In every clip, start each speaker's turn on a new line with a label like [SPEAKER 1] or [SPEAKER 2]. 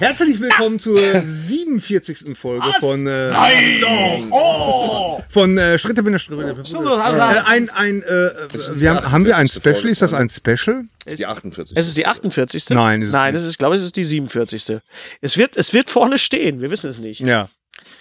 [SPEAKER 1] Herzlich willkommen zur 47. Folge von äh,
[SPEAKER 2] Nein! Doch! Oh!
[SPEAKER 1] von äh, Schritte bin der Schritte. Äh, ein ein äh, wir haben, haben wir ein Special? Ist das ein Special?
[SPEAKER 2] Die 48.
[SPEAKER 3] Es ist die 48.
[SPEAKER 1] Nein, es ist
[SPEAKER 3] Nein,
[SPEAKER 1] nicht.
[SPEAKER 3] es ist, ich glaube, es ist die 47. Es wird, es wird vorne stehen. Wir wissen es nicht.
[SPEAKER 1] Ja.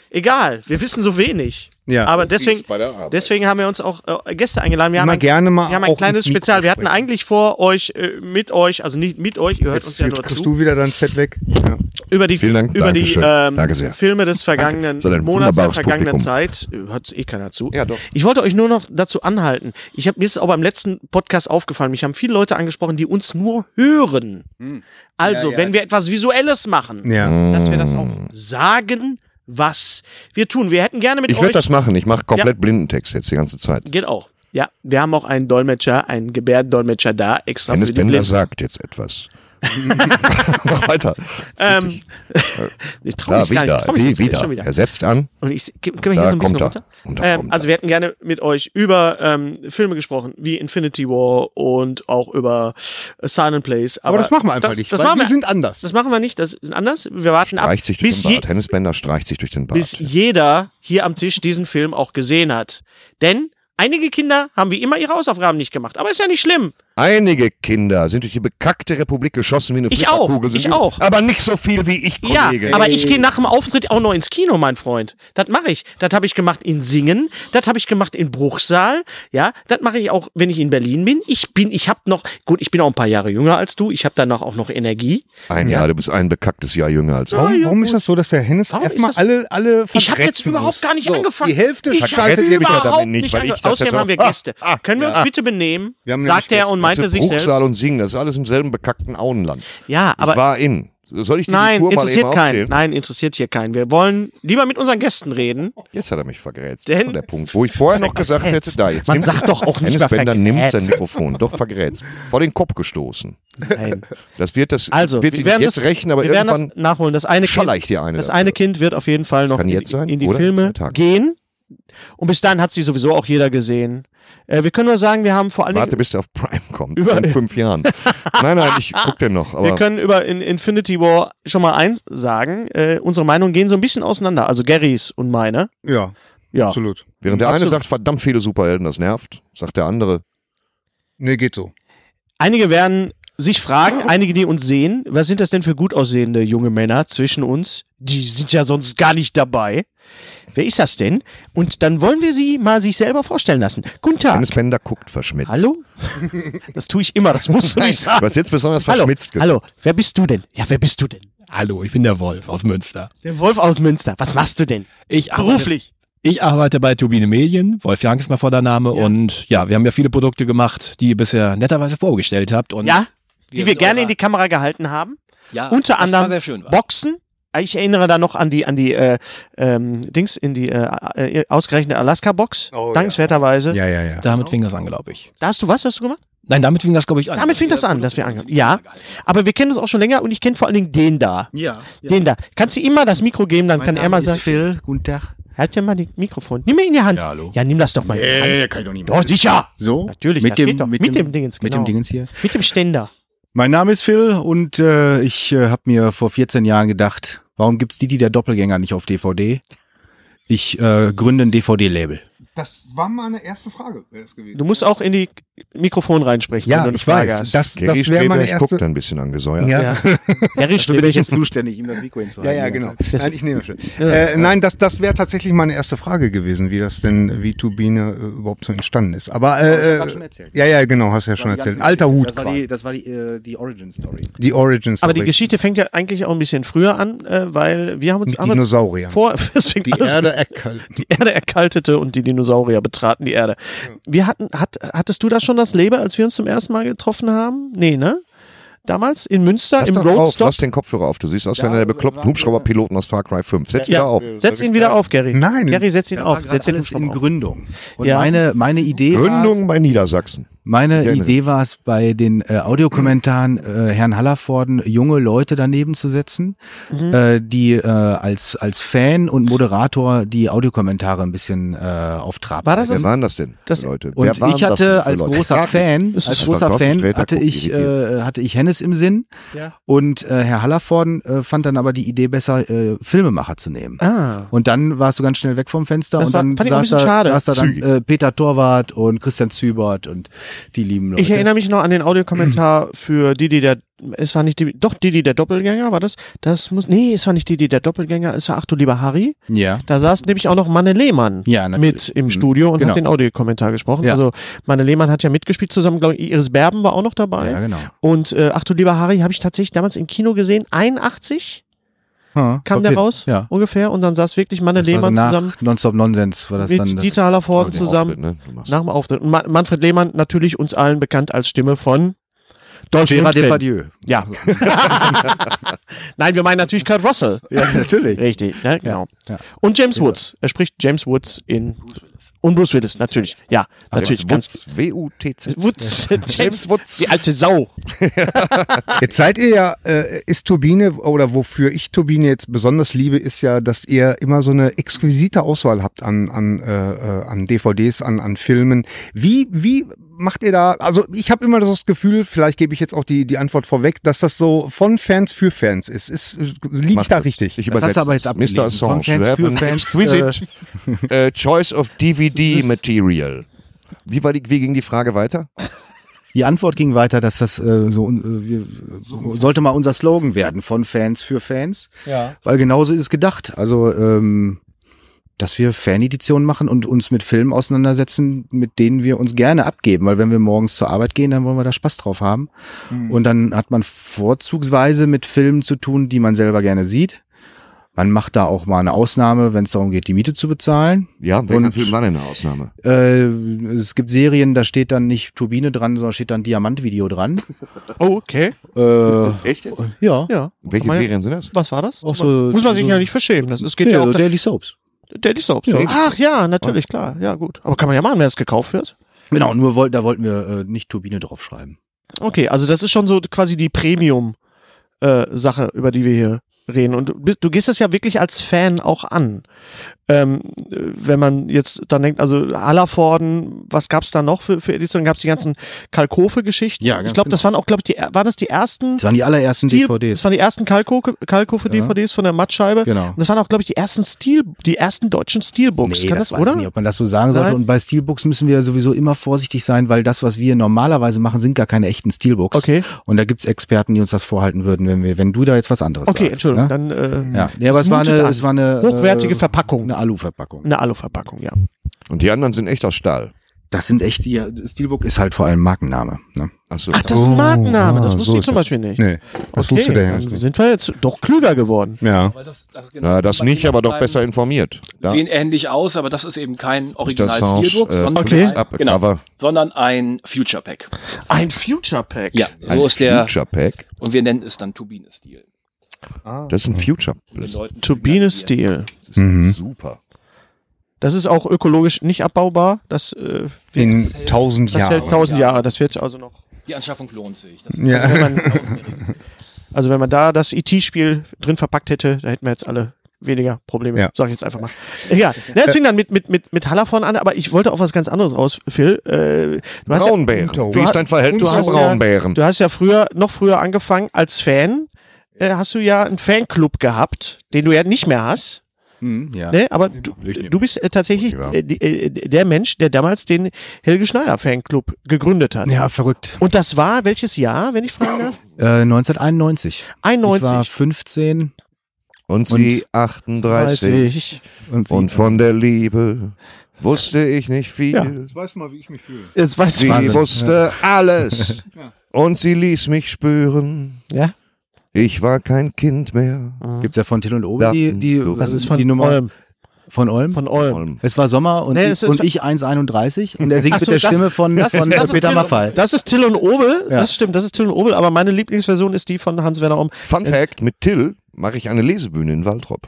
[SPEAKER 3] Egal, wir wissen so wenig.
[SPEAKER 1] Ja.
[SPEAKER 3] Aber
[SPEAKER 2] Profis
[SPEAKER 3] deswegen,
[SPEAKER 2] bei der Arbeit.
[SPEAKER 3] deswegen haben wir uns auch äh, Gäste eingeladen. Wir haben
[SPEAKER 1] Immer
[SPEAKER 3] ein,
[SPEAKER 1] gerne mal
[SPEAKER 3] wir haben
[SPEAKER 1] auch
[SPEAKER 3] ein
[SPEAKER 1] ins
[SPEAKER 3] kleines
[SPEAKER 1] Mikro
[SPEAKER 3] Spezial. Wir hatten
[SPEAKER 1] sprechen.
[SPEAKER 3] eigentlich vor, euch äh, mit euch, also nicht mit euch, ihr hört uns
[SPEAKER 1] Jetzt,
[SPEAKER 3] ja
[SPEAKER 1] jetzt
[SPEAKER 3] nur
[SPEAKER 1] kriegst
[SPEAKER 3] zu,
[SPEAKER 1] du wieder dein Fett weg. Ja.
[SPEAKER 3] über die,
[SPEAKER 4] Vielen Dank.
[SPEAKER 3] über die
[SPEAKER 4] Dankeschön.
[SPEAKER 3] ähm,
[SPEAKER 4] Danke sehr.
[SPEAKER 3] Filme des vergangenen
[SPEAKER 4] Danke. So ein
[SPEAKER 3] Monats, der
[SPEAKER 4] wunderbares
[SPEAKER 3] vergangenen
[SPEAKER 4] Publikum.
[SPEAKER 3] Zeit. Äh, Hört eh keiner zu.
[SPEAKER 2] Ja, doch.
[SPEAKER 3] Ich wollte euch nur noch dazu anhalten. Ich habe mir ist auch beim letzten Podcast aufgefallen. Mich haben viele Leute angesprochen, die uns nur hören. Also, wenn wir etwas Visuelles machen,
[SPEAKER 1] ja.
[SPEAKER 3] dass wir das auch sagen, was wir tun. Wir hätten gerne mit
[SPEAKER 4] Ich
[SPEAKER 3] euch.
[SPEAKER 4] würde das machen. Ich mache komplett Blindentext jetzt die ganze Zeit.
[SPEAKER 3] Geht auch. Ja, wir haben auch einen Dolmetscher, einen Gebärdendolmetscher da, extra
[SPEAKER 4] Dennis
[SPEAKER 3] für die
[SPEAKER 4] Bender
[SPEAKER 3] Blinden.
[SPEAKER 4] sagt jetzt etwas. Mach weiter.
[SPEAKER 3] Ähm, ich traue
[SPEAKER 4] Da
[SPEAKER 3] mich gar nicht. Ich
[SPEAKER 4] wieder,
[SPEAKER 3] trau mich
[SPEAKER 4] sie
[SPEAKER 3] jetzt nicht,
[SPEAKER 4] wieder.
[SPEAKER 3] schon
[SPEAKER 4] Er setzt an.
[SPEAKER 3] Und ich können wir hier
[SPEAKER 4] Da
[SPEAKER 3] so ein bisschen
[SPEAKER 4] kommt er.
[SPEAKER 3] runter?
[SPEAKER 4] Und da
[SPEAKER 3] Ähm,
[SPEAKER 4] kommt
[SPEAKER 3] also
[SPEAKER 4] er.
[SPEAKER 3] wir hätten gerne mit euch über ähm, Filme gesprochen, wie Infinity War und auch über äh, Silent Place.
[SPEAKER 1] Aber das machen wir einfach
[SPEAKER 3] das,
[SPEAKER 1] nicht,
[SPEAKER 3] Das
[SPEAKER 1] weil
[SPEAKER 3] machen
[SPEAKER 1] wir
[SPEAKER 3] wir,
[SPEAKER 1] sind anders.
[SPEAKER 3] Das machen wir nicht. Das ist anders. Wir warten ab,
[SPEAKER 4] Streicht sich durch
[SPEAKER 3] bis,
[SPEAKER 4] den
[SPEAKER 3] je,
[SPEAKER 4] Bart. Dennis Bender streicht sich durch den Bart.
[SPEAKER 3] bis jeder hier am Tisch diesen Film auch gesehen hat. Denn einige Kinder haben wie immer ihre Hausaufgaben nicht gemacht. Aber ist ja nicht schlimm.
[SPEAKER 4] Einige Kinder sind durch die bekackte Republik geschossen wie eine
[SPEAKER 3] Ich
[SPEAKER 4] Flipperkugel.
[SPEAKER 3] auch,
[SPEAKER 4] sind
[SPEAKER 3] ich
[SPEAKER 4] gut.
[SPEAKER 3] auch.
[SPEAKER 4] Aber nicht so viel wie ich,
[SPEAKER 3] Ja,
[SPEAKER 4] Kollege.
[SPEAKER 3] aber ich gehe nach dem Auftritt auch noch ins Kino, mein Freund. Das mache ich. Das habe ich gemacht in Singen, das habe ich gemacht in Bruchsal, ja, das mache ich auch, wenn ich in Berlin bin. Ich bin, ich habe noch, gut, ich bin auch ein paar Jahre jünger als du, ich habe danach auch noch Energie.
[SPEAKER 4] ein Jahr, du bist ein bekacktes Jahr jünger als ich.
[SPEAKER 1] Warum, warum ist das so, dass der Hennes
[SPEAKER 3] Warum
[SPEAKER 1] erstmal
[SPEAKER 3] ist das-
[SPEAKER 1] alle alle
[SPEAKER 3] Ich habe jetzt
[SPEAKER 1] verdretzen
[SPEAKER 3] überhaupt
[SPEAKER 1] muss?
[SPEAKER 3] gar nicht
[SPEAKER 1] so,
[SPEAKER 3] angefangen.
[SPEAKER 1] Die Hälfte
[SPEAKER 3] ich hab
[SPEAKER 4] vergrätzt ihr mich ja
[SPEAKER 3] überhaupt
[SPEAKER 4] damit nicht, weil
[SPEAKER 3] ange-
[SPEAKER 4] ich das
[SPEAKER 3] Außerdem
[SPEAKER 4] jetzt auch-
[SPEAKER 3] haben wir
[SPEAKER 4] Ah,
[SPEAKER 3] Gäste. Können wir uns bitte benehmen?
[SPEAKER 1] Wir haben
[SPEAKER 3] sagte
[SPEAKER 1] nämlich
[SPEAKER 3] er und
[SPEAKER 1] Gäste.
[SPEAKER 3] meinte
[SPEAKER 4] Das
[SPEAKER 3] sich
[SPEAKER 4] ist Bruchsal
[SPEAKER 3] selbst.
[SPEAKER 4] und Singen, das ist alles im selben bekackten Auenland.
[SPEAKER 3] Ja,
[SPEAKER 4] Ich
[SPEAKER 3] aber
[SPEAKER 4] war in. Soll ich die
[SPEAKER 3] nein,
[SPEAKER 4] Tour mal eben
[SPEAKER 3] interessiert keinen.
[SPEAKER 4] aufzählen?
[SPEAKER 3] Nein, interessiert hier keinen. Wir wollen lieber mit unseren Gästen reden.
[SPEAKER 4] Jetzt hat er mich vergrätzt.
[SPEAKER 3] Denn-
[SPEAKER 4] das war der Punkt, wo ich vorher noch gesagt hätte, da jetzt.
[SPEAKER 3] Man
[SPEAKER 4] nimmt-
[SPEAKER 3] sagt doch auch nicht
[SPEAKER 4] Hennes
[SPEAKER 3] mal
[SPEAKER 4] Bender nimmt sein
[SPEAKER 3] vergrätzt.
[SPEAKER 4] Mikrofon, doch vergrätzt. Vor den Kopf gestoßen.
[SPEAKER 3] Nein.
[SPEAKER 4] Das wird das
[SPEAKER 3] Also,
[SPEAKER 4] wird
[SPEAKER 3] wir
[SPEAKER 4] sich
[SPEAKER 3] werden
[SPEAKER 4] jetzt
[SPEAKER 3] das,
[SPEAKER 4] rechnen, aber
[SPEAKER 3] wir werden
[SPEAKER 4] irgendwann
[SPEAKER 3] das nachholen. Das eine
[SPEAKER 4] schaller
[SPEAKER 3] Kind,
[SPEAKER 4] ich dir eine.
[SPEAKER 3] das
[SPEAKER 4] dafür.
[SPEAKER 3] eine Kind wird auf jeden Fall noch
[SPEAKER 4] kann
[SPEAKER 3] in,
[SPEAKER 4] jetzt sein,
[SPEAKER 3] in die
[SPEAKER 4] oder in
[SPEAKER 3] Filme
[SPEAKER 4] zwei Tagen.
[SPEAKER 3] gehen. Und bis dahin hat sie sowieso auch jeder gesehen. Äh, wir können nur sagen, wir haben vor allen
[SPEAKER 4] Warte,
[SPEAKER 3] Dingen,
[SPEAKER 4] bis der auf Prime kommt. in fünf Jahren. Nein, nein, ich guck den noch.
[SPEAKER 3] wir
[SPEAKER 4] Aber
[SPEAKER 3] können über in Infinity War schon mal eins sagen. Äh, unsere Meinungen gehen so ein bisschen auseinander. Also Garys und meine.
[SPEAKER 1] Ja,
[SPEAKER 3] Ja.
[SPEAKER 1] absolut.
[SPEAKER 4] während der eine
[SPEAKER 3] Absolut.
[SPEAKER 4] sagt, verdammt viele Superhelden, das nervt, sagt der andere,
[SPEAKER 1] Nee, geht so.
[SPEAKER 3] Einige werden sich fragen, einige, die uns sehen, was sind das denn für gut aussehende junge Männer zwischen uns? Die sind ja sonst gar nicht dabei. Wer ist das denn? Und dann wollen wir sie mal sich selber vorstellen lassen. Guten Tag.
[SPEAKER 4] Dennis Bender guckt verschmitzt.
[SPEAKER 3] Hallo? Das tue ich immer, das musst du nicht
[SPEAKER 4] Du
[SPEAKER 3] sagen.
[SPEAKER 4] hast jetzt besonders
[SPEAKER 3] Hallo,
[SPEAKER 4] verschmitzt gesagt.
[SPEAKER 3] hallo, wer bist du denn? Ja, wer bist du denn?
[SPEAKER 5] Hallo, ich bin der Wolf aus Münster.
[SPEAKER 3] Der Wolf aus Münster, was machst du denn?
[SPEAKER 5] Ich
[SPEAKER 3] Beruflich.
[SPEAKER 5] Ich arbeite bei Turbine Medien, Wolf Jank ist mal vor der Name und ja, wir haben ja viele Produkte gemacht, die ihr bisher netterweise vorgestellt habt und
[SPEAKER 3] Ja, die wir
[SPEAKER 5] sind
[SPEAKER 3] gerne
[SPEAKER 5] eurer-
[SPEAKER 3] in die Kamera gehalten haben.
[SPEAKER 5] ja,
[SPEAKER 3] unter
[SPEAKER 5] Ah, das
[SPEAKER 3] anderem
[SPEAKER 5] war sehr schön war.
[SPEAKER 3] Boxen. Ah, Ich erinnere da noch an die, an die äh, ähm, Dings, in die äh, äh, ausgereichende Alaska-Box.
[SPEAKER 1] Oh, ja.
[SPEAKER 3] dankenswerterweise.
[SPEAKER 1] Ja, ja, ja.
[SPEAKER 5] Damit fing das an, glaube ich.
[SPEAKER 3] Da hast du was hast du gemacht?
[SPEAKER 6] Nein, damit fing das, glaube
[SPEAKER 5] Also
[SPEAKER 6] ich, an.
[SPEAKER 3] Damit fing das an, dass wir angefangen Ja, aber wir kennen uns auch schon länger und ich kenne vor allen Dingen den da.
[SPEAKER 7] Ja. ja.
[SPEAKER 3] Den da. Kannst du ihm mal das Mikro geben, dann kann er mal sagen.
[SPEAKER 7] Phil, guten Tag.
[SPEAKER 3] Halt ja mal das Mikrofon. Nimm mir in die Hand.
[SPEAKER 7] Ja, hallo.
[SPEAKER 3] Ja, nimm das doch mal in die Hand.
[SPEAKER 7] Äh, kann ich doch nicht
[SPEAKER 3] Doch, sicher.
[SPEAKER 7] So?
[SPEAKER 3] Natürlich, das
[SPEAKER 7] mit dem,
[SPEAKER 3] geht doch.
[SPEAKER 7] Mit,
[SPEAKER 3] Mit
[SPEAKER 7] dem,
[SPEAKER 3] dem Dingens,
[SPEAKER 7] mit
[SPEAKER 3] genau.
[SPEAKER 7] dem Dingens hier.
[SPEAKER 3] Mit dem Ständer.
[SPEAKER 7] Mein Name ist Phil und äh, ich äh, habe mir vor 14 Jahren gedacht, warum gibt's die, die der Doppelgänger nicht auf DVD? Ich äh, gründe ein DVD-Label.
[SPEAKER 2] Das war meine erste Frage. wäre das gewesen.
[SPEAKER 3] Du musst auch in die Mikrofon reinsprechen. wenn
[SPEAKER 2] ja,
[SPEAKER 3] du eine
[SPEAKER 2] ich
[SPEAKER 3] Frage
[SPEAKER 2] weiß.
[SPEAKER 3] hast.
[SPEAKER 2] Das, das
[SPEAKER 4] Gary
[SPEAKER 2] wäre meine
[SPEAKER 4] Streber
[SPEAKER 2] erste
[SPEAKER 4] guckt ein bisschen angesäuert.
[SPEAKER 2] Ja.
[SPEAKER 3] Ja. Der
[SPEAKER 7] Dafür bin ich
[SPEAKER 3] Richtlinie.
[SPEAKER 7] jetzt zuständig, ihm das Mikro
[SPEAKER 2] Ja,
[SPEAKER 7] hinzuhalten.
[SPEAKER 2] ja,
[SPEAKER 7] die ganze
[SPEAKER 2] genau.
[SPEAKER 7] Zeit.
[SPEAKER 2] Nein, ich nehme schon. Äh, nein, das, das wäre tatsächlich meine erste Frage gewesen, wie das denn, wie Turbine äh, überhaupt so entstanden ist. Aber
[SPEAKER 8] ich
[SPEAKER 2] äh,
[SPEAKER 8] grad schon erzählt.
[SPEAKER 2] ja, ja, genau, hast ja
[SPEAKER 8] Das
[SPEAKER 2] schon
[SPEAKER 8] war die
[SPEAKER 2] erzählt.
[SPEAKER 8] ganze
[SPEAKER 2] Alter
[SPEAKER 8] Geschichte.
[SPEAKER 2] Hut,
[SPEAKER 8] Das war die, das war die, äh, die Origin-Story.
[SPEAKER 2] die Origins.
[SPEAKER 3] Aber die Geschichte fängt ja eigentlich auch ein bisschen früher an, äh, weil wir haben uns
[SPEAKER 2] Mit
[SPEAKER 3] aber
[SPEAKER 2] Dinosauriern.
[SPEAKER 3] vor, es fängt
[SPEAKER 2] die
[SPEAKER 3] alles
[SPEAKER 2] Erde erkalten.
[SPEAKER 3] die Erde erkaltete und die Dinosaurier betraten die Erde. Wir hatten, hat, hattest du da schon das Leber, als wir uns zum ersten Mal getroffen haben? Nee, ne? Damals in Münster
[SPEAKER 4] Lass
[SPEAKER 3] im
[SPEAKER 4] doch auf,
[SPEAKER 3] Roadstop.
[SPEAKER 4] lass den Kopfhörer auf. Du siehst aus wie einer der bekloppten Hubschrauberpiloten aus Far Cry 5. Setz ihn
[SPEAKER 3] Ja.
[SPEAKER 4] da auf.
[SPEAKER 3] Setz ihn wieder auf, Gary.
[SPEAKER 2] Nein.
[SPEAKER 3] Gary, setz ihn
[SPEAKER 8] Da war
[SPEAKER 3] auf.
[SPEAKER 8] grad
[SPEAKER 3] Setz den
[SPEAKER 8] alles
[SPEAKER 3] Hubschrauber
[SPEAKER 8] in
[SPEAKER 3] auf.
[SPEAKER 8] Gründung. Und
[SPEAKER 3] Ja.
[SPEAKER 8] meine, meine Idee war's-
[SPEAKER 4] Gründung genau. bei Niedersachsen.
[SPEAKER 8] Meine
[SPEAKER 4] Ich erinnere.
[SPEAKER 8] Idee war es, bei den äh, Audiokommentaren äh, Herrn Hallervorden junge Leute daneben zu setzen,
[SPEAKER 3] Mhm.
[SPEAKER 8] äh, die äh, als, als Fan und Moderator die Audiokommentare ein bisschen äh, auftraben.
[SPEAKER 3] War das
[SPEAKER 4] Wer
[SPEAKER 3] das?
[SPEAKER 4] waren das denn?
[SPEAKER 3] das-
[SPEAKER 4] für Leute?
[SPEAKER 8] Also, und
[SPEAKER 4] Wer waren
[SPEAKER 8] ich
[SPEAKER 4] das denn
[SPEAKER 8] hatte
[SPEAKER 4] für
[SPEAKER 8] als
[SPEAKER 4] Leute?
[SPEAKER 8] großer
[SPEAKER 4] Frag mich.
[SPEAKER 8] Fan,
[SPEAKER 3] Das ist
[SPEAKER 8] als
[SPEAKER 3] doch
[SPEAKER 8] großer
[SPEAKER 4] Thorsten
[SPEAKER 8] Fan
[SPEAKER 4] Sträter,
[SPEAKER 8] hatte
[SPEAKER 4] guck,
[SPEAKER 8] ich,
[SPEAKER 4] irritiert.
[SPEAKER 8] äh, hatte ich Hennes im Sinn
[SPEAKER 3] Ja.
[SPEAKER 8] und äh, Herr Hallervorden äh, fand dann aber die Idee besser, äh, Filmemacher zu nehmen.
[SPEAKER 3] Ah.
[SPEAKER 8] Und dann warst du ganz schnell weg vom Fenster
[SPEAKER 3] Das
[SPEAKER 8] und
[SPEAKER 3] war-
[SPEAKER 8] dann
[SPEAKER 3] fand ich auch ein
[SPEAKER 8] saß
[SPEAKER 3] bisschen
[SPEAKER 8] da,
[SPEAKER 3] schade.
[SPEAKER 8] saß da dann
[SPEAKER 4] Zügig.
[SPEAKER 8] äh, Peter Torwart und Christian Zübert und die lieben Leute.
[SPEAKER 3] Ich erinnere mich noch an den Audiokommentar für Didi der, es war nicht Didi, doch Didi der Doppelgänger, war das? Das muss, nee, es war nicht Didi der Doppelgänger, es war Ach du lieber Harry.
[SPEAKER 8] ja.
[SPEAKER 3] Da saß nämlich auch noch Manne Lehmann
[SPEAKER 8] Ja,
[SPEAKER 3] mit
[SPEAKER 8] natürlich.
[SPEAKER 3] im Studio und
[SPEAKER 8] Genau.
[SPEAKER 3] hat den Audiokommentar gesprochen.
[SPEAKER 8] Ja.
[SPEAKER 3] Also Manne Lehmann hat ja mitgespielt zusammen, glaube ich, Iris Berben war auch noch dabei.
[SPEAKER 8] Ja, genau.
[SPEAKER 3] Und äh, Ach du lieber Harry habe ich tatsächlich damals im Kino gesehen, 81
[SPEAKER 8] Ha,
[SPEAKER 3] kam
[SPEAKER 8] okay.
[SPEAKER 3] der raus
[SPEAKER 8] Ja.
[SPEAKER 3] ungefähr und dann saß wirklich Manne
[SPEAKER 8] Das war so
[SPEAKER 3] Lehmann
[SPEAKER 8] nach
[SPEAKER 3] zusammen
[SPEAKER 8] Nonstop Nonsens war das dann.
[SPEAKER 3] mit
[SPEAKER 8] Das
[SPEAKER 3] Dieter Hallervorden
[SPEAKER 4] Den
[SPEAKER 3] zusammen
[SPEAKER 4] Auftritt, ne? Du machst-
[SPEAKER 3] nach dem Auftritt. Und Ma Manfred Lehmann natürlich uns allen bekannt als Stimme von Dolph
[SPEAKER 8] Gerard
[SPEAKER 3] Lundgren.
[SPEAKER 8] Depardieu.
[SPEAKER 3] Ja. Nein, wir meinen natürlich Kurt Russell.
[SPEAKER 8] Ja, natürlich.
[SPEAKER 3] Richtig, ne? genau.
[SPEAKER 8] ja. Genau.
[SPEAKER 3] Und James Woods. Er spricht James Woods in. Und Bruce Willis, natürlich. Ja,
[SPEAKER 8] Also
[SPEAKER 3] natürlich. Ganz
[SPEAKER 4] Wutz, W-U-T-Z.
[SPEAKER 3] Woods. James
[SPEAKER 4] James Woods.
[SPEAKER 3] Die alte Sau.
[SPEAKER 2] Jetzt seid ihr ja, äh, ist Turbine oder wofür ich Turbine jetzt besonders liebe, ist ja, dass ihr immer so eine exquisite Auswahl habt an, an, äh, äh, an DVDs, an, an Filmen. Wie, wie macht ihr da, also ich habe immer das Gefühl, vielleicht gebe ich jetzt auch die, die Antwort vorweg, dass das so von Fans für Fans ist. ist liege ich
[SPEAKER 4] Mach
[SPEAKER 2] da
[SPEAKER 4] das.
[SPEAKER 2] richtig?
[SPEAKER 4] Ich
[SPEAKER 8] Das hast du aber jetzt abgelesen. Von
[SPEAKER 4] Mr. Assange,
[SPEAKER 8] Fans
[SPEAKER 4] you have
[SPEAKER 8] für
[SPEAKER 4] an
[SPEAKER 8] Fans,
[SPEAKER 4] exquisite äh, choice of DVD-Material. Wie, war die- wie ging die Frage weiter?
[SPEAKER 8] Die Antwort ging weiter, dass das äh, so, äh, wir, sollte mal unser Slogan werden, von Fans für Fans. Ja. Weil genauso ist es gedacht. Also, ähm, dass wir Faneditionen machen und uns mit Filmen auseinandersetzen, mit denen wir uns gerne abgeben. Weil wenn wir morgens zur Arbeit gehen, dann wollen wir da Spaß drauf haben. Und dann hat man vorzugsweise mit Filmen zu tun, die man selber gerne sieht. Man macht da auch mal eine Ausnahme, wenn es darum geht, die Miete zu bezahlen.
[SPEAKER 4] Ja, welcher
[SPEAKER 8] Und-
[SPEAKER 4] Film war denn eine Ausnahme?
[SPEAKER 8] Äh, es gibt Serien, da steht dann nicht Turbine dran, sondern steht dann Diamantvideo dran.
[SPEAKER 3] Oh, okay.
[SPEAKER 8] Äh,
[SPEAKER 4] Echt jetzt?
[SPEAKER 8] ja.
[SPEAKER 3] Ja.
[SPEAKER 4] Welche
[SPEAKER 3] Meine-
[SPEAKER 4] Serien sind das?
[SPEAKER 3] Was war das?
[SPEAKER 8] Auch so-
[SPEAKER 3] Muss man sich
[SPEAKER 8] so-
[SPEAKER 3] ja nicht verschämen. Das, es geht
[SPEAKER 8] Nee,
[SPEAKER 3] ja auch.
[SPEAKER 8] so Daily Soaps.
[SPEAKER 3] Daddy Soaps. Ach ja, natürlich, klar. Ja, gut. Aber kann man ja machen, wenn es gekauft wird.
[SPEAKER 8] Genau, nur wollten, da wollten wir äh, nicht Turbine draufschreiben.
[SPEAKER 3] Okay, also das ist schon so quasi die Premium-Sache, über die wir hier reden. Und du, bist- du gehst das ja wirklich als Fan auch an. Ähm, äh, wenn man jetzt dann denkt, also Hallervorden, was gab's da noch für, für Editionen? Gab's die ganzen Kalkofe-Geschichten?
[SPEAKER 8] Ja, ganz
[SPEAKER 3] Ich glaube,
[SPEAKER 8] genau.
[SPEAKER 3] das waren auch, glaube ich, die, waren das die ersten
[SPEAKER 8] Das waren die allerersten
[SPEAKER 3] Stil- Das
[SPEAKER 8] DVDs.
[SPEAKER 3] waren die ersten Kalkofe- Kalkofe-DVDs von der Mattscheibe.
[SPEAKER 8] Genau.
[SPEAKER 3] Und das waren auch, glaube ich, die ersten Stil, die ersten deutschen Steelbooks. Kann das,
[SPEAKER 8] weiß
[SPEAKER 3] oder?
[SPEAKER 8] ich nicht, ob man das so sagen sollte.
[SPEAKER 3] Nein.
[SPEAKER 8] Und bei Steelbooks müssen wir sowieso immer vorsichtig sein, weil das, was wir normalerweise machen, sind gar keine echten Steelbooks.
[SPEAKER 3] Okay.
[SPEAKER 8] Und da gibt's Experten, die uns das vorhalten würden, wenn wir, wenn du da jetzt was anderes
[SPEAKER 3] Okay,
[SPEAKER 8] sagst.
[SPEAKER 3] Entschuldigung.
[SPEAKER 8] ne?
[SPEAKER 3] Dann, ähm,
[SPEAKER 8] ja, nee, aber es war, eine,
[SPEAKER 3] mutet an.
[SPEAKER 8] es war eine
[SPEAKER 3] hochwertige
[SPEAKER 8] äh,
[SPEAKER 3] Verpackung.
[SPEAKER 8] eine Aluverpackung.
[SPEAKER 3] Eine Aluverpackung, ja.
[SPEAKER 4] Und die anderen sind echt aus Stahl.
[SPEAKER 8] Das sind echt die Steelbook ist halt vor allem Markenname. Ne?
[SPEAKER 4] Achso.
[SPEAKER 3] Ach, das ist ein Markenname. Das
[SPEAKER 2] ah,
[SPEAKER 3] wusste
[SPEAKER 2] so
[SPEAKER 3] ich
[SPEAKER 2] ist
[SPEAKER 3] zum
[SPEAKER 2] das.
[SPEAKER 3] Beispiel nicht.
[SPEAKER 2] Nee, das
[SPEAKER 3] okay,
[SPEAKER 2] wusste der ja
[SPEAKER 3] dann
[SPEAKER 2] nicht.
[SPEAKER 3] sind wir jetzt doch klüger geworden.
[SPEAKER 2] Ja.
[SPEAKER 5] Weil das, das, genau,
[SPEAKER 4] Na, das
[SPEAKER 5] die
[SPEAKER 4] nicht, aber doch
[SPEAKER 5] Bleiben
[SPEAKER 4] besser informiert. Da.
[SPEAKER 5] Sehen ähnlich aus, aber das ist eben kein
[SPEAKER 4] Mr.
[SPEAKER 5] original
[SPEAKER 4] Assange,
[SPEAKER 5] Steelbook,
[SPEAKER 4] äh,
[SPEAKER 5] sondern,
[SPEAKER 3] Okay.
[SPEAKER 5] ein,
[SPEAKER 4] Up a
[SPEAKER 5] genau,
[SPEAKER 4] Cover.
[SPEAKER 5] sondern ein Future Pack.
[SPEAKER 3] Ein Future Pack.
[SPEAKER 5] Ja,
[SPEAKER 4] Ein
[SPEAKER 5] so ist der,
[SPEAKER 4] Future Pack.
[SPEAKER 5] und wir nennen es dann Turbine-Stil.
[SPEAKER 8] Ah.
[SPEAKER 4] Das ist ein Future.
[SPEAKER 5] Um den Leuten zu
[SPEAKER 3] Turbine
[SPEAKER 5] signalisieren.
[SPEAKER 2] Mhm.
[SPEAKER 3] Steel.
[SPEAKER 4] Das ist super.
[SPEAKER 3] Das ist auch ökologisch nicht abbaubar. Das, äh,
[SPEAKER 1] In tausend
[SPEAKER 3] das hält
[SPEAKER 1] Jahren.
[SPEAKER 3] tausend Jahre. Das wird also noch.
[SPEAKER 9] Die Anschaffung lohnt sich. Das ist
[SPEAKER 1] Ja.
[SPEAKER 3] Wenn man, also wenn man da das IT-Spiel drin verpackt hätte, da hätten wir jetzt alle weniger Probleme.
[SPEAKER 1] Ja.
[SPEAKER 3] Sag ich jetzt einfach mal. Ja, ne,
[SPEAKER 2] Äh.
[SPEAKER 3] es fing dann mit, mit, mit, mit Hallerforn an, aber ich wollte auf was ganz anderes raus, Phil. Äh, du hast ja-
[SPEAKER 4] Braunbären.
[SPEAKER 1] Du
[SPEAKER 4] Wie
[SPEAKER 3] hast-
[SPEAKER 4] ist dein Verhältnis
[SPEAKER 3] du
[SPEAKER 4] zu
[SPEAKER 3] hast ja-
[SPEAKER 4] Braunbären?
[SPEAKER 3] Du hast ja früher, noch früher angefangen als Fan. Äh, hast du ja einen Fanclub gehabt, den du ja nicht mehr hast.
[SPEAKER 2] Hm, ja.
[SPEAKER 3] Ne? Aber du, du bist äh, tatsächlich äh, die- äh, der Mensch, der damals den Helge Schneider Fanclub gegründet hat.
[SPEAKER 2] Ja, verrückt.
[SPEAKER 3] Und das war welches Jahr, wenn ich fragen darf?
[SPEAKER 2] Äh, 1991. Ich
[SPEAKER 3] 91.
[SPEAKER 2] war 15
[SPEAKER 4] und sie 38.
[SPEAKER 2] und, sie-
[SPEAKER 4] Und von der Liebe wusste ich nicht viel.
[SPEAKER 3] Ja.
[SPEAKER 1] Jetzt weiß mal, wie ich mich fühle.
[SPEAKER 3] Jetzt weißt
[SPEAKER 4] Sie
[SPEAKER 3] du was.
[SPEAKER 4] wusste alles. Und sie ließ mich spüren.
[SPEAKER 3] Ja?
[SPEAKER 4] Ich war kein Kind mehr.
[SPEAKER 2] gibt's ja von Till und Obi die, die,
[SPEAKER 4] Das
[SPEAKER 3] ist von
[SPEAKER 2] die Nummer
[SPEAKER 3] Olm.
[SPEAKER 2] von Olm.
[SPEAKER 3] Von Olm.
[SPEAKER 2] es war Sommer und,
[SPEAKER 3] Nee,
[SPEAKER 2] ich-
[SPEAKER 3] es ist-
[SPEAKER 2] und ich 1,31 und er singt
[SPEAKER 3] Ach so,
[SPEAKER 2] mit der
[SPEAKER 3] das
[SPEAKER 2] Stimme
[SPEAKER 3] ist-
[SPEAKER 2] von,
[SPEAKER 3] das ist-
[SPEAKER 2] von
[SPEAKER 3] das ist
[SPEAKER 2] Peter
[SPEAKER 3] Till-
[SPEAKER 2] Maffay.
[SPEAKER 3] Das ist Till und Obel,
[SPEAKER 2] Ja.
[SPEAKER 3] das stimmt, das ist Till und Obel, aber meine Lieblingsversion ist die von Hans-Werner Ohm.
[SPEAKER 4] Fun Fact: Mit Till mache ich eine Lesebühne in Waltrop.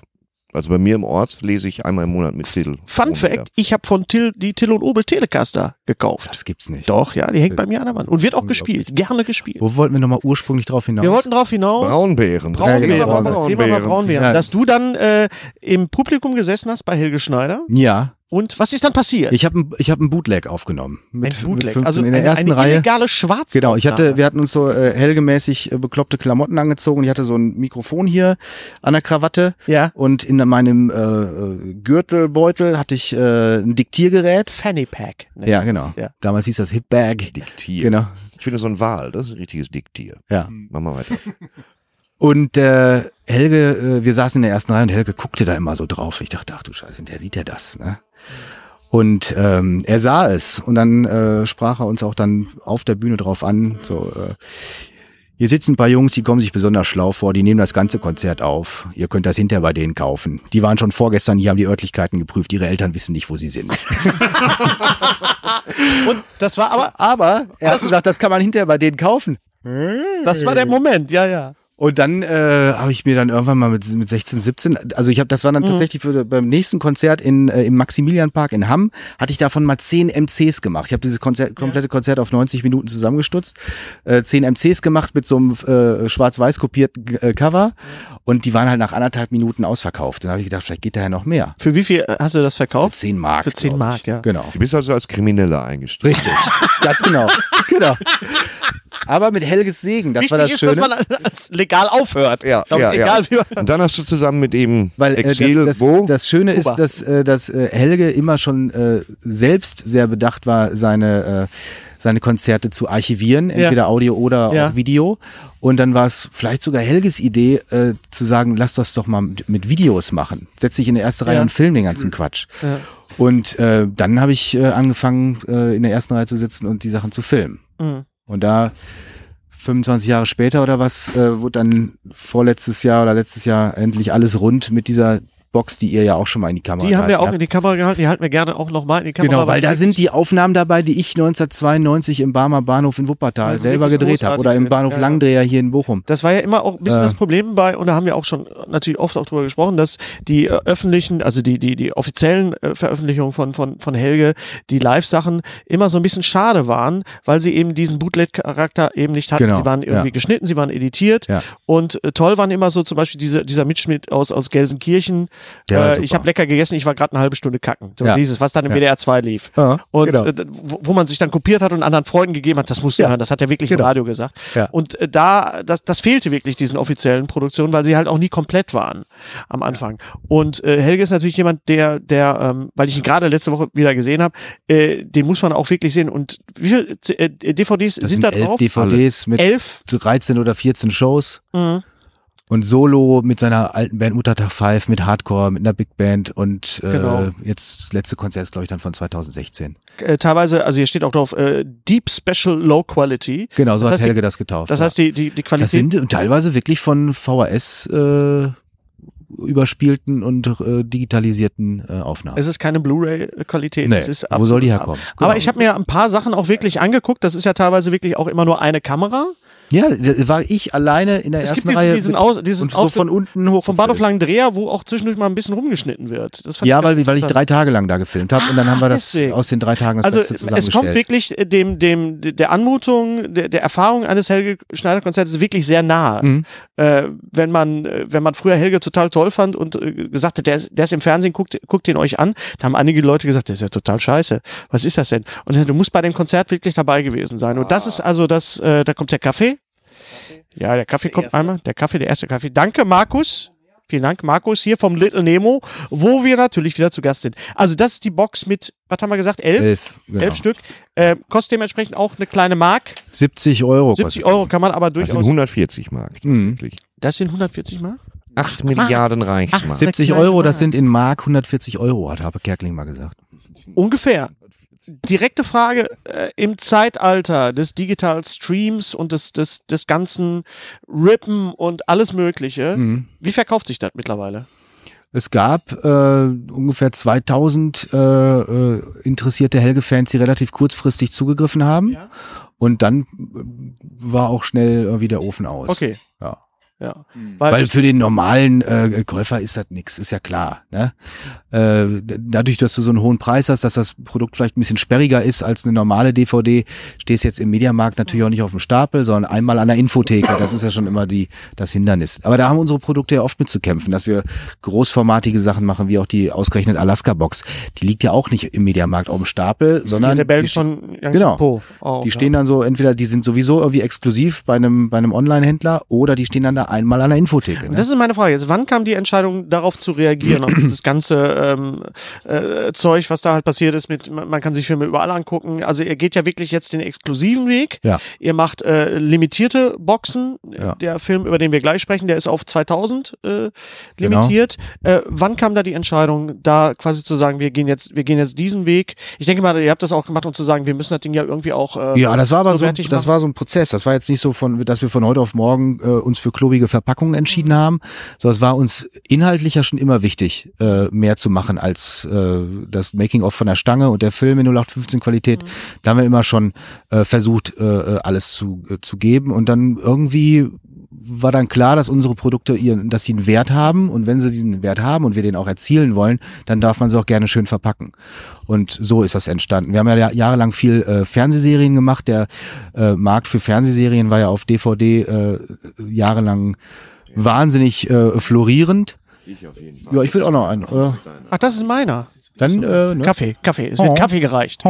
[SPEAKER 4] Also bei mir im Ort lese ich einmal im Monat mit Till.
[SPEAKER 3] Fun
[SPEAKER 2] Oh,
[SPEAKER 4] Oben, ja.
[SPEAKER 3] Fact, ich habe von Till die Till und Obel Telecaster gekauft.
[SPEAKER 2] Das gibt's nicht.
[SPEAKER 3] Doch, ja, die hängt bei mir an der Wand und wird
[SPEAKER 2] Oh,
[SPEAKER 3] auch gespielt, gerne gespielt.
[SPEAKER 2] Wo wollten wir nochmal ursprünglich drauf hinaus?
[SPEAKER 3] Wir wollten drauf hinaus.
[SPEAKER 4] Braunbären. Das
[SPEAKER 3] Braunbären.
[SPEAKER 4] Thema war
[SPEAKER 3] Das Thema war
[SPEAKER 4] Braunbären.
[SPEAKER 3] Braunbären.
[SPEAKER 2] genau. Ja.
[SPEAKER 3] Dass du dann äh, im Publikum gesessen hast bei Helge Schneider.
[SPEAKER 2] ja,
[SPEAKER 3] Und was ist dann passiert?
[SPEAKER 2] ich habe ich hab ein Bootleg aufgenommen. Mit,
[SPEAKER 3] ein Bootleg.
[SPEAKER 2] mit 15
[SPEAKER 3] also
[SPEAKER 2] in der
[SPEAKER 3] eine,
[SPEAKER 2] ersten
[SPEAKER 3] eine
[SPEAKER 2] Reihe.
[SPEAKER 3] illegale Schwarz.
[SPEAKER 2] Genau, ich hatte, wir hatten uns so äh, helgemäßig äh, bekloppte Klamotten angezogen. Ich hatte so ein Mikrofon hier an der Krawatte
[SPEAKER 3] ja.
[SPEAKER 2] und in meinem äh, äh, Gürtelbeutel hatte ich äh, ein Diktiergerät.
[SPEAKER 3] Fanny Pack. ne?
[SPEAKER 2] Ja, genau.
[SPEAKER 3] Ja.
[SPEAKER 2] Damals hieß das Hipbag.
[SPEAKER 4] Diktier.
[SPEAKER 2] Genau.
[SPEAKER 4] Ich finde so ein Wal, das ist ein richtiges Diktier.
[SPEAKER 2] Ja.
[SPEAKER 4] Mach mal weiter.
[SPEAKER 2] Und äh, Helge, äh, wir saßen in der ersten Reihe und Helge guckte da immer so drauf. Ich dachte, ach du Scheiße, der sieht ja das. Ne? Und ähm, er sah es und dann äh, sprach er uns auch dann auf der Bühne drauf an. So, äh, hier sitzen ein paar Jungs, die kommen sich besonders schlau vor, die nehmen das ganze Konzert auf. Ihr könnt das hinterher bei denen kaufen. Die waren schon vorgestern hier, haben die Örtlichkeiten geprüft. Ihre Eltern wissen nicht, wo sie sind.
[SPEAKER 3] Und das war aber,
[SPEAKER 2] Aber er hat gesagt, das kann man hinterher bei denen kaufen.
[SPEAKER 3] das war der Moment, ja, ja.
[SPEAKER 2] Und dann äh, habe ich mir dann irgendwann mal mit, mit 16, 17, also ich habe, das war
[SPEAKER 3] Mhm.
[SPEAKER 2] dann tatsächlich für, beim nächsten Konzert in, äh, im Maximilianpark in Hamm, hatte ich davon mal 10 MCs gemacht. Ich habe dieses Konzert, komplette Konzert auf 90 Minuten zusammengestutzt, äh, 10 MCs gemacht mit so einem äh, schwarz-weiß kopierten äh, Cover und die waren halt nach anderthalb Minuten ausverkauft. Dann habe ich gedacht, vielleicht geht daher noch mehr.
[SPEAKER 3] Für wie viel äh, hast du das
[SPEAKER 2] Für
[SPEAKER 3] verkauft?
[SPEAKER 2] 10 Mark.
[SPEAKER 3] Für 10
[SPEAKER 2] glaub
[SPEAKER 3] Mark,
[SPEAKER 2] ich.
[SPEAKER 3] ja.
[SPEAKER 2] Genau.
[SPEAKER 4] Du bist also als Krimineller eingestellt.
[SPEAKER 2] Richtig, ganz genau. genau. Aber mit Helges Segen, das
[SPEAKER 3] Wichtig
[SPEAKER 2] war das
[SPEAKER 3] ist,
[SPEAKER 2] Schöne.
[SPEAKER 3] dass man das legal aufhört.
[SPEAKER 4] Ja,
[SPEAKER 3] Damit
[SPEAKER 4] ja,
[SPEAKER 3] egal, Wie
[SPEAKER 4] ja.
[SPEAKER 3] man,
[SPEAKER 4] Und dann hast du zusammen mit ihm
[SPEAKER 2] Weil äh,
[SPEAKER 4] Exil,
[SPEAKER 2] das, das,
[SPEAKER 4] wo?
[SPEAKER 2] das Schöne
[SPEAKER 3] Kuba.
[SPEAKER 2] ist, dass, äh, dass äh, Helge immer schon äh, selbst sehr bedacht war, seine, äh, seine Konzerte zu archivieren, entweder Audio oder
[SPEAKER 3] Ja.
[SPEAKER 2] auch Video. Und dann war es vielleicht sogar Helges Idee, äh, zu sagen, lass das doch mal mit, mit Videos machen. Setz dich in die erste Reihe
[SPEAKER 3] Ja.
[SPEAKER 2] und film den ganzen Quatsch. Und äh, dann habe ich äh, angefangen, äh, in der ersten Reihe zu sitzen und die Sachen zu filmen.
[SPEAKER 3] Mhm.
[SPEAKER 2] Und da 25 Jahre später oder was, äh, wurde dann vorletztes Jahr oder letztes Jahr endlich alles rund mit dieser Box, die ihr ja auch schon mal in die Kamera
[SPEAKER 3] die haben wir
[SPEAKER 2] gehalten
[SPEAKER 3] auch in die Kamera gehalten, die halten wir gerne auch nochmal in die
[SPEAKER 2] habt.
[SPEAKER 3] Kamera.
[SPEAKER 2] Genau, weil da sind die Aufnahmen dabei, die ich 1992 im Barmer Bahnhof in Wuppertal
[SPEAKER 3] Weil sie
[SPEAKER 2] selber
[SPEAKER 3] wirklich
[SPEAKER 2] gedreht habe
[SPEAKER 3] großartig
[SPEAKER 2] oder im
[SPEAKER 3] sind.
[SPEAKER 2] Bahnhof
[SPEAKER 3] Ja, ja.
[SPEAKER 2] Langdreher hier in Bochum.
[SPEAKER 3] Das war ja immer auch ein bisschen
[SPEAKER 2] Äh.
[SPEAKER 3] das Problem bei, und da haben wir auch schon natürlich oft auch drüber gesprochen, dass die äh, öffentlichen, also die, die, die offiziellen äh, Veröffentlichungen von, von, von Helge, die Live-Sachen immer so ein bisschen schade waren, weil sie eben diesen Bootleg-Charakter eben nicht hatten.
[SPEAKER 2] Genau,
[SPEAKER 3] Sie waren irgendwie
[SPEAKER 2] ja.
[SPEAKER 3] geschnitten, sie waren editiert
[SPEAKER 2] Ja.
[SPEAKER 3] und äh, toll waren immer so zum Beispiel diese, dieser Mitschnitt aus, aus Gelsenkirchen.
[SPEAKER 2] Der war
[SPEAKER 3] äh, ich
[SPEAKER 2] super.
[SPEAKER 3] habe lecker gegessen, ich war gerade eine halbe Stunde kacken. So
[SPEAKER 2] Ja.
[SPEAKER 3] dieses, was dann im WDR 2 lief.
[SPEAKER 2] Ja,
[SPEAKER 3] und
[SPEAKER 2] genau.
[SPEAKER 3] äh, wo, wo man sich dann kopiert hat und anderen Freunden gegeben hat, das musst du hören, das hat er wirklich im Radio gesagt.
[SPEAKER 2] Genau. Ja.
[SPEAKER 3] Und äh, da, das, das fehlte wirklich diesen offiziellen Produktionen, weil sie halt auch nie komplett waren am Anfang. Und äh, Helge ist natürlich jemand, der, der, ähm, weil ich ihn gerade letzte Woche wieder gesehen habe, äh, den muss man auch wirklich sehen. Und wie viel C- äh, DVDs
[SPEAKER 2] Das sind
[SPEAKER 3] sind, da
[SPEAKER 2] elf
[SPEAKER 3] drauf?
[SPEAKER 2] DVDs mit
[SPEAKER 3] Elf?
[SPEAKER 2] 13 oder 14 Shows.
[SPEAKER 3] Mhm.
[SPEAKER 2] Und Solo mit seiner alten Band Muttertag 5, mit Hardcore, mit einer Big Band und äh,
[SPEAKER 3] Genau.
[SPEAKER 2] jetzt das letzte Konzert ist, glaube ich, dann von 2016.
[SPEAKER 3] Äh, teilweise, also hier steht auch drauf, äh, Deep Special Low Quality.
[SPEAKER 2] Genau, so
[SPEAKER 3] Das heißt,
[SPEAKER 2] hat
[SPEAKER 3] die-
[SPEAKER 2] Helge das getauft.
[SPEAKER 3] Das
[SPEAKER 2] ja.
[SPEAKER 3] heißt, die, die, die Qualität.
[SPEAKER 2] Das sind teilweise wirklich von VHS äh, überspielten und äh, digitalisierten äh, Aufnahmen.
[SPEAKER 3] es ist keine Blu-ray-Qualität.
[SPEAKER 2] Nee,
[SPEAKER 3] es ist
[SPEAKER 2] wo soll die
[SPEAKER 3] absolut ab-
[SPEAKER 2] herkommen? Genau.
[SPEAKER 3] Aber ich habe mir ein paar Sachen auch wirklich angeguckt. Das ist ja teilweise wirklich auch immer nur eine Kamera.
[SPEAKER 2] Ja, da war ich alleine in der
[SPEAKER 3] Es
[SPEAKER 2] ersten
[SPEAKER 3] gibt diesen,
[SPEAKER 2] Reihe.
[SPEAKER 3] diesen,
[SPEAKER 2] mit-
[SPEAKER 3] Aus, diesen
[SPEAKER 2] und so von unten hoch.
[SPEAKER 3] vom Bahnhof Langendreher, wo auch zwischendurch mal ein bisschen rumgeschnitten wird. Das fand
[SPEAKER 2] Ja,
[SPEAKER 3] ganz
[SPEAKER 2] weil, weil ich
[SPEAKER 3] interessant.
[SPEAKER 2] drei Tage lang da gefilmt habe und dann haben wir das
[SPEAKER 3] Ah, deswegen.
[SPEAKER 2] aus den drei Tagen das Beste
[SPEAKER 3] Also es
[SPEAKER 2] zusammengestellt.
[SPEAKER 3] kommt wirklich äh, dem, dem, der Anmutung, der, der Erfahrung eines Helge Schneider-Konzerts wirklich sehr nahe.
[SPEAKER 2] Mhm.
[SPEAKER 3] Äh, wenn, man, äh, wenn man früher Helge total toll fand und äh, gesagt hat, der ist, der ist im Fernsehen, guckt, guckt ihn euch an, da haben einige Leute gesagt, der ist ja total scheiße. Was ist das denn? Und äh, du musst bei dem Konzert wirklich dabei gewesen sein. Und das ist also das, äh, da kommt der Kaffee. Ja, der Kaffee kommt einmal. Der Kaffee, der erste Kaffee. Danke, Markus. Vielen Dank, Markus, hier vom Little Nemo, wo wir natürlich wieder zu Gast sind. Also, das ist die Box mit, was haben wir gesagt, elf?
[SPEAKER 2] Elf, genau.
[SPEAKER 3] elf Stück. Äh, kostet dementsprechend auch eine kleine Mark.
[SPEAKER 2] 70 Euro.
[SPEAKER 3] 70 Euro kann man aber
[SPEAKER 4] Das sind
[SPEAKER 3] durchaus.
[SPEAKER 4] 140 Mark
[SPEAKER 2] Mhm.
[SPEAKER 4] tatsächlich.
[SPEAKER 3] Das sind 140 Mark?
[SPEAKER 4] 8 Milliarden
[SPEAKER 3] Ach,
[SPEAKER 4] Reichsmark.
[SPEAKER 2] 70 Euro, das sind in Mark 140 Euro, hat Habe Kerkling mal gesagt.
[SPEAKER 3] Ungefähr. Direkte Frage, äh, im Zeitalter des Digital Streams und des, des, des ganzen Rippen und alles Mögliche,
[SPEAKER 2] Mhm.
[SPEAKER 3] wie verkauft sich das mittlerweile?
[SPEAKER 2] Es gab äh, ungefähr 2000 äh, äh, interessierte Helge-Fans, die relativ kurzfristig zugegriffen haben.
[SPEAKER 3] Ja.
[SPEAKER 2] Und dann äh, war auch schnell irgendwie der Ofen aus.
[SPEAKER 3] Okay.
[SPEAKER 2] Ja. Mhm.
[SPEAKER 3] ja.
[SPEAKER 2] Weil für den normalen äh, Käufer ist das nix, ist ja klar. Ne? Äh, d- dadurch, dass du so einen hohen Preis hast, dass das Produkt vielleicht ein bisschen sperriger ist als eine normale DVD, stehst jetzt im Mediamarkt natürlich auch nicht auf dem Stapel, sondern einmal an der Infotheke. Das ist ja schon immer die, das Hindernis. Aber da haben unsere Produkte ja oft mit zu kämpfen, dass wir großformatige Sachen machen, wie auch die ausgerechnet Alaska-Box. Die liegt ja auch nicht im Mediamarkt auf dem Stapel, sondern
[SPEAKER 3] die Rebellen
[SPEAKER 2] die
[SPEAKER 3] von Young
[SPEAKER 2] Genau.
[SPEAKER 3] Po. oh, auch,
[SPEAKER 2] die stehen dann so, entweder die sind sowieso irgendwie exklusiv bei einem, bei einem Online-Händler oder die stehen dann da einmal an der Infotheke.
[SPEAKER 3] Und
[SPEAKER 2] Ne?
[SPEAKER 3] das ist meine Frage jetzt. Wann kam die Entscheidung, darauf zu reagieren, auf dieses ganze ähm, äh, Zeug, was da halt passiert ist mit, man man kann sich Filme überall angucken. Also ihr geht ja wirklich jetzt den exklusiven Weg.
[SPEAKER 2] Ja.
[SPEAKER 3] Ihr macht äh, limitierte Boxen. Der Film, über den wir gleich sprechen, der ist auf 2000 äh,
[SPEAKER 2] Genau.
[SPEAKER 3] limitiert. Äh, wann kam da die Entscheidung, da quasi zu sagen, wir gehen jetzt, wir gehen jetzt diesen Weg? Ich denke mal, ihr habt das auch gemacht, um zu sagen, wir müssen das Ding ja irgendwie auch. Äh,
[SPEAKER 2] Ja, das war aber
[SPEAKER 3] so
[SPEAKER 2] so,
[SPEAKER 3] fertig
[SPEAKER 2] das
[SPEAKER 3] machen.
[SPEAKER 2] war so ein Prozess. Das war jetzt nicht so von, dass wir von heute auf morgen äh, uns für klobige Verpackungen entschieden haben, sondern es war uns inhaltlich ja schon immer wichtig, äh, mehr zu machen als äh, das Making-of von der Stange und der Film in 0815 Qualität. Da haben wir immer schon äh, versucht, äh, äh, alles zu, äh, zu geben und dann irgendwie war dann klar, dass unsere Produkte ihren, dass sie einen Wert haben und wenn sie diesen Wert haben und wir den auch erzielen wollen, dann darf man sie auch gerne schön verpacken. Und so ist das entstanden. Wir haben ja jahrelang viel äh, Fernsehserien gemacht. Der äh, Markt für Fernsehserien war ja auf DVD äh, jahrelang wahnsinnig äh, florierend. Ich auf jeden Fall. Ja, ich will auch noch einen, oder?
[SPEAKER 3] ach, das ist meiner.
[SPEAKER 2] Dann äh, ne?
[SPEAKER 3] Kaffee, Kaffee. Es wird
[SPEAKER 2] Oh.
[SPEAKER 3] Kaffee gereicht.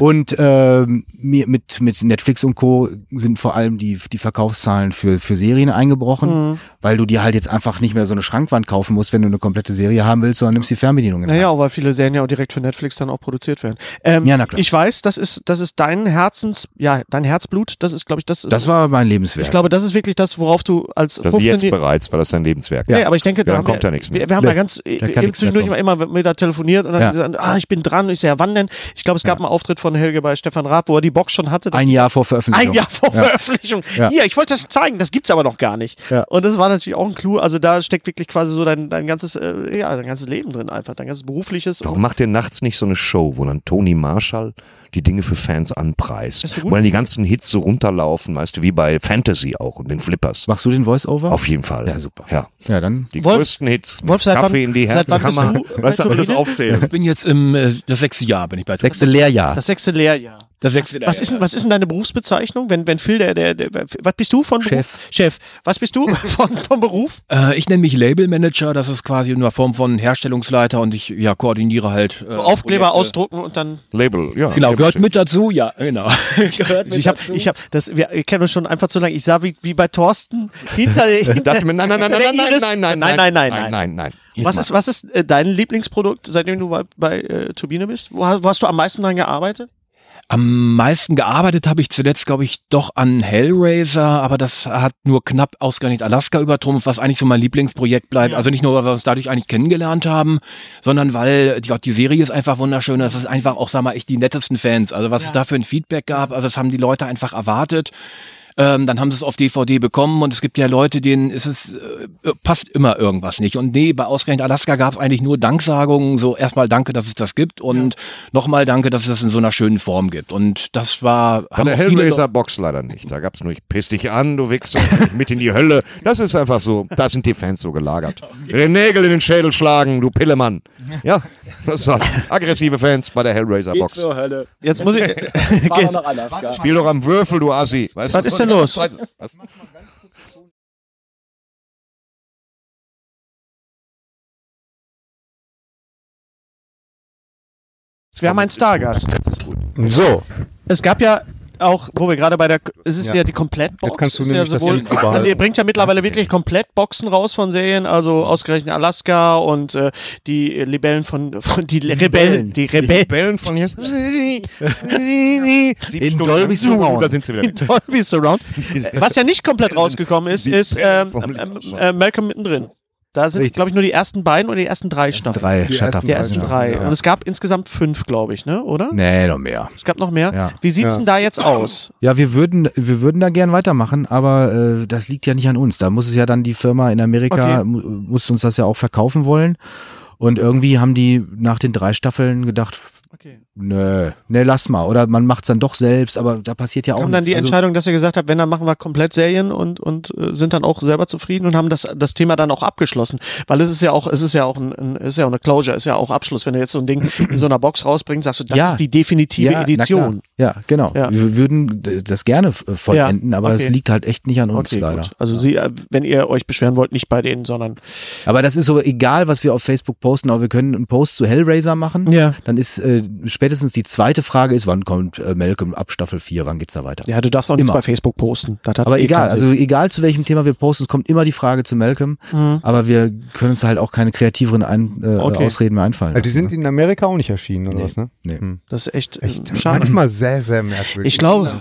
[SPEAKER 2] Und ähm, mir mit, mit Netflix und Co. sind vor allem die, die Verkaufszahlen für, für Serien eingebrochen, weil du dir halt jetzt einfach nicht mehr so eine Schrankwand kaufen musst, wenn du eine komplette Serie haben willst, sondern nimmst die Fernbedienung in die
[SPEAKER 3] Naja,
[SPEAKER 2] Hand.
[SPEAKER 3] auch weil viele Serien ja auch direkt für Netflix dann auch produziert werden. Ähm,
[SPEAKER 2] Ja, na klar.
[SPEAKER 3] Ich weiß, das ist, das ist dein Herzens, ja, dein Herzblut. Das ist, glaube ich, das.
[SPEAKER 2] Das war mein
[SPEAKER 3] ich
[SPEAKER 2] Lebenswerk.
[SPEAKER 3] glaube, das ist wirklich das, worauf du als
[SPEAKER 4] Das ist jetzt
[SPEAKER 3] 15
[SPEAKER 4] bereits, weil das sein Lebenswerk.
[SPEAKER 3] ja, aber ich denke,
[SPEAKER 4] Ja, dann
[SPEAKER 3] haben
[SPEAKER 4] kommt
[SPEAKER 3] wir,
[SPEAKER 4] ja nichts
[SPEAKER 3] wir,
[SPEAKER 4] mehr.
[SPEAKER 3] wir haben da
[SPEAKER 2] Nee,
[SPEAKER 3] ganz äh,
[SPEAKER 2] da kann
[SPEAKER 3] eben
[SPEAKER 2] nichts mehr
[SPEAKER 3] zwischendurch mal immer mit da telefoniert und dann
[SPEAKER 2] Ja.
[SPEAKER 3] gesagt, ah, ich bin dran, und ich sehe, ja, wann denn? Ich glaube, es gab einen Auftritt von Helge bei Stefan Raab, wo er die Box schon hatte.
[SPEAKER 2] Ein Jahr vor Veröffentlichung.
[SPEAKER 3] Ein Jahr vor
[SPEAKER 2] Ja.
[SPEAKER 3] Veröffentlichung.
[SPEAKER 2] Ja.
[SPEAKER 3] Hier, ich wollte das zeigen, das gibt's aber noch gar nicht.
[SPEAKER 2] Ja.
[SPEAKER 3] Und das war natürlich auch ein Clou. Also da steckt wirklich quasi so dein, dein ganzes, äh, ja, dein ganzes Leben drin einfach, dein ganzes berufliches.
[SPEAKER 4] Warum macht ihr nachts nicht so eine Show, wo dann Tony Marshall die Dinge für Fans
[SPEAKER 3] Ist
[SPEAKER 4] anpreist?
[SPEAKER 3] eine
[SPEAKER 4] Wo
[SPEAKER 3] gute
[SPEAKER 4] dann die ganzen Hits so runterlaufen, weißt du, wie bei Fantasy auch und den Flippers.
[SPEAKER 2] Machst du den Voice-Over?
[SPEAKER 4] Auf jeden Fall.
[SPEAKER 2] Ja, super.
[SPEAKER 4] Ja.
[SPEAKER 2] Ja, dann.
[SPEAKER 4] Die
[SPEAKER 3] Wolf-
[SPEAKER 4] größten Hits.
[SPEAKER 3] Wolf, seit
[SPEAKER 4] Kaffee
[SPEAKER 3] wann-
[SPEAKER 4] in die
[SPEAKER 3] seit wann bist
[SPEAKER 4] Herzkammer.
[SPEAKER 3] du, äh,
[SPEAKER 4] Weißt du, alles
[SPEAKER 3] Turbine?
[SPEAKER 4] aufzählen.
[SPEAKER 5] Ich bin jetzt im äh, das sechste Jahr, bin ich bei.
[SPEAKER 2] Sechste Lehrjahr.
[SPEAKER 3] Das sechste Lehrjahr.
[SPEAKER 5] Das sechste Jahr.
[SPEAKER 3] Was ist, denn, was ist denn deine Berufsbezeichnung? Wenn, wenn Phil der, der, der, was bist du von
[SPEAKER 2] Chef.
[SPEAKER 3] Beruf? Chef. Was bist du von, von Beruf?
[SPEAKER 5] Äh, ich nenne mich Labelmanager, das ist quasi in der Form von Herstellungsleiter und ich ja, koordiniere halt. Äh,
[SPEAKER 3] So Aufkleber
[SPEAKER 5] Projekte.
[SPEAKER 3] ausdrucken und dann.
[SPEAKER 4] Label, ja.
[SPEAKER 5] Genau,
[SPEAKER 4] Label
[SPEAKER 5] gehört
[SPEAKER 4] steht.
[SPEAKER 5] mit dazu, ja, genau. gehört
[SPEAKER 3] Ich habe, ich habe, das, wir kennen uns schon einfach zu lange. Ich sah wie, wie bei Thorsten hinter, hinter
[SPEAKER 4] Dachte mir, nein, nein, nein, nein, nein, nein, nein,
[SPEAKER 3] nein, nein, nein, nein,
[SPEAKER 4] nein, nein.
[SPEAKER 3] Was ist, was ist äh, dein Lieblingsprodukt, seitdem du bei, bei äh, Turbine bist? Wo hast, wo hast du am meisten dran gearbeitet?
[SPEAKER 5] Am meisten gearbeitet habe ich zuletzt, glaube ich, doch an Hellraiser, aber das hat nur knapp ausgerechnet Alaska übertrumpft, was eigentlich so mein Lieblingsprojekt bleibt. Also nicht nur, weil wir uns dadurch eigentlich kennengelernt haben, sondern weil die, die Serie ist einfach wunderschön. Das ist einfach auch, sag mal, echt die nettesten Fans. Also was es da für ein Feedback gab, also das haben die Leute einfach erwartet. Ähm, dann haben sie es auf DVD bekommen und es gibt ja Leute, denen ist es, äh, passt immer irgendwas nicht. Und nee, bei Ausgerechnet Alaska gab es eigentlich nur Danksagungen, so erstmal danke, dass es das gibt und nochmal danke, dass es das in so einer schönen Form gibt. Und das war...
[SPEAKER 4] Bei der Hellraiser-Box leider nicht. Da gab es nur, ich piss dich an, du Wichser, mit in die Hölle. Das ist einfach so, da sind die Fans so gelagert. Den Nägel in den Schädel schlagen, du Pillemann. Ja, das waren aggressive Fans bei der Hellraiser-Box.
[SPEAKER 3] Jetzt muss ich.
[SPEAKER 9] War noch Alaska.
[SPEAKER 4] Spiel doch am Würfel, du Assi. Weißt
[SPEAKER 3] Was
[SPEAKER 4] du,
[SPEAKER 3] ist
[SPEAKER 4] so
[SPEAKER 3] denn
[SPEAKER 4] eine
[SPEAKER 3] los?
[SPEAKER 4] ganze Zeit- Was?
[SPEAKER 3] Wir haben einen Stargast.
[SPEAKER 1] So,
[SPEAKER 3] Es gab ja auch, wo wir gerade bei der, es ist ja, die Komplettbox.
[SPEAKER 1] Jetzt kannst du
[SPEAKER 3] Es ist
[SPEAKER 1] nämlich das Ding überall-
[SPEAKER 3] also ihr bringt ja mittlerweile wirklich Komplettboxen raus von Serien, also ausgerechnet Alaska und äh, die Libellen von, von die Rebellen, die Rebellen.
[SPEAKER 4] Bellen von hier. In
[SPEAKER 2] Dolby Surround.
[SPEAKER 4] Da sind sie wieder.
[SPEAKER 3] Dolby Surround. Äh, Was ja nicht komplett rausgekommen ist, ist ähm, ähm, äh, Malcolm mittendrin. Da sind, glaube ich, nur die ersten beiden oder die ersten drei Staffeln.
[SPEAKER 2] Drei, shut up.
[SPEAKER 3] Die ersten drei. Und es gab insgesamt fünf, glaube ich, ne? Oder?
[SPEAKER 2] Nee, noch mehr.
[SPEAKER 3] Es gab noch mehr.
[SPEAKER 2] Ja.
[SPEAKER 3] Wie sieht's denn da jetzt aus?
[SPEAKER 2] Ja, wir würden, wir würden da gern weitermachen, aber äh, das liegt ja nicht an uns. Da muss es ja dann die Firma in Amerika,
[SPEAKER 3] Okay.
[SPEAKER 2] mu- muss uns das ja auch verkaufen wollen. Und irgendwie haben die nach den drei Staffeln gedacht,
[SPEAKER 3] Okay.
[SPEAKER 2] nö, ne, lass mal. Oder man macht's dann doch selbst, aber da passiert ja auch
[SPEAKER 3] Kam dann die
[SPEAKER 2] nichts. Also-
[SPEAKER 3] Entscheidung, dass ihr gesagt habt, wenn, dann machen wir komplett Serien und, und äh, sind dann auch selber zufrieden und haben das, das Thema dann auch abgeschlossen. Weil es ist ja auch, es ist ja auch ein, ein ist ja auch eine Closure, ist ja auch Abschluss. Wenn du jetzt so ein Ding in so einer Box rausbringst, sagst du, das
[SPEAKER 2] Ja.
[SPEAKER 3] ist die definitive
[SPEAKER 2] na
[SPEAKER 3] Edition.
[SPEAKER 2] klar. Ja, genau.
[SPEAKER 3] Ja.
[SPEAKER 2] Wir würden äh, das gerne äh, vollenden, aber es
[SPEAKER 3] okay.
[SPEAKER 2] liegt halt echt nicht an uns
[SPEAKER 3] Okay,
[SPEAKER 2] leider.
[SPEAKER 3] gut. Also sie, äh, wenn ihr euch beschweren wollt, nicht bei denen, sondern
[SPEAKER 2] Aber das ist so egal, was wir auf Facebook posten, aber wir können einen Post zu Hellraiser machen.
[SPEAKER 3] Ja.
[SPEAKER 2] Dann ist äh, spätestens die zweite Frage ist, wann kommt äh, Malcolm ab Staffel 4, wann geht's da weiter?
[SPEAKER 3] ja, du darfst auch nichts
[SPEAKER 2] Immer.
[SPEAKER 3] bei Facebook posten. Das hat
[SPEAKER 2] Aber
[SPEAKER 3] eh
[SPEAKER 2] egal,
[SPEAKER 3] keinen Sinn.
[SPEAKER 2] also egal zu welchem Thema wir posten, es kommt immer die Frage zu Malcolm, aber wir können uns halt auch keine kreativeren Ein äh,
[SPEAKER 3] Mhm. Okay.
[SPEAKER 2] Ausreden mehr einfallen.
[SPEAKER 1] also die
[SPEAKER 2] lassen, ne?
[SPEAKER 1] sind in Amerika auch nicht erschienen, oder
[SPEAKER 2] Nee.
[SPEAKER 1] was, ne?
[SPEAKER 2] ne? nee.
[SPEAKER 3] das ist echt, echt schade.
[SPEAKER 1] Manchmal sehr, sehr merkwürdig.
[SPEAKER 3] Ich glaube,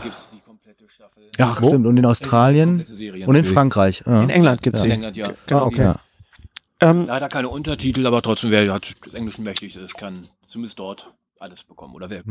[SPEAKER 2] Ja, stimmt. Und in Australien und in Frankreich. Ja.
[SPEAKER 3] in England gibt's sie.
[SPEAKER 5] England, ja.
[SPEAKER 3] Ah, okay.
[SPEAKER 2] Ja.
[SPEAKER 3] Ähm,
[SPEAKER 5] Leider keine Untertitel, aber trotzdem, wer hat das Englischen mächtig ist, kann zumindest dort alles bekommen. Oder wer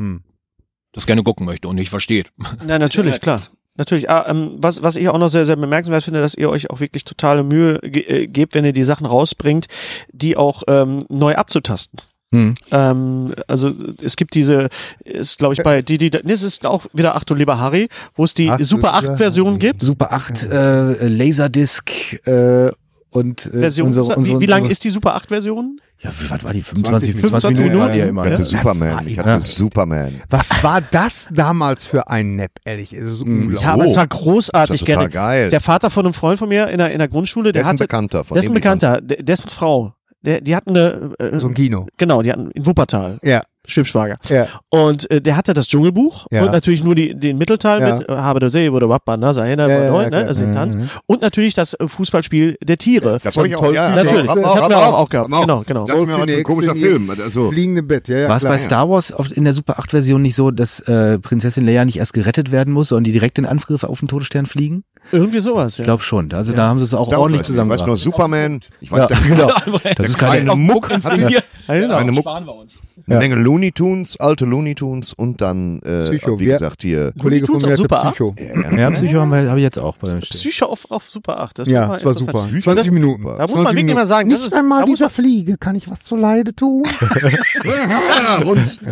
[SPEAKER 5] das gerne gucken möchte und nicht versteht.
[SPEAKER 3] Na, natürlich, klar. Natürlich. Ah, ähm, was, was ich auch noch sehr, sehr bemerkenswert finde, dass ihr euch auch wirklich totale Mühe ge äh, gebt, wenn ihr die Sachen rausbringt, die auch ähm, neu abzutasten.
[SPEAKER 2] Hm.
[SPEAKER 3] Ähm, also es gibt diese, ist glaube ich bei die, die, nee, es ist auch wieder Achtung lieber Harry, wo es die
[SPEAKER 1] Ach du
[SPEAKER 3] Super
[SPEAKER 1] lieber
[SPEAKER 3] 8 Version
[SPEAKER 1] Harry.
[SPEAKER 3] gibt.
[SPEAKER 2] Super 8, äh, Laserdisc äh, und äh,
[SPEAKER 3] Version,
[SPEAKER 2] unsere, unsere,
[SPEAKER 3] wie, wie lang
[SPEAKER 2] unsere,
[SPEAKER 3] ist die Super 8 Version?
[SPEAKER 2] Ja, was war die? 25,
[SPEAKER 1] 20
[SPEAKER 2] 25 Minuten,
[SPEAKER 3] Minuten?
[SPEAKER 2] war die ja immer.
[SPEAKER 4] Ich
[SPEAKER 2] ne?
[SPEAKER 4] hatte Superman. Ich hatte Superman.
[SPEAKER 1] Was war das damals für ein Nap, ehrlich? Es ist unglaublich.
[SPEAKER 3] Ja, aber es war
[SPEAKER 4] Das
[SPEAKER 3] großartig,
[SPEAKER 4] ist ja total
[SPEAKER 3] gerne.
[SPEAKER 4] geil.
[SPEAKER 3] Der Vater von einem Freund von mir in der, in der Grundschule, der
[SPEAKER 4] Der ist ein
[SPEAKER 3] hatte,
[SPEAKER 4] Bekannter. Von
[SPEAKER 3] der ist ein
[SPEAKER 4] dem bekannt.
[SPEAKER 3] Bekannter, de- dessen Frau, der, die hatten eine, äh,
[SPEAKER 1] so ein Kino.
[SPEAKER 3] genau, die hatten in Wuppertal,
[SPEAKER 1] Ja,
[SPEAKER 3] Schwibschwager.
[SPEAKER 1] ja.
[SPEAKER 3] Und äh, der hatte das Dschungelbuch
[SPEAKER 1] Ja.
[SPEAKER 3] und natürlich nur die, den Mittelteil
[SPEAKER 1] Ja.
[SPEAKER 3] mit äh, Habe der See, wurde Wappa, ne, sei
[SPEAKER 1] Ja, ja,
[SPEAKER 3] ne,
[SPEAKER 1] ja, Mhm.
[SPEAKER 3] ne,
[SPEAKER 1] klar.
[SPEAKER 3] also den Tanz. Und natürlich das äh, Fußballspiel der Tiere.
[SPEAKER 4] Das habe ich auch.
[SPEAKER 1] Toll-
[SPEAKER 4] Ja,
[SPEAKER 3] Natürlich,
[SPEAKER 4] hab
[SPEAKER 3] das
[SPEAKER 4] auch,
[SPEAKER 3] hat
[SPEAKER 4] hab
[SPEAKER 3] mir auch,
[SPEAKER 4] auch,
[SPEAKER 3] auch gehabt.
[SPEAKER 4] hab auch.
[SPEAKER 3] Genau, genau.
[SPEAKER 4] Dachte mir, was für ein komischer Film. Also,
[SPEAKER 1] Fliegende Bett, ja, ja.
[SPEAKER 2] War es
[SPEAKER 1] klar.
[SPEAKER 2] bei Star Wars oft in der Super 8 Version nicht so, dass äh, Prinzessin Leia nicht erst gerettet werden muss, sondern die direkt in Angriff auf den Todesstern fliegen?
[SPEAKER 3] Irgendwie sowas, ja.
[SPEAKER 2] Ich glaube schon. Also da haben sie es auch ordentlich
[SPEAKER 4] Ich weiß nur
[SPEAKER 2] zusammengebracht.
[SPEAKER 4] Superman. Ich weiß
[SPEAKER 2] Ja,
[SPEAKER 4] der
[SPEAKER 2] genau. Das ist keine
[SPEAKER 4] kleine Muck. Hatte ich
[SPEAKER 3] ja, genau.
[SPEAKER 4] eine Muck.
[SPEAKER 9] Sparen wir uns.
[SPEAKER 4] Eine Menge Looney Tunes, alte Looney Tunes und dann, äh,
[SPEAKER 1] Psycho,
[SPEAKER 4] wie
[SPEAKER 1] wer-
[SPEAKER 4] gesagt, hier.
[SPEAKER 1] Kollege von
[SPEAKER 3] Tut's
[SPEAKER 1] mir
[SPEAKER 3] auch
[SPEAKER 1] hatte
[SPEAKER 3] super,
[SPEAKER 1] Psycho.
[SPEAKER 2] Ja, Psycho haben wir- habe ich jetzt auch bei mir stehen.
[SPEAKER 3] Psycho auf, auf Super 8. Das
[SPEAKER 1] Ja,
[SPEAKER 3] mal
[SPEAKER 1] das war
[SPEAKER 3] interessant.
[SPEAKER 1] super. 20 Minuten.
[SPEAKER 3] Da muss man wirklich mal sagen, das ist, da muss man,
[SPEAKER 1] Fliege kann ich was zu Leide tun. ja,
[SPEAKER 3] und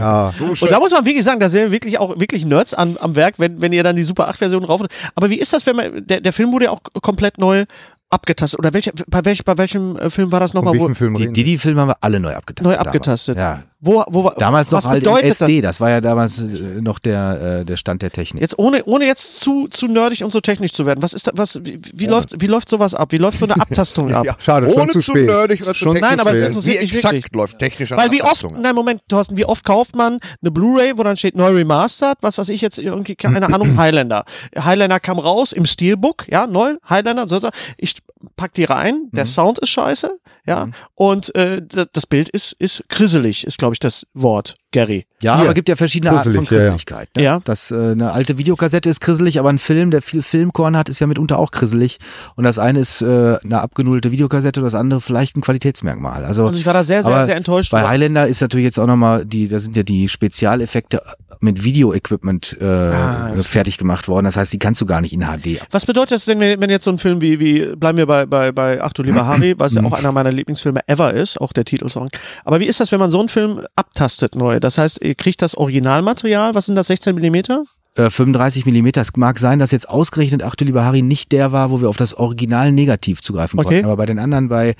[SPEAKER 3] da muss man wirklich sagen, da sind wirklich auch wirklich Nerds an, am Werk, wenn, wenn ihr dann die Super 8 Version rauf. Aber wie ist das, wenn man der, der Film wurde ja auch komplett neu abgetastet oder welche, bei, welch, bei welchem äh, Film war das
[SPEAKER 1] von
[SPEAKER 3] nochmal? Wo,
[SPEAKER 1] welchem Film
[SPEAKER 2] Die
[SPEAKER 1] reden
[SPEAKER 2] Didi-Filme haben wir alle neu abgetastet.
[SPEAKER 3] neu
[SPEAKER 2] damals.
[SPEAKER 3] abgetastet.
[SPEAKER 2] Ja.
[SPEAKER 3] Wo, wo, war-
[SPEAKER 2] Damals noch
[SPEAKER 3] was
[SPEAKER 2] halt in
[SPEAKER 3] bedeutet
[SPEAKER 2] SD, das? war ja damals äh, noch der, äh, der Stand der Technik.
[SPEAKER 3] das? Jetzt ohne, ohne jetzt zu, zu nerdig und so technisch zu werden. Was ist da, was, wie, wie, läuft, wie läuft sowas ab? Wie läuft so eine Abtastung ab?
[SPEAKER 4] Ja,
[SPEAKER 1] Schade, schon
[SPEAKER 4] ohne
[SPEAKER 1] zu spät.
[SPEAKER 4] nerdig oder zu
[SPEAKER 1] Schon-
[SPEAKER 4] technisch
[SPEAKER 3] Nein, aber
[SPEAKER 4] zu
[SPEAKER 3] es
[SPEAKER 4] werden.
[SPEAKER 3] interessiert
[SPEAKER 4] Wie
[SPEAKER 3] mich
[SPEAKER 4] exakt
[SPEAKER 3] wirklich.
[SPEAKER 4] läuft technisch an
[SPEAKER 3] Weil wie oft,
[SPEAKER 4] Abtastung ab?
[SPEAKER 3] nein, Moment, Thorsten, wie oft kauft man eine Blu-ray, wo dann steht neu remastered, was weiß ich jetzt, irgendwie, keine Ahnung, Highlander. Highlander kam raus im Steelbook, ja, neu, Highlander, so, so. ich pack die rein, der Sound ist scheiße, ja, und äh, d- das Bild ist, ist krisselig, ist, glaube ich, das Wort, Gary.
[SPEAKER 2] Ja, aber gibt ja verschiedene Arten von
[SPEAKER 1] Grisselig, ja, ja.
[SPEAKER 2] Krisseligkeit. Ne?
[SPEAKER 3] Ja.
[SPEAKER 2] Das, äh, eine alte Videokassette ist grisselig, aber ein Film, der viel Filmkorn hat, ist ja mitunter auch grisselig. Und das eine ist äh, eine abgenudelte Videokassette und das andere vielleicht ein Qualitätsmerkmal. Also,
[SPEAKER 3] Also ich war da sehr, sehr,
[SPEAKER 2] aber
[SPEAKER 3] sehr enttäuscht
[SPEAKER 2] Bei
[SPEAKER 3] drüber.
[SPEAKER 2] Highlander ist natürlich jetzt auch nochmal, die, da sind ja die Spezialeffekte mit Video-Equipment äh,
[SPEAKER 3] Ah,
[SPEAKER 2] fertig gemacht worden. Das heißt, die kannst du gar nicht in HD ab.
[SPEAKER 3] Was bedeutet das denn, wenn wenn jetzt so ein Film wie, wie bleiben wir bei, bei, bei Ach du lieber Harry, was ja auch einer meiner Lieblingsfilme ever ist, auch der Titelsong. Aber wie ist das, wenn man so einen Film abtastet neu? Das heißt, ihr kriegt das Originalmaterial, was sind das, 16 Millimeter?
[SPEAKER 2] Äh, 35 Millimeter. Es mag sein, dass jetzt ausgerechnet Ach du lieber Harry nicht der war, wo wir auf das Original negativ zugreifen
[SPEAKER 3] Okay.
[SPEAKER 2] konnten. Aber bei den anderen, bei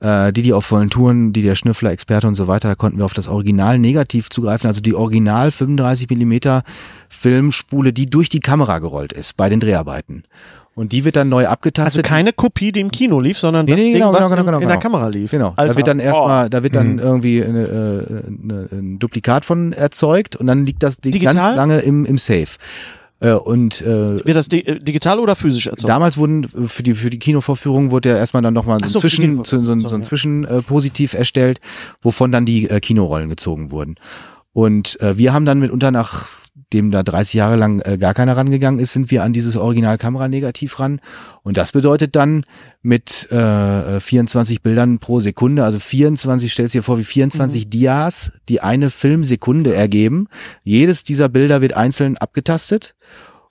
[SPEAKER 2] äh, die, die auf vollen Touren, die der Schnüffler, Experte und so weiter, da konnten wir auf das Original negativ zugreifen. Also die Original 35 Millimeter Filmspule, die durch die Kamera gerollt ist bei den Dreharbeiten. Und die wird dann neu
[SPEAKER 3] Also
[SPEAKER 2] abgetastet.
[SPEAKER 3] keine Kopie, die im Kino lief, sondern
[SPEAKER 2] Nee,
[SPEAKER 3] das
[SPEAKER 2] nee,
[SPEAKER 3] Ding,
[SPEAKER 2] genau,
[SPEAKER 3] was
[SPEAKER 2] genau,
[SPEAKER 3] in,
[SPEAKER 2] genau,
[SPEAKER 3] in der
[SPEAKER 2] genau.
[SPEAKER 3] Kamera lief. Also,
[SPEAKER 2] Genau,
[SPEAKER 3] oh, Alter,
[SPEAKER 2] da wird dann erstmal,
[SPEAKER 3] boah. Mhm.
[SPEAKER 2] da wird dann irgendwie eine, äh, eine, ein Duplikat von erzeugt und dann liegt das Ding
[SPEAKER 3] Digital?
[SPEAKER 2] ganz lange im, im Safe. Äh, und äh,
[SPEAKER 3] Wird das di äh, digital oder physisch erzeugt?
[SPEAKER 2] damals wurden äh, für die für die Kinovorführung wurde ja erstmal dann nochmal so,
[SPEAKER 3] Ach
[SPEAKER 2] ein
[SPEAKER 3] so, für die
[SPEAKER 2] Zwischen so,
[SPEAKER 3] Kinovorführung.
[SPEAKER 2] so, ein- so ein
[SPEAKER 3] Sorry.
[SPEAKER 2] Zwischenpositiv äh, Positiv erstellt, wovon dann die äh, Kinorollen gezogen wurden. Und äh, wir haben dann mitunter nach dem da 30 Jahre lang äh, gar keiner rangegangen ist, sind wir an dieses Original-Kamera-Negativ ran. Und das bedeutet dann mit äh, äh, 24 Bildern pro Sekunde, also 24, stellst dir vor, wie 24
[SPEAKER 3] Mhm.
[SPEAKER 2] Dias, die eine Filmsekunde ergeben. Jedes dieser Bilder wird einzeln abgetastet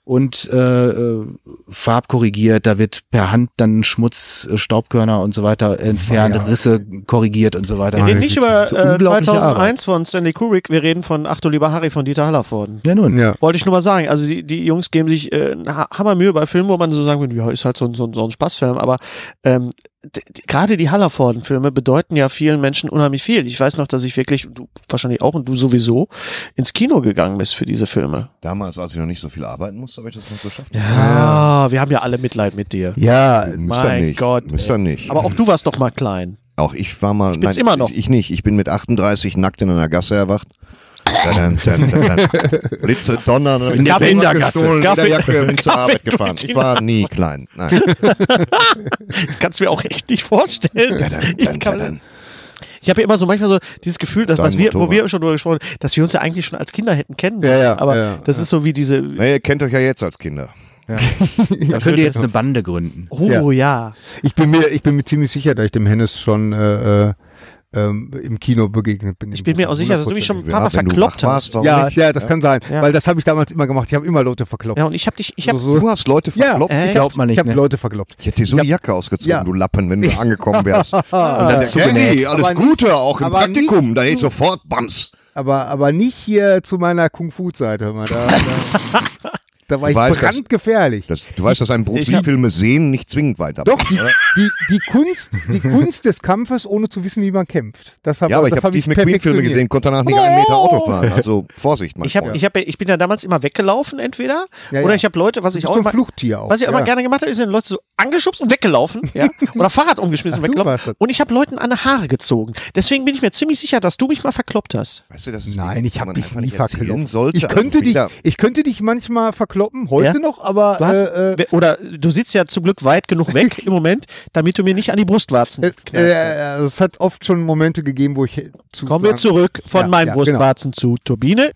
[SPEAKER 2] und äh, äh, farbkorrigiert, da wird per Hand dann Schmutz, äh, Staubkörner und so weiter entfernt, Risse korrigiert und so weiter.
[SPEAKER 3] Wir reden
[SPEAKER 2] Das
[SPEAKER 3] nicht
[SPEAKER 2] ist
[SPEAKER 3] über äh,
[SPEAKER 2] unglaubliche
[SPEAKER 3] 2001
[SPEAKER 2] Arbeit.
[SPEAKER 3] von Stanley Kubrick, wir reden von Ach du lieber Harry von Dieter Hallervorden.
[SPEAKER 2] Ja, nun.
[SPEAKER 1] Ja.
[SPEAKER 3] Wollte ich nur mal sagen, also die, die Jungs geben sich äh, einen Ha- Hammermühe bei Filmen, wo man so sagen würde, ja, ist halt so ein, so ein, so ein Spaßfilm, aber ähm, d- d- gerade die Hallervorden-Filme bedeuten ja vielen Menschen unheimlich viel. Ich weiß noch, dass ich wirklich, du wahrscheinlich auch und du sowieso, ins Kino gegangen bist für diese Filme.
[SPEAKER 4] Damals, als ich noch nicht so viel arbeiten musste, habe ich das noch geschafft.
[SPEAKER 3] Ja, Ah, wir haben ja alle Mitleid mit dir.
[SPEAKER 1] Ja,
[SPEAKER 4] Müsst ihr
[SPEAKER 3] Mein
[SPEAKER 4] nicht.
[SPEAKER 3] Gott,
[SPEAKER 4] Müsst ihr nicht.
[SPEAKER 3] Aber auch du warst doch mal klein.
[SPEAKER 4] Auch ich war mal. Ich
[SPEAKER 3] bin's immer noch.
[SPEAKER 4] Ich, ich nicht. Ich bin mit 38 nackt in einer Gasse erwacht. Dann, dann, dann, dann. Blitze, Donner. Dann hab ich
[SPEAKER 3] Gaff
[SPEAKER 4] die
[SPEAKER 3] in
[SPEAKER 4] Jacke
[SPEAKER 3] der Gasse.
[SPEAKER 4] gestohlen, In
[SPEAKER 3] Gaff
[SPEAKER 4] der
[SPEAKER 3] in-
[SPEAKER 4] Jacke bin zur
[SPEAKER 3] Gaff
[SPEAKER 4] Arbeit
[SPEAKER 3] in-
[SPEAKER 4] gefahren. Ich war nie klein. Nein.
[SPEAKER 3] Kannst mir auch echt nicht vorstellen.
[SPEAKER 4] Dann,
[SPEAKER 3] Ich
[SPEAKER 4] dann,
[SPEAKER 3] kann-
[SPEAKER 4] dann.
[SPEAKER 3] Ich habe ja immer so manchmal so dieses Gefühl, dass
[SPEAKER 4] Dein
[SPEAKER 3] was wir, wo
[SPEAKER 4] Motorrad.
[SPEAKER 3] wir schon drüber gesprochen haben, dass wir uns ja eigentlich schon als Kinder hätten kennen müssen.
[SPEAKER 1] Ja, ja,
[SPEAKER 3] aber
[SPEAKER 1] ja, ja.
[SPEAKER 3] das ist so wie diese.
[SPEAKER 4] Na, ihr kennt euch ja jetzt als Kinder.
[SPEAKER 2] Da könnt ihr jetzt eine Bande gründen.
[SPEAKER 3] Oh ja.
[SPEAKER 1] ich bin mir, ich bin mir ziemlich sicher, dass ich dem Hennes schon äh, äh, ähm, im Kino begegnet bin.
[SPEAKER 3] Ich bin mir auch sicher, dass du mich schon ein
[SPEAKER 4] Ja,
[SPEAKER 3] paar Mal
[SPEAKER 4] wenn du
[SPEAKER 3] verkloppt
[SPEAKER 4] wach
[SPEAKER 3] hast.
[SPEAKER 4] warst, warum
[SPEAKER 1] Ja,
[SPEAKER 4] nicht?
[SPEAKER 1] ja, das kann sein,
[SPEAKER 3] Ja.
[SPEAKER 1] weil das habe ich damals immer gemacht. Ich habe immer Leute verkloppt.
[SPEAKER 3] Ja, und ich habe dich, ich habe
[SPEAKER 1] So- so-
[SPEAKER 4] Du hast Leute
[SPEAKER 1] Ja,
[SPEAKER 4] verkloppt.
[SPEAKER 3] Äh,
[SPEAKER 1] ich
[SPEAKER 2] glaubt
[SPEAKER 1] habe
[SPEAKER 2] man nicht,
[SPEAKER 1] ich hab
[SPEAKER 2] ne?
[SPEAKER 1] Leute verkloppt.
[SPEAKER 4] Ich hätte dir so die Jacke ausgezogen,
[SPEAKER 1] Ja.
[SPEAKER 4] du Lappen, wenn du angekommen wärst. Und
[SPEAKER 3] Ah,
[SPEAKER 1] dann
[SPEAKER 4] Henny, alles
[SPEAKER 1] Aber nicht-
[SPEAKER 4] Gute, auch im
[SPEAKER 1] aber nicht-
[SPEAKER 4] Praktikum. Dann hätte ich sofort Bams.
[SPEAKER 1] Aber, aber nicht hier zu meiner Kung-Fu-Zeit, hör mal. Da, da, da war ich
[SPEAKER 4] weißt, dass-
[SPEAKER 1] brandgefährlich.
[SPEAKER 4] Das, du weißt, dass ein Bruce Lee-Filme sehen nicht zwingend weiter.
[SPEAKER 1] Doch, die, die, die, Kunst, die Kunst des Kampfes, ohne zu wissen, wie man kämpft. Das hab,
[SPEAKER 4] Ja, aber ich
[SPEAKER 1] das
[SPEAKER 4] habe
[SPEAKER 1] hab
[SPEAKER 4] Steve McQueen-Filme
[SPEAKER 1] perfektioniert.
[SPEAKER 4] gesehen, konnte danach nicht einen Meter Auto fahren. Also Vorsicht, mein
[SPEAKER 3] ich habe,
[SPEAKER 4] Freund.
[SPEAKER 3] ich habe, ich bin ja damals immer weggelaufen entweder
[SPEAKER 1] Ja,
[SPEAKER 3] oder
[SPEAKER 1] ja.
[SPEAKER 3] ich habe Leute, was
[SPEAKER 1] Du
[SPEAKER 3] ich
[SPEAKER 1] bist
[SPEAKER 3] auch
[SPEAKER 1] so ein
[SPEAKER 3] immer,
[SPEAKER 1] Fluchttier auch.
[SPEAKER 3] was ich immer
[SPEAKER 1] ja.
[SPEAKER 3] gerne gemacht habe, ist den Leute so angeschubst und weggelaufen, ja, oder Fahrrad umgeschmissen und
[SPEAKER 1] Ach, du warst
[SPEAKER 3] weggelaufen.
[SPEAKER 1] das.
[SPEAKER 3] Und ich habe Leuten an die Haare gezogen. Deswegen bin ich mir ziemlich sicher, dass du mich mal verkloppt hast.
[SPEAKER 4] Weißt du, das ist
[SPEAKER 1] Nein,
[SPEAKER 4] Dinge,
[SPEAKER 1] ich
[SPEAKER 4] die
[SPEAKER 1] habe
[SPEAKER 4] man
[SPEAKER 1] dich
[SPEAKER 4] einfach
[SPEAKER 1] nie
[SPEAKER 4] nicht erzählen
[SPEAKER 1] verkloppt.
[SPEAKER 4] Sollte,
[SPEAKER 1] Ich könnte,
[SPEAKER 4] also
[SPEAKER 1] dich,
[SPEAKER 4] wieder-
[SPEAKER 1] ich könnte dich manchmal verkloppen, heute
[SPEAKER 3] Ja?
[SPEAKER 1] noch, aber
[SPEAKER 3] Du hast,
[SPEAKER 1] äh, äh,
[SPEAKER 3] oder du sitzt ja zum Glück weit genug weg im Moment, damit du mir nicht an die Brustwarzen
[SPEAKER 1] es,
[SPEAKER 3] knallst.
[SPEAKER 1] äh, es hat oft schon Momente gegeben, wo ich zu
[SPEAKER 3] Kommen wir zurück von
[SPEAKER 1] Ja,
[SPEAKER 3] meinem
[SPEAKER 1] ja, genau.
[SPEAKER 3] Brustwarzen zu Turbine.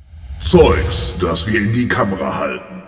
[SPEAKER 10] Zeugs, das wir in die Kamera halten.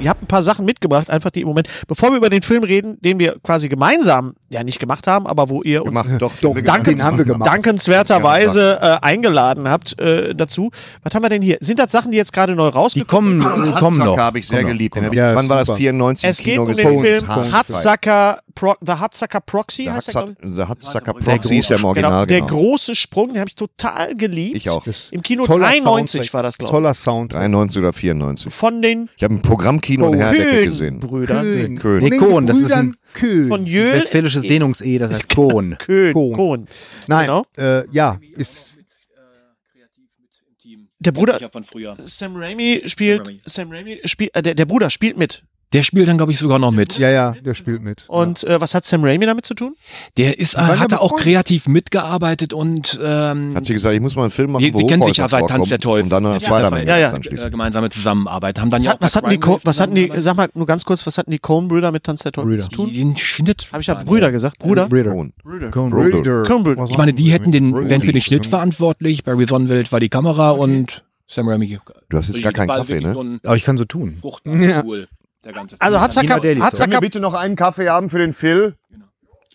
[SPEAKER 3] Ihr habt ein paar Sachen mitgebracht, einfach die im Moment, bevor wir über den Film reden, den wir quasi gemeinsam ja nicht gemacht haben, aber wo ihr uns
[SPEAKER 4] gemacht. Doch,
[SPEAKER 1] Doch,
[SPEAKER 4] wir
[SPEAKER 1] danke, den
[SPEAKER 4] gemacht.
[SPEAKER 1] haben wir gemacht.
[SPEAKER 3] dankenswerterweise äh, eingeladen habt äh, dazu. Was haben wir denn hier? Sind das Sachen, die jetzt gerade neu
[SPEAKER 2] Die
[SPEAKER 3] rausgekommen
[SPEAKER 2] kommen, äh, kommen
[SPEAKER 4] Hatzack
[SPEAKER 2] noch.
[SPEAKER 4] habe ich sehr geliebt. Den hab ich,
[SPEAKER 1] Ja,
[SPEAKER 4] wann war das?
[SPEAKER 1] super.
[SPEAKER 4] 94
[SPEAKER 3] Es
[SPEAKER 4] im
[SPEAKER 3] geht
[SPEAKER 4] Kino
[SPEAKER 3] um den
[SPEAKER 4] gesehen.
[SPEAKER 3] Film Hatzacker, Pro, The Hatzacker Proxy
[SPEAKER 4] Der
[SPEAKER 3] heißt der,
[SPEAKER 4] Hatzack-
[SPEAKER 3] glaube ich.
[SPEAKER 4] der Hatzacker Proxy ist der im
[SPEAKER 3] Genau,
[SPEAKER 4] Original,
[SPEAKER 3] der
[SPEAKER 4] genau.
[SPEAKER 3] große Sprung, den habe ich total geliebt.
[SPEAKER 4] Ich auch.
[SPEAKER 3] Im Kino
[SPEAKER 1] Toller
[SPEAKER 3] 93
[SPEAKER 1] Soundtrack.
[SPEAKER 3] war das, glaube ich.
[SPEAKER 1] Toller Sound.
[SPEAKER 4] 93 oder 94.
[SPEAKER 3] Von den
[SPEAKER 4] Ich habe im Programmkino in Herdecke gesehen.
[SPEAKER 3] Brüdern.
[SPEAKER 4] Köhn.
[SPEAKER 2] Nee, Kohn, das ist ein-
[SPEAKER 1] Köhn.
[SPEAKER 3] Von Jöhl.
[SPEAKER 2] Westfälisches Dehnungs-E, das heißt Kohn.
[SPEAKER 3] Köhn.
[SPEAKER 1] Kohn.
[SPEAKER 3] Kohn.
[SPEAKER 1] Nein,
[SPEAKER 3] Genau.
[SPEAKER 1] äh, ja, ist
[SPEAKER 3] Der Bruder
[SPEAKER 5] von früher.
[SPEAKER 3] Sam Raimi spielt Sam Raimi spielt äh, der, der Bruder spielt mit.
[SPEAKER 5] Der spielt dann, glaube ich, sogar noch mit.
[SPEAKER 1] Ja, ja, der spielt mit.
[SPEAKER 3] Und äh, was hat Sam Raimi damit zu tun?
[SPEAKER 5] Der ist,
[SPEAKER 1] waren
[SPEAKER 5] hat
[SPEAKER 1] ja
[SPEAKER 5] da auch
[SPEAKER 1] befreundet.
[SPEAKER 5] kreativ mitgearbeitet und ähm,
[SPEAKER 4] Hat sie gesagt, ich muss mal einen Film machen,
[SPEAKER 5] die, die kennen
[SPEAKER 4] Hochhäuser
[SPEAKER 5] sich ja seit Tanz
[SPEAKER 4] vorkommen
[SPEAKER 5] der Teufel.
[SPEAKER 4] Und dann
[SPEAKER 5] Ja,
[SPEAKER 4] ja,
[SPEAKER 5] ja,
[SPEAKER 4] Spider-Man
[SPEAKER 3] ja, ja.
[SPEAKER 4] anschließend.
[SPEAKER 5] äh, gemeinsame Zusammenarbeit. Haben dann
[SPEAKER 3] Was,
[SPEAKER 5] ja auch
[SPEAKER 3] hat, was hatten die,
[SPEAKER 5] Co
[SPEAKER 3] Co- was hatten die, sag mal nur ganz kurz, was hatten die Coen-Brüder mit Tanz der Teufel zu tun?
[SPEAKER 5] Den Schnitt.
[SPEAKER 3] Habe ich ja Brüder gesagt, Bruder?
[SPEAKER 4] Coen.
[SPEAKER 1] Raider.
[SPEAKER 3] Coen-Brüder.
[SPEAKER 5] Ich meine, die hätten den, wären für den Schnitt verantwortlich. Barry Sonnenwelt war die Kamera und Sam Raimi.
[SPEAKER 4] Du hast jetzt gar keinen
[SPEAKER 5] War
[SPEAKER 4] Kaffee,
[SPEAKER 5] wirklich
[SPEAKER 4] ne?
[SPEAKER 5] So ein
[SPEAKER 1] Aber ich kann so tun.
[SPEAKER 5] Fruchtbarstuhl, der ganze Film.
[SPEAKER 3] Also hat's ja
[SPEAKER 1] Dina Daly
[SPEAKER 3] hat's ja
[SPEAKER 4] bitte noch einen Kaffee haben für den Phil?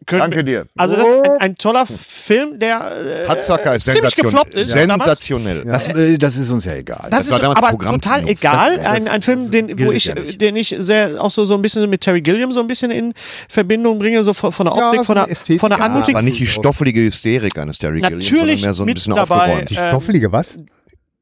[SPEAKER 4] Danke dir.
[SPEAKER 3] Also das ist ein, ein toller Film, der äh,
[SPEAKER 4] Hatzacker ist
[SPEAKER 3] ziemlich
[SPEAKER 4] sensationell.
[SPEAKER 3] gefloppt ist damals.
[SPEAKER 4] sensationell.
[SPEAKER 2] Das, äh, das ist uns ja egal.
[SPEAKER 3] Das,
[SPEAKER 4] Das war
[SPEAKER 3] ist
[SPEAKER 4] damals
[SPEAKER 3] aber
[SPEAKER 4] Programm-
[SPEAKER 3] total
[SPEAKER 4] Knopf.
[SPEAKER 3] egal.
[SPEAKER 4] Das- das-
[SPEAKER 3] ein, ein Film, den, wo
[SPEAKER 2] gilt
[SPEAKER 3] ich,
[SPEAKER 2] ja
[SPEAKER 3] äh,
[SPEAKER 2] nicht.
[SPEAKER 3] den ich sehr auch so, so ein bisschen mit Terry Gilliam so ein bisschen in Verbindung bringe, so von, von der
[SPEAKER 1] Ja,
[SPEAKER 3] Optik,
[SPEAKER 1] so
[SPEAKER 3] von,
[SPEAKER 1] eine
[SPEAKER 3] der,
[SPEAKER 1] Ästhetik,
[SPEAKER 3] von der
[SPEAKER 1] ja.
[SPEAKER 3] Anmutig.
[SPEAKER 4] Aber nicht die stoffelige Hysterik eines Terry Gilliam, sondern
[SPEAKER 3] Natürlich
[SPEAKER 4] mehr so ein
[SPEAKER 3] mit
[SPEAKER 4] bisschen
[SPEAKER 3] dabei.
[SPEAKER 4] aufgeräumt.
[SPEAKER 1] Die
[SPEAKER 3] ähm,
[SPEAKER 1] stoffelige was?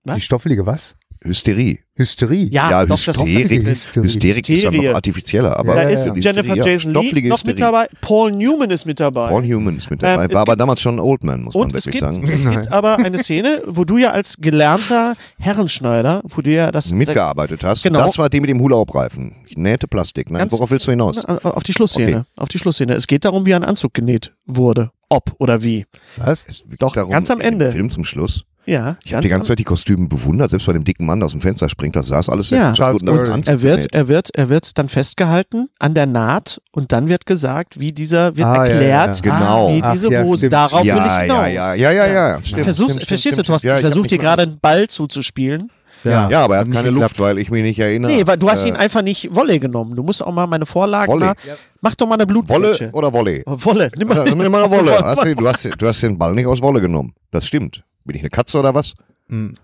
[SPEAKER 3] was?
[SPEAKER 1] Die stoffelige was?
[SPEAKER 4] Hysterie.
[SPEAKER 1] Hysterie.
[SPEAKER 3] ja,
[SPEAKER 4] ja,
[SPEAKER 3] doch, das
[SPEAKER 4] Hysterik.
[SPEAKER 1] das-
[SPEAKER 4] Hysterik, ist dann
[SPEAKER 3] Hysterie.
[SPEAKER 4] noch artifizieller, aber
[SPEAKER 3] Da
[SPEAKER 1] ja,
[SPEAKER 3] ist
[SPEAKER 1] ja.
[SPEAKER 3] Jennifer
[SPEAKER 4] Hysterie,
[SPEAKER 3] Jason Lee
[SPEAKER 4] stoffelige
[SPEAKER 3] noch mit
[SPEAKER 4] Hysterie.
[SPEAKER 3] dabei. Paul Newman ist mit dabei.
[SPEAKER 4] Paul Newman ist mit
[SPEAKER 3] Ähm,
[SPEAKER 4] dabei.
[SPEAKER 3] es
[SPEAKER 4] War aber damals schon ein Oldman, muss man
[SPEAKER 3] Und es
[SPEAKER 4] wirklich
[SPEAKER 3] gibt,
[SPEAKER 4] sagen.
[SPEAKER 3] es gibt aber eine Szene, wo du ja als gelernter Herrenschneider, wo du ja das
[SPEAKER 4] Mitgearbeitet hast.
[SPEAKER 3] Genau.
[SPEAKER 4] Das war die mit dem Hula-Hoop-Reifen. Ich nähte Plastik. Nein,
[SPEAKER 3] Ganz- genau.
[SPEAKER 4] worauf willst du hinaus?
[SPEAKER 3] Na, Auf die Schlussszene.
[SPEAKER 4] Okay.
[SPEAKER 3] Auf die Schlussszene. Es geht darum, wie ein Anzug genäht wurde. Ob oder wie.
[SPEAKER 1] Was?
[SPEAKER 4] Es geht
[SPEAKER 3] Doch, ganz am
[SPEAKER 4] in dem
[SPEAKER 3] Ende.
[SPEAKER 4] Film zum Schluss.
[SPEAKER 3] Ja.
[SPEAKER 4] Ich habe die ganze Zeit die Kostüme bewundert, selbst bei dem dicken Mann, der aus dem Fenster springt, das saß alles sehr
[SPEAKER 3] Ja.
[SPEAKER 4] gut. Charles
[SPEAKER 1] Charles
[SPEAKER 4] Grodin.
[SPEAKER 3] Er wird, er wird, er wird dann festgehalten an der Naht und dann wird gesagt, wie dieser, wird
[SPEAKER 1] Ah, ja,
[SPEAKER 3] erklärt,
[SPEAKER 4] ja, ja. Genau.
[SPEAKER 3] wie
[SPEAKER 1] Ach,
[SPEAKER 3] diese
[SPEAKER 1] ja,
[SPEAKER 3] Hose.
[SPEAKER 1] stimmt.
[SPEAKER 3] Darauf will ich
[SPEAKER 4] ja, ja,
[SPEAKER 3] hinaus.
[SPEAKER 4] ja, ja, ja, ja. Stimmt,
[SPEAKER 3] Versuchst,
[SPEAKER 4] stimmt,
[SPEAKER 3] verstehst
[SPEAKER 4] stimmt,
[SPEAKER 3] du, Thorsten?
[SPEAKER 4] Ja,
[SPEAKER 3] ich
[SPEAKER 4] ich
[SPEAKER 3] versuche
[SPEAKER 4] hab
[SPEAKER 3] dir
[SPEAKER 4] nicht
[SPEAKER 3] gerade einen Ball zuzuspielen.
[SPEAKER 4] mehr- Ja, aber er hat keine Luft, weil ich mich nicht erinnere.
[SPEAKER 3] Nee, weil du hast
[SPEAKER 4] Äh,
[SPEAKER 3] ihn einfach nicht Wolle genommen. Du musst auch mal meine Vorlage.
[SPEAKER 4] Wolle.
[SPEAKER 3] Mal, mach doch mal eine
[SPEAKER 4] Wolle
[SPEAKER 3] Blutwäsche.
[SPEAKER 4] oder Wolle?
[SPEAKER 3] Wolle. Nimm mal.
[SPEAKER 4] Ja, nimm mal eine Wolle. Hast du, du, hast, du hast den Ball nicht aus Wolle genommen. Das stimmt. Bin ich eine Katze oder was?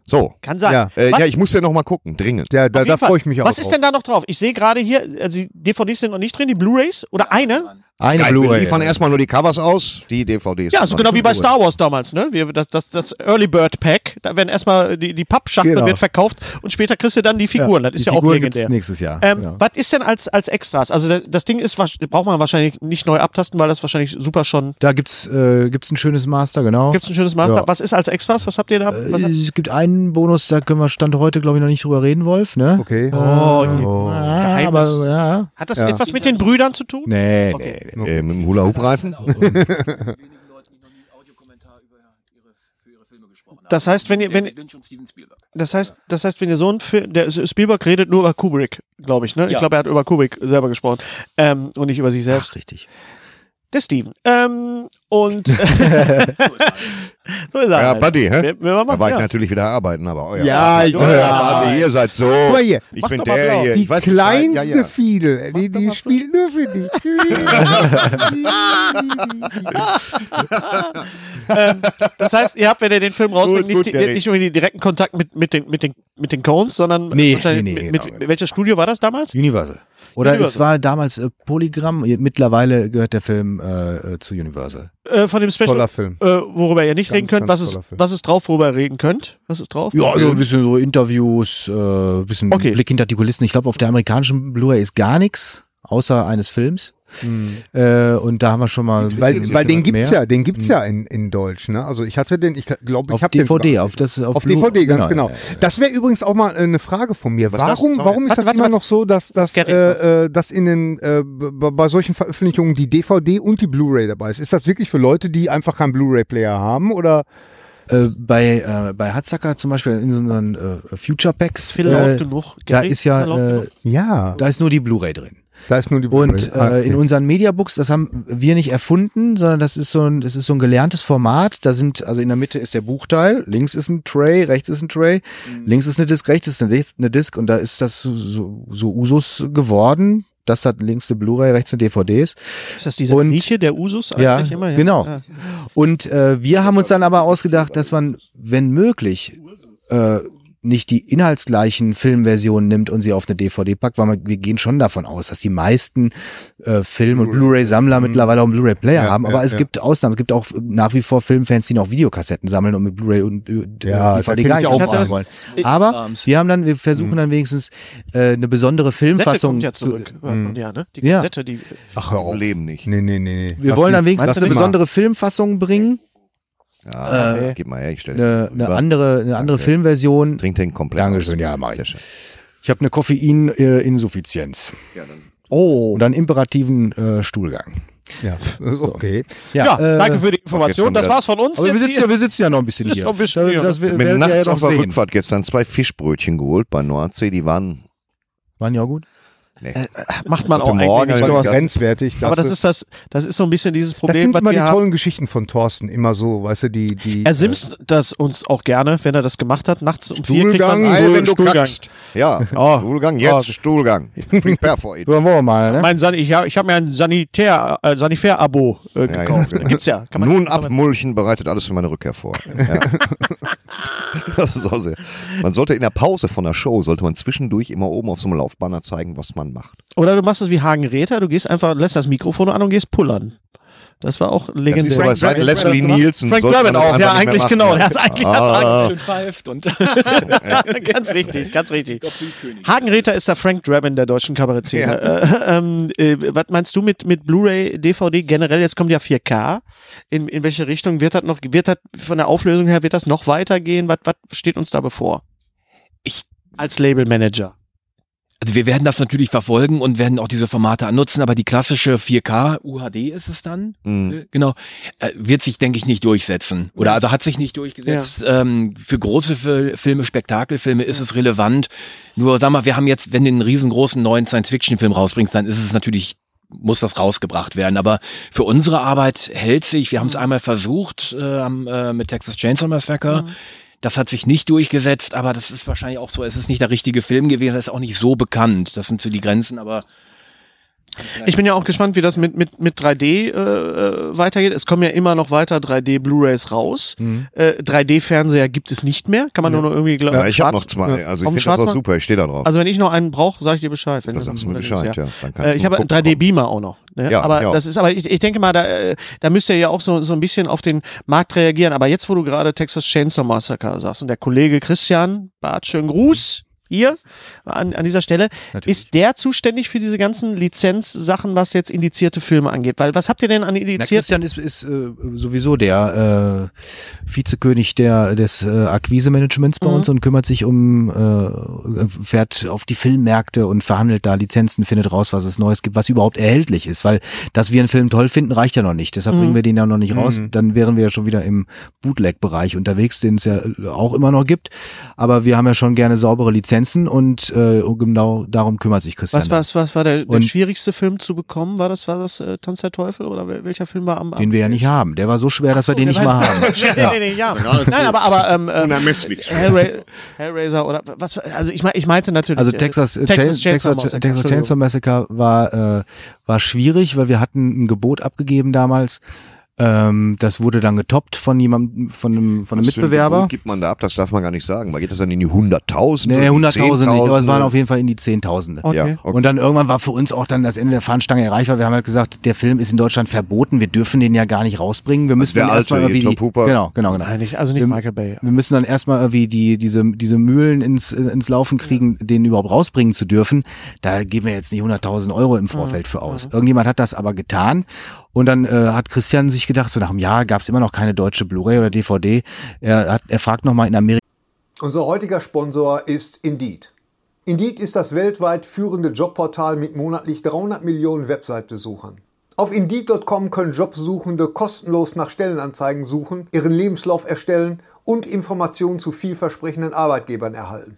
[SPEAKER 4] So.
[SPEAKER 3] Hm. Kann sein.
[SPEAKER 1] Ja.
[SPEAKER 4] Äh,
[SPEAKER 3] Was-
[SPEAKER 4] ja, ich muss ja noch mal gucken, dringend.
[SPEAKER 1] Ja, da,
[SPEAKER 3] Auf
[SPEAKER 1] da
[SPEAKER 3] jeden Fall.
[SPEAKER 1] freue ich mich auch.
[SPEAKER 3] Was ist denn da noch drauf? Ich sehe gerade hier, also die DVDs sind noch nicht drin, die Blu-Rays oder eine.
[SPEAKER 4] Eine
[SPEAKER 2] Blu-ray.
[SPEAKER 4] Wir liefern erstmal nur die Covers aus, die DVDs.
[SPEAKER 3] Ja, so genau wie bei
[SPEAKER 4] Blu-ray.
[SPEAKER 3] Star Wars damals, ne? Wir, das, das, das Early Bird Pack, da werden erstmal die, die Pappschachtel
[SPEAKER 2] Genau.
[SPEAKER 3] wird verkauft und später kriegst du dann die Figuren. das ist ja auch
[SPEAKER 2] Figuren gibt's
[SPEAKER 3] legendär.
[SPEAKER 2] nächstes Jahr.
[SPEAKER 3] Ähm,
[SPEAKER 2] genau.
[SPEAKER 3] Was ist denn als, als Extras? Also da- das Ding ist, wasch- braucht man wahrscheinlich nicht neu abtasten, weil das wahrscheinlich super schon.
[SPEAKER 2] Da gibt's, äh, gibt's ein schönes Master, genau.
[SPEAKER 3] Gibt's ein schönes Master?
[SPEAKER 2] Ja.
[SPEAKER 3] Was ist als Extras? Was habt ihr da? Was habt
[SPEAKER 2] Äh, es gibt einen Bonus, da können wir Stand heute, glaube ich, noch nicht drüber reden, Wolf, ne?
[SPEAKER 1] Okay.
[SPEAKER 3] Oh,
[SPEAKER 1] Ah,
[SPEAKER 2] Ja,
[SPEAKER 3] Geheimnis.
[SPEAKER 2] aber, äh, ja.
[SPEAKER 3] Hat das etwas mit den Brüdern zu tun?
[SPEAKER 2] Nee,
[SPEAKER 3] Okay.
[SPEAKER 2] nee.
[SPEAKER 4] Äh, mit dem Hula-Hoop-Reifen?
[SPEAKER 3] Das heißt, wenn ihr, wenn,
[SPEAKER 5] Lynch und Steven Spielberg.
[SPEAKER 3] Das heißt, das heißt, wenn ihr so einen Film, der Spielberg redet nur über Kubrick, glaube ich, ne? Ich
[SPEAKER 5] Ja.
[SPEAKER 3] glaube, er hat über Kubrick selber gesprochen ähm, und nicht über sich selbst.
[SPEAKER 2] Ach, richtig.
[SPEAKER 3] Der Steven. Ähm, und so ist er.
[SPEAKER 4] Ja,
[SPEAKER 3] halt.
[SPEAKER 4] Buddy,
[SPEAKER 2] ne?
[SPEAKER 4] hä?
[SPEAKER 3] Wenn- wenn man
[SPEAKER 4] Da
[SPEAKER 3] macht,
[SPEAKER 4] war ich
[SPEAKER 3] ja.
[SPEAKER 4] natürlich wieder arbeiten, aber euer.
[SPEAKER 1] Ja,
[SPEAKER 4] Buddy,
[SPEAKER 1] ja.
[SPEAKER 4] euer Buddy, ihr seid so.
[SPEAKER 1] Guck mal hier.
[SPEAKER 4] Ich
[SPEAKER 3] Mach
[SPEAKER 4] bin
[SPEAKER 3] doch mal blau.
[SPEAKER 4] der hier.
[SPEAKER 1] Die
[SPEAKER 4] ich weiß Bescheid.
[SPEAKER 1] kleinste
[SPEAKER 4] Ja, ja.
[SPEAKER 1] Fiedel, die, die spielt nur für dich.
[SPEAKER 3] Das heißt, ihr habt, wenn ihr den Film rausbringt,
[SPEAKER 4] Gut,
[SPEAKER 3] nicht,
[SPEAKER 4] gut,
[SPEAKER 3] die-
[SPEAKER 4] Gary.
[SPEAKER 3] nicht irgendwie den direkten Kontakt mit, mit den, mit den, mit den Cones, sondern
[SPEAKER 2] Nee,
[SPEAKER 3] wahrscheinlich
[SPEAKER 2] nee, nee,
[SPEAKER 3] mit,
[SPEAKER 2] genau,
[SPEAKER 3] mit welches Studio war das damals?
[SPEAKER 2] Universal. Oder
[SPEAKER 3] Universal.
[SPEAKER 2] es war damals äh, Polygram. Mittlerweile gehört der Film äh, äh, zu Universal.
[SPEAKER 3] Äh, von dem Special,
[SPEAKER 1] Toller Film.
[SPEAKER 3] äh, worüber ihr nicht
[SPEAKER 1] Ganz,
[SPEAKER 3] reden könnt.
[SPEAKER 1] ganz
[SPEAKER 3] Was ist,
[SPEAKER 1] toller Film.
[SPEAKER 3] was ist drauf, worüber ihr reden könnt? Was ist drauf?
[SPEAKER 2] Ja, also ein bisschen so Interviews, äh, ein bisschen
[SPEAKER 3] Okay.
[SPEAKER 2] Blick hinter die Kulissen. Ich glaube, auf der amerikanischen Blu-ray ist gar nichts, außer eines Films.
[SPEAKER 3] Hm.
[SPEAKER 2] Äh, und da haben wir schon mal.
[SPEAKER 1] Weil, weil den gibt's
[SPEAKER 2] mehr.
[SPEAKER 1] ja, den gibt's ja in, in Deutsch, ne? Also ich hatte den, ich glaube, ich
[SPEAKER 2] Auf
[SPEAKER 1] habe den
[SPEAKER 2] DVD,
[SPEAKER 1] sogar.
[SPEAKER 2] auf das- auf
[SPEAKER 1] auf
[SPEAKER 2] Blu-
[SPEAKER 1] DVD, ganz
[SPEAKER 2] genau,
[SPEAKER 1] genau.
[SPEAKER 2] ja, ja,
[SPEAKER 1] Das wäre übrigens auch mal äh, eine Frage von mir.
[SPEAKER 4] war's?
[SPEAKER 1] Warum,
[SPEAKER 4] Sorry.
[SPEAKER 1] warum ist
[SPEAKER 3] Warte,
[SPEAKER 1] das
[SPEAKER 3] warte,
[SPEAKER 1] immer
[SPEAKER 3] warte.
[SPEAKER 1] noch so, dass, dass,
[SPEAKER 3] Gerrit,
[SPEAKER 1] äh, äh, dass in den äh, b- bei solchen Veröffentlichungen die DVD und die Blu-ray dabei ist? Ist das wirklich für Leute, die einfach keinen Blu-ray-Player haben oder?
[SPEAKER 2] Äh, bei äh, bei Hatzacker zum Beispiel in so unseren äh, Future Packs.
[SPEAKER 3] Viel laut
[SPEAKER 2] Äh,
[SPEAKER 3] genug.
[SPEAKER 2] da
[SPEAKER 3] Gary,
[SPEAKER 2] ist
[SPEAKER 3] laut
[SPEAKER 2] ja,
[SPEAKER 3] genug.
[SPEAKER 2] äh,
[SPEAKER 1] Ja,
[SPEAKER 2] da ist nur die Blu-ray drin.
[SPEAKER 1] da ist nur die Blu-ray.
[SPEAKER 2] Und
[SPEAKER 1] Ah,
[SPEAKER 2] äh, in
[SPEAKER 1] okay.
[SPEAKER 2] unseren Mediabooks, das haben wir nicht erfunden, sondern das ist so ein, das ist so ein gelerntes Format. Da sind, also in der Mitte ist der Buchteil, links ist ein Tray, rechts ist ein Tray,
[SPEAKER 1] Mhm.
[SPEAKER 2] links ist eine Disk, rechts ist eine Disk, eine Disk und da ist das so- so, so Usus geworden. Das hat links eine Blu-ray, rechts eine DVD ist.
[SPEAKER 3] ist das dieser
[SPEAKER 2] und-
[SPEAKER 3] Nietzsche, der Usus
[SPEAKER 2] Ja,
[SPEAKER 3] eigentlich immer?
[SPEAKER 2] genau.
[SPEAKER 3] Ja. Ah,
[SPEAKER 2] Und äh, wir haben uns dann aber ausgedacht, dass man, wenn möglich, äh, nicht die inhaltsgleichen Filmversionen nimmt und sie auf eine DVD packt, weil man, wir gehen schon davon aus, dass die meisten äh, Film- und Blu-ray-Sammler mittlerweile auch einen Blu-ray-Player
[SPEAKER 1] Mhm. Ja,
[SPEAKER 2] haben.
[SPEAKER 1] ja,
[SPEAKER 2] Aber es
[SPEAKER 1] ja.
[SPEAKER 2] gibt Ausnahmen. Es gibt auch nach wie vor Filmfans, die noch Videokassetten sammeln und mit Blu-ray und äh,
[SPEAKER 1] Ja, da
[SPEAKER 2] DVD
[SPEAKER 1] kenn
[SPEAKER 2] gar
[SPEAKER 1] ich
[SPEAKER 2] nicht
[SPEAKER 1] auch Mhm.
[SPEAKER 2] aufmachen
[SPEAKER 3] einen.
[SPEAKER 2] wollen. Aber wir haben dann, wir versuchen dann wenigstens äh, eine besondere
[SPEAKER 3] Kassette
[SPEAKER 2] Filmfassung
[SPEAKER 3] kommt ja
[SPEAKER 2] zu. Hm.
[SPEAKER 3] zurück. hört man Ja, ne? Die
[SPEAKER 2] Ja.
[SPEAKER 3] Kassette, die.
[SPEAKER 1] Ach, hör auf.
[SPEAKER 4] Leben nicht.
[SPEAKER 1] Nee, nee, nee. nee.
[SPEAKER 2] Wir
[SPEAKER 1] Lass
[SPEAKER 2] wollen
[SPEAKER 1] die-
[SPEAKER 2] dann wenigstens
[SPEAKER 1] lass
[SPEAKER 2] eine
[SPEAKER 1] die mal.
[SPEAKER 2] besondere Filmfassung bringen,
[SPEAKER 4] Ja, Ah,
[SPEAKER 3] Äh,
[SPEAKER 4] gib mal her, ich stelle
[SPEAKER 2] eine, eine andere, eine andere Filmversion.
[SPEAKER 4] Trink den komplett.
[SPEAKER 2] Dankeschön,
[SPEAKER 4] aus.
[SPEAKER 2] ja, mach ich.
[SPEAKER 4] Sehr schön.
[SPEAKER 2] Ich Ich habe eine Koffeininsuffizienz.
[SPEAKER 3] Oh.
[SPEAKER 2] Und einen imperativen äh, Stuhlgang.
[SPEAKER 1] Ja, okay.
[SPEAKER 3] Ja,
[SPEAKER 2] äh,
[SPEAKER 3] danke für die
[SPEAKER 4] Information.
[SPEAKER 3] Information. Das
[SPEAKER 4] Das
[SPEAKER 3] war's von uns.
[SPEAKER 2] Aber wir sitzen, ja, wir sitzen ja noch ein bisschen hier.
[SPEAKER 3] noch ein bisschen hier.
[SPEAKER 2] das wir-
[SPEAKER 4] Mit
[SPEAKER 2] werdet ihr
[SPEAKER 4] nachts
[SPEAKER 2] noch
[SPEAKER 4] auf der
[SPEAKER 2] sehen.
[SPEAKER 4] Rückfahrt gestern zwei Fischbrötchen geholt bei Nordsee. Die waren
[SPEAKER 2] Waren ja gut.
[SPEAKER 3] Macht man
[SPEAKER 4] Heute
[SPEAKER 3] auch
[SPEAKER 4] Morgen
[SPEAKER 3] eigentlich.
[SPEAKER 1] Das
[SPEAKER 4] hab
[SPEAKER 1] ist
[SPEAKER 4] ich
[SPEAKER 1] doch was
[SPEAKER 4] gedacht,
[SPEAKER 1] grenzwertig.
[SPEAKER 3] Aber das ist das, das ist so ein bisschen dieses
[SPEAKER 1] das
[SPEAKER 3] Problem,
[SPEAKER 1] sind immer
[SPEAKER 3] was
[SPEAKER 1] die
[SPEAKER 3] wir haben.
[SPEAKER 1] tollen Geschichten von Thorsten, immer so, weißt du, die, die.
[SPEAKER 3] Er simst das uns auch gerne, wenn er das gemacht hat. Nachts um vier kriegt
[SPEAKER 1] Stuhlgang,
[SPEAKER 3] man
[SPEAKER 4] Ei,
[SPEAKER 3] Stuhl- Oh.
[SPEAKER 4] wenn du kackst. Ja, Stuhlgang, jetzt Stuhlgang. Prepare for it.
[SPEAKER 2] So, dann wollen wir mal, ne?
[SPEAKER 3] Mein San ich habe ich hab mir ein Sanitär, äh, Sanitär-Abo äh,
[SPEAKER 4] Ja,
[SPEAKER 3] gekauft.
[SPEAKER 4] ja, genau.
[SPEAKER 3] Gibt's ja. Kann man,
[SPEAKER 4] Nun
[SPEAKER 3] kann man-
[SPEAKER 4] abmulchen bereitet alles für meine Rückkehr vor. Ja. das ist auch sehr. Man sollte in der Pause von der Show, sollte man zwischendurch immer oben auf so einem Laufbanner zeigen, was man macht.
[SPEAKER 3] Oder du machst es wie Hagen Räther, du gehst einfach, lässt das Mikrofon an und gehst pullern. Das war auch
[SPEAKER 4] Das ist
[SPEAKER 3] legendär.
[SPEAKER 4] aber seit Leslie Nielsen
[SPEAKER 3] Frank
[SPEAKER 4] sollte
[SPEAKER 3] Durbin
[SPEAKER 4] man das
[SPEAKER 3] auch,
[SPEAKER 4] einfach
[SPEAKER 3] ja,
[SPEAKER 4] nicht mehr
[SPEAKER 3] eigentlich
[SPEAKER 4] machen.
[SPEAKER 3] genau. Der hat's eigentlich genau.
[SPEAKER 4] ah,
[SPEAKER 5] Pfeift und
[SPEAKER 3] ganz richtig, ganz richtig. Hagenräter ist der Frank Drabin der deutschen Kabarettszene. Äh, ähm, äh, was meinst du mit, mit Blu-ray, DVD generell? Jetzt kommt ja 4K. In, in welche Richtung wird das noch, wird das von der Auflösung her, wird das noch weitergehen? Was, was steht uns da bevor?
[SPEAKER 5] Ich-
[SPEAKER 3] als Labelmanager.
[SPEAKER 5] Also wir werden das natürlich verfolgen und werden auch diese Formate nutzen, aber die klassische 4K UHD ist es dann,
[SPEAKER 4] mh.
[SPEAKER 5] genau, äh, wird sich, denke ich, nicht durchsetzen. Oder also hat sich nicht durchgesetzt. Ähm, für große Fil Filme, Spektakelfilme ist es relevant. Nur sag mal, wir haben jetzt, wenn du einen riesengroßen neuen Science-Fiction-Film rausbringst, dann ist es natürlich muss das rausgebracht werden. Aber für unsere Arbeit hält sich, wir haben es
[SPEAKER 3] Mhm.
[SPEAKER 5] einmal versucht äh, am, äh, mit Texas Chainsaw Massacre.
[SPEAKER 3] Mhm.
[SPEAKER 5] Das hat sich nicht durchgesetzt, aber das ist wahrscheinlich auch so, es ist nicht der richtige Film gewesen, das ist auch nicht so bekannt. Das sind so die Grenzen, aber
[SPEAKER 3] Ich bin ja auch gespannt, wie das mit, mit, mit 3D äh, äh, weitergeht. Es kommen ja immer noch weiter 3D-Blu-Rays raus. Äh, 3D-Fernseher gibt es nicht mehr. Kann man nur noch irgendwie glauben.
[SPEAKER 4] ja, ich habe noch zwei. Also ich
[SPEAKER 3] Auf dem
[SPEAKER 4] finde das auch
[SPEAKER 3] Schwarzmarkt?
[SPEAKER 4] super. Ich stehe da drauf.
[SPEAKER 3] Also wenn ich noch einen brauche, sage ich dir Bescheid. Wenn
[SPEAKER 4] da sagst du mir
[SPEAKER 3] das ist,
[SPEAKER 4] Bescheid. Ja. Dann kannst
[SPEAKER 3] Äh,
[SPEAKER 4] du
[SPEAKER 3] ich habe einen
[SPEAKER 4] gucken
[SPEAKER 3] 3D-Beamer auch noch. Ne?
[SPEAKER 4] Ja,
[SPEAKER 3] aber
[SPEAKER 4] ja.
[SPEAKER 3] das ist, aber ich, ich denke mal, da, äh, da müsst ihr ja auch so, so ein bisschen auf den Markt reagieren. Aber jetzt, wo du gerade Texas Chainsaw Massacre sagst und der Kollege Christian Barth, schönen Gruß hier an, an dieser Stelle, ist der zuständig für diese ganzen Lizenzsachen, was jetzt indizierte Filme angeht? Weil was habt ihr denn an
[SPEAKER 2] Na,
[SPEAKER 3] indizierten?
[SPEAKER 2] Christian ist, ist äh, sowieso der äh, Vizekönig der, des äh, Akquise-Managements bei
[SPEAKER 3] Mhm.
[SPEAKER 2] uns und kümmert sich um, äh, fährt auf die Filmmärkte und verhandelt da Lizenzen, findet raus, was es Neues gibt, was überhaupt erhältlich ist. Weil, dass wir einen Film toll finden, reicht ja noch nicht. Deshalb
[SPEAKER 3] Mhm.
[SPEAKER 2] bringen wir den ja noch nicht raus. Dann wären wir ja schon wieder im Bootleg-Bereich unterwegs, den es ja äh, auch immer noch gibt. Aber wir haben ja schon gerne saubere Lizenzen und äh, genau darum kümmert sich Christian.
[SPEAKER 3] Was, was, was war der, der
[SPEAKER 2] Und-
[SPEAKER 3] schwierigste Film zu bekommen? War das, war das äh, Tanz der Teufel oder wel- welcher Film war am, am
[SPEAKER 2] den wir ja nicht haben. Der war so schwer, dass wir den
[SPEAKER 3] der
[SPEAKER 2] nicht
[SPEAKER 3] war-
[SPEAKER 2] mal haben.
[SPEAKER 3] ja. Nee, nee, nee, ja. Nein, aber, aber ähm, ähm,
[SPEAKER 10] Unermesslich.
[SPEAKER 3] Hellra Hellraiser oder was, also ich, mein- ich meinte natürlich.
[SPEAKER 2] Also
[SPEAKER 3] äh,
[SPEAKER 2] Texas, äh,
[SPEAKER 3] Texas
[SPEAKER 2] Chain-
[SPEAKER 3] Chainsaw
[SPEAKER 2] Texas,
[SPEAKER 3] Massacre,
[SPEAKER 2] Texas Chainsaw Massacre war, äh, war schwierig, weil wir hatten ein Gebot abgegeben damals. Ähm, das wurde dann getoppt von jemandem, von einem, von einem
[SPEAKER 4] Was für einen
[SPEAKER 2] Mitbewerber.
[SPEAKER 4] Grund gibt man da ab, das darf man gar nicht sagen. Weil geht das dann in die Hunderttausende?
[SPEAKER 2] Nee,
[SPEAKER 4] in die
[SPEAKER 2] 100.000 nicht, aber es waren
[SPEAKER 4] Zehntausende?
[SPEAKER 2] auf jeden Fall in die Zehntausende.
[SPEAKER 3] Okay.
[SPEAKER 4] Ja, okay.
[SPEAKER 2] Und dann irgendwann war für uns auch dann das Ende der Fahnenstange erreicht, weil wir haben halt gesagt, der Film ist in Deutschland verboten, wir dürfen den ja gar nicht rausbringen, wir müssen
[SPEAKER 4] Also der
[SPEAKER 2] den erstmal
[SPEAKER 4] alte,
[SPEAKER 2] irgendwie
[SPEAKER 4] Tom
[SPEAKER 2] die-
[SPEAKER 4] Hooper.
[SPEAKER 2] genau, genau, genau.
[SPEAKER 3] Nein, nicht, also nicht
[SPEAKER 2] Wir-
[SPEAKER 3] Michael Bay.
[SPEAKER 2] Wir müssen dann erstmal irgendwie die, diese, diese Mühlen ins, äh, ins Laufen kriegen, den überhaupt rausbringen zu dürfen. Da geben wir jetzt nicht 100.000 Euro im Vorfeld für aus. Irgendjemand hat das aber getan. Und dann äh, hat Christian sich gedacht, so nach einem Jahr gab es immer noch keine deutsche Blu-ray oder DVD. Er, hat, er fragt nochmal in Amerika.
[SPEAKER 11] Unser heutiger Sponsor ist Indeed. Indeed ist das weltweit führende Jobportal mit monatlich 300 Millionen Website-Besuchern. Auf Indeed.com können Jobsuchende kostenlos nach Stellenanzeigen suchen, ihren Lebenslauf erstellen und Informationen zu vielversprechenden Arbeitgebern erhalten.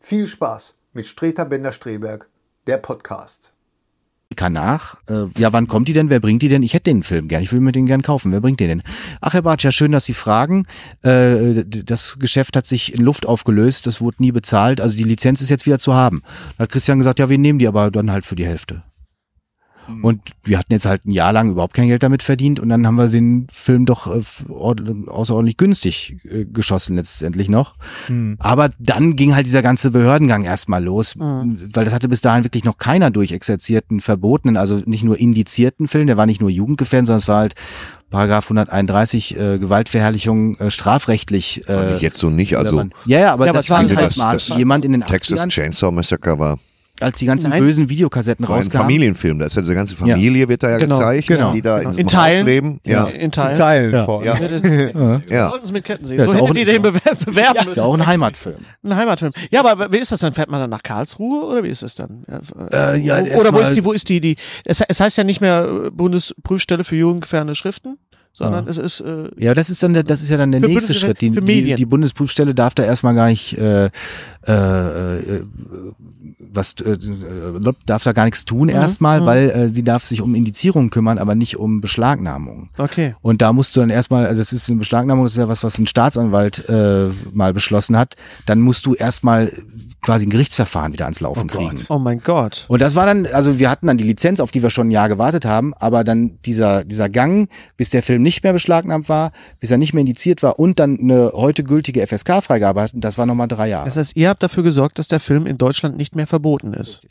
[SPEAKER 11] viel Spaß mit Streter Bender-Streberg, der Podcast.
[SPEAKER 2] nach. Äh, ja, wann kommt die denn? Wer bringt die denn? Ich hätte den Film gern. Ich will mir den gern kaufen. Wer bringt den denn? Ach, Herr Bartsch, ja, schön, dass Sie fragen. Äh, das Geschäft hat sich in Luft aufgelöst. Das wurde nie bezahlt. Also die Lizenz ist jetzt wieder zu haben. Da hat Christian gesagt, ja, wir nehmen die aber dann halt für die Hälfte. Und wir hatten jetzt halt ein Jahr lang überhaupt kein Geld damit verdient und dann haben wir den Film doch äh, außerordentlich günstig äh, geschossen letztendlich noch.
[SPEAKER 4] Hm.
[SPEAKER 2] Mhm. Aber dann ging halt dieser ganze Behördengang erstmal los, mhm. weil das hatte bis dahin wirklich noch keiner durchexerzierten, verbotenen, also nicht nur indizierten Film, der war nicht nur jugendgefährdend, sondern es war halt Paragraph 131 äh, Gewaltverherrlichung äh, strafrechtlich. Äh,
[SPEAKER 4] jetzt so nicht, also.
[SPEAKER 2] Ja, ja, aber ja, das
[SPEAKER 4] war
[SPEAKER 2] halt
[SPEAKER 4] das,
[SPEAKER 2] mal
[SPEAKER 4] das
[SPEAKER 2] jemand in den
[SPEAKER 4] Texas
[SPEAKER 2] 80ern,
[SPEAKER 4] Chainsaw Massacre war
[SPEAKER 2] als die ganzen Nein. bösen Videokassetten
[SPEAKER 4] so
[SPEAKER 2] rauskamen.
[SPEAKER 4] Ein Familienfilm, da ist ja die ganze Familie ja. wird da ja
[SPEAKER 2] Genau,
[SPEAKER 4] gezeigt,
[SPEAKER 2] genau.
[SPEAKER 4] die da in,
[SPEAKER 3] In
[SPEAKER 4] so einem
[SPEAKER 3] Teilen.
[SPEAKER 4] Haus leben. Ja.
[SPEAKER 3] In Teilen.
[SPEAKER 1] Teilen
[SPEAKER 2] Ja.
[SPEAKER 1] von.
[SPEAKER 4] Ja.
[SPEAKER 3] Ja.
[SPEAKER 4] Ja.
[SPEAKER 3] Sollten Sie mit Ketten sehen.
[SPEAKER 2] Ja,
[SPEAKER 3] so
[SPEAKER 2] ist
[SPEAKER 3] hättet
[SPEAKER 2] auch-
[SPEAKER 3] ihr den bewer- bewerben
[SPEAKER 2] Ist
[SPEAKER 3] müssen.
[SPEAKER 2] ja auch ein Heimatfilm.
[SPEAKER 3] Ein Heimatfilm. Ja, aber wie ist das dann? Fährt man dann nach Karlsruhe oder wie ist das dann?
[SPEAKER 2] Äh, ja,
[SPEAKER 3] Wo- oder wo
[SPEAKER 2] erstmal-
[SPEAKER 3] ist die, wo ist die, die, es, es heißt ja nicht mehr äh, Bundesprüfstelle für jugendgefährdende Schriften, sondern es ist, äh,
[SPEAKER 2] Ja, das ist dann der, das ist ja dann der
[SPEAKER 3] Für
[SPEAKER 2] nächste
[SPEAKER 3] Bundes-
[SPEAKER 2] Schritt. Die,
[SPEAKER 3] für
[SPEAKER 2] die,
[SPEAKER 3] Medien.
[SPEAKER 2] die Bundesprüfstelle darf da erstmal gar nicht äh, äh, äh, was äh, äh, darf da gar nichts tun
[SPEAKER 3] Mhm.
[SPEAKER 2] erstmal, weil äh, sie darf sich um Indizierung kümmern, aber nicht um Beschlagnahmung.
[SPEAKER 3] okay.
[SPEAKER 2] Und da musst du dann erstmal, also das ist eine Beschlagnahmung, das ist ja was, was ein Staatsanwalt äh, mal beschlossen hat, dann musst du erstmal quasi ein Gerichtsverfahren wieder ans Laufen kriegen.
[SPEAKER 3] Oh mein Gott.
[SPEAKER 2] Und das war dann, also wir hatten dann die Lizenz, auf die wir schon ein Jahr gewartet haben, aber dann dieser, dieser Gang, bis der Film nicht mehr beschlagnahmt war, bis er nicht mehr indiziert war und dann eine heute gültige FSK-Freigabe hatten, das war nochmal drei Jahre.
[SPEAKER 3] Das heißt, ihr habt dafür gesorgt, dass der Film in Deutschland nicht mehr verboten ist.